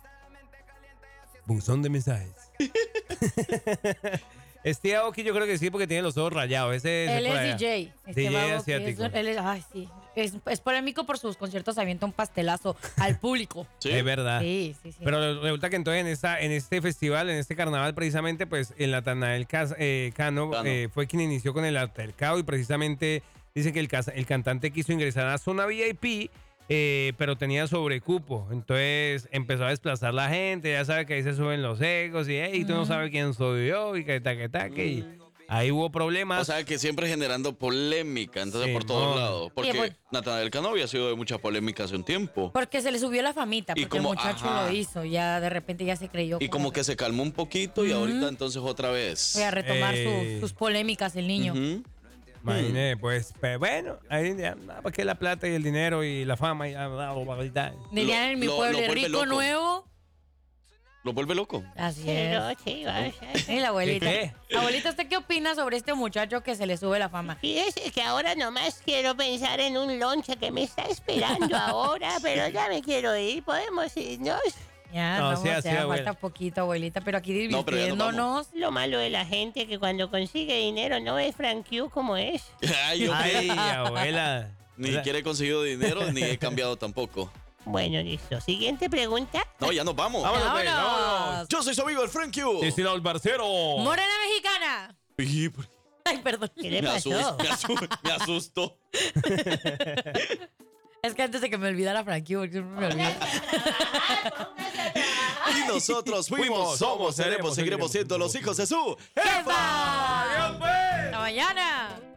[SPEAKER 5] Buzón de mensajes. Este Aoki yo creo que sí porque tiene los ojos rayados. Ese es
[SPEAKER 6] Él
[SPEAKER 5] de por allá.
[SPEAKER 6] es DJ. Este
[SPEAKER 5] DJ
[SPEAKER 6] vago que es-
[SPEAKER 5] asiático.
[SPEAKER 6] él es- ay, sí. Es, es polémico por sus conciertos, avienta un pastelazo al público.
[SPEAKER 5] Es verdad.
[SPEAKER 6] Sí, sí, sí.
[SPEAKER 5] Ah. Pero resulta que entonces en, esta, en este festival, en este carnaval, precisamente, pues el Natanael Cas- eh, Cano eh, fue quien inició con el altercado y precisamente dice que el, cas- el cantante quiso ingresar a zona VIP, eh, pero tenía sobrecupo. Entonces empezó a desplazar la gente, ya sabe que ahí se suben los egos y, hey, tú no sabes quién soy yo y que taque taque. Y ahí hubo problemas.
[SPEAKER 2] O sea, que siempre generando polémica, entonces por todos
[SPEAKER 5] Simón.
[SPEAKER 2] lados.
[SPEAKER 6] Oye,
[SPEAKER 2] Porque
[SPEAKER 6] voy-
[SPEAKER 2] Natanael Cano había sido de mucha polémica hace un tiempo.
[SPEAKER 6] Porque se le subió la famita,
[SPEAKER 2] Y
[SPEAKER 6] porque
[SPEAKER 2] como-
[SPEAKER 6] el muchacho
[SPEAKER 2] ajá.
[SPEAKER 6] lo hizo. Ya de repente ya se creyó.
[SPEAKER 2] Y como que se calmó un poquito y ahorita entonces otra vez.
[SPEAKER 6] Voy a retomar su-
[SPEAKER 5] Eh.
[SPEAKER 6] sus polémicas el niño.
[SPEAKER 2] mm.
[SPEAKER 5] Imagínate, pues, pero bueno, ahí ya, nada, porque la plata y el dinero y la fama y la barbaridad.
[SPEAKER 6] Dirían en mi pueblo, rico nuevo.
[SPEAKER 2] Lo vuelve loco.
[SPEAKER 6] Así es.
[SPEAKER 14] Pero sí, vamos a
[SPEAKER 6] Y la abuelita.
[SPEAKER 2] ¿Qué?
[SPEAKER 6] Abuelita, ¿usted qué opina sobre este muchacho que se le sube la fama?
[SPEAKER 1] Fíjese que ahora nomás quiero pensar en un lonche que me está esperando ahora, pero ya me quiero ir, podemos irnos.
[SPEAKER 6] Ya,
[SPEAKER 1] No,
[SPEAKER 6] no,
[SPEAKER 1] sí,
[SPEAKER 6] o
[SPEAKER 1] así,
[SPEAKER 6] sea,
[SPEAKER 1] abuela.
[SPEAKER 6] falta poquito, abuelita, pero aquí
[SPEAKER 1] No, pero ya nos vamos.
[SPEAKER 6] divirtiéndonos.
[SPEAKER 14] Lo malo de la gente que cuando consigue dinero no es Frank Q como es.
[SPEAKER 2] Ay, hombre.
[SPEAKER 14] Ay,
[SPEAKER 5] abuela.
[SPEAKER 2] Ni siquiera he conseguido dinero, ni he cambiado tampoco.
[SPEAKER 14] Bueno, listo. Siguiente pregunta.
[SPEAKER 2] No, ya nos vamos.
[SPEAKER 14] Vámonos, pues, Vámonos. vámonos.
[SPEAKER 2] Yo soy su amigo el Frank Q.
[SPEAKER 5] Y si la barcero.
[SPEAKER 6] Morena mexicana.
[SPEAKER 2] Y-
[SPEAKER 6] Ay, perdón.
[SPEAKER 2] me, asus- me asu- me asustó.
[SPEAKER 6] Es que antes de que me olvidara Frankie, porque siempre me olvido.
[SPEAKER 2] Y nosotros fuimos, somos, seremos, seguiremos siendo los hijos de su.
[SPEAKER 14] pues.
[SPEAKER 6] ¡Hasta mañana!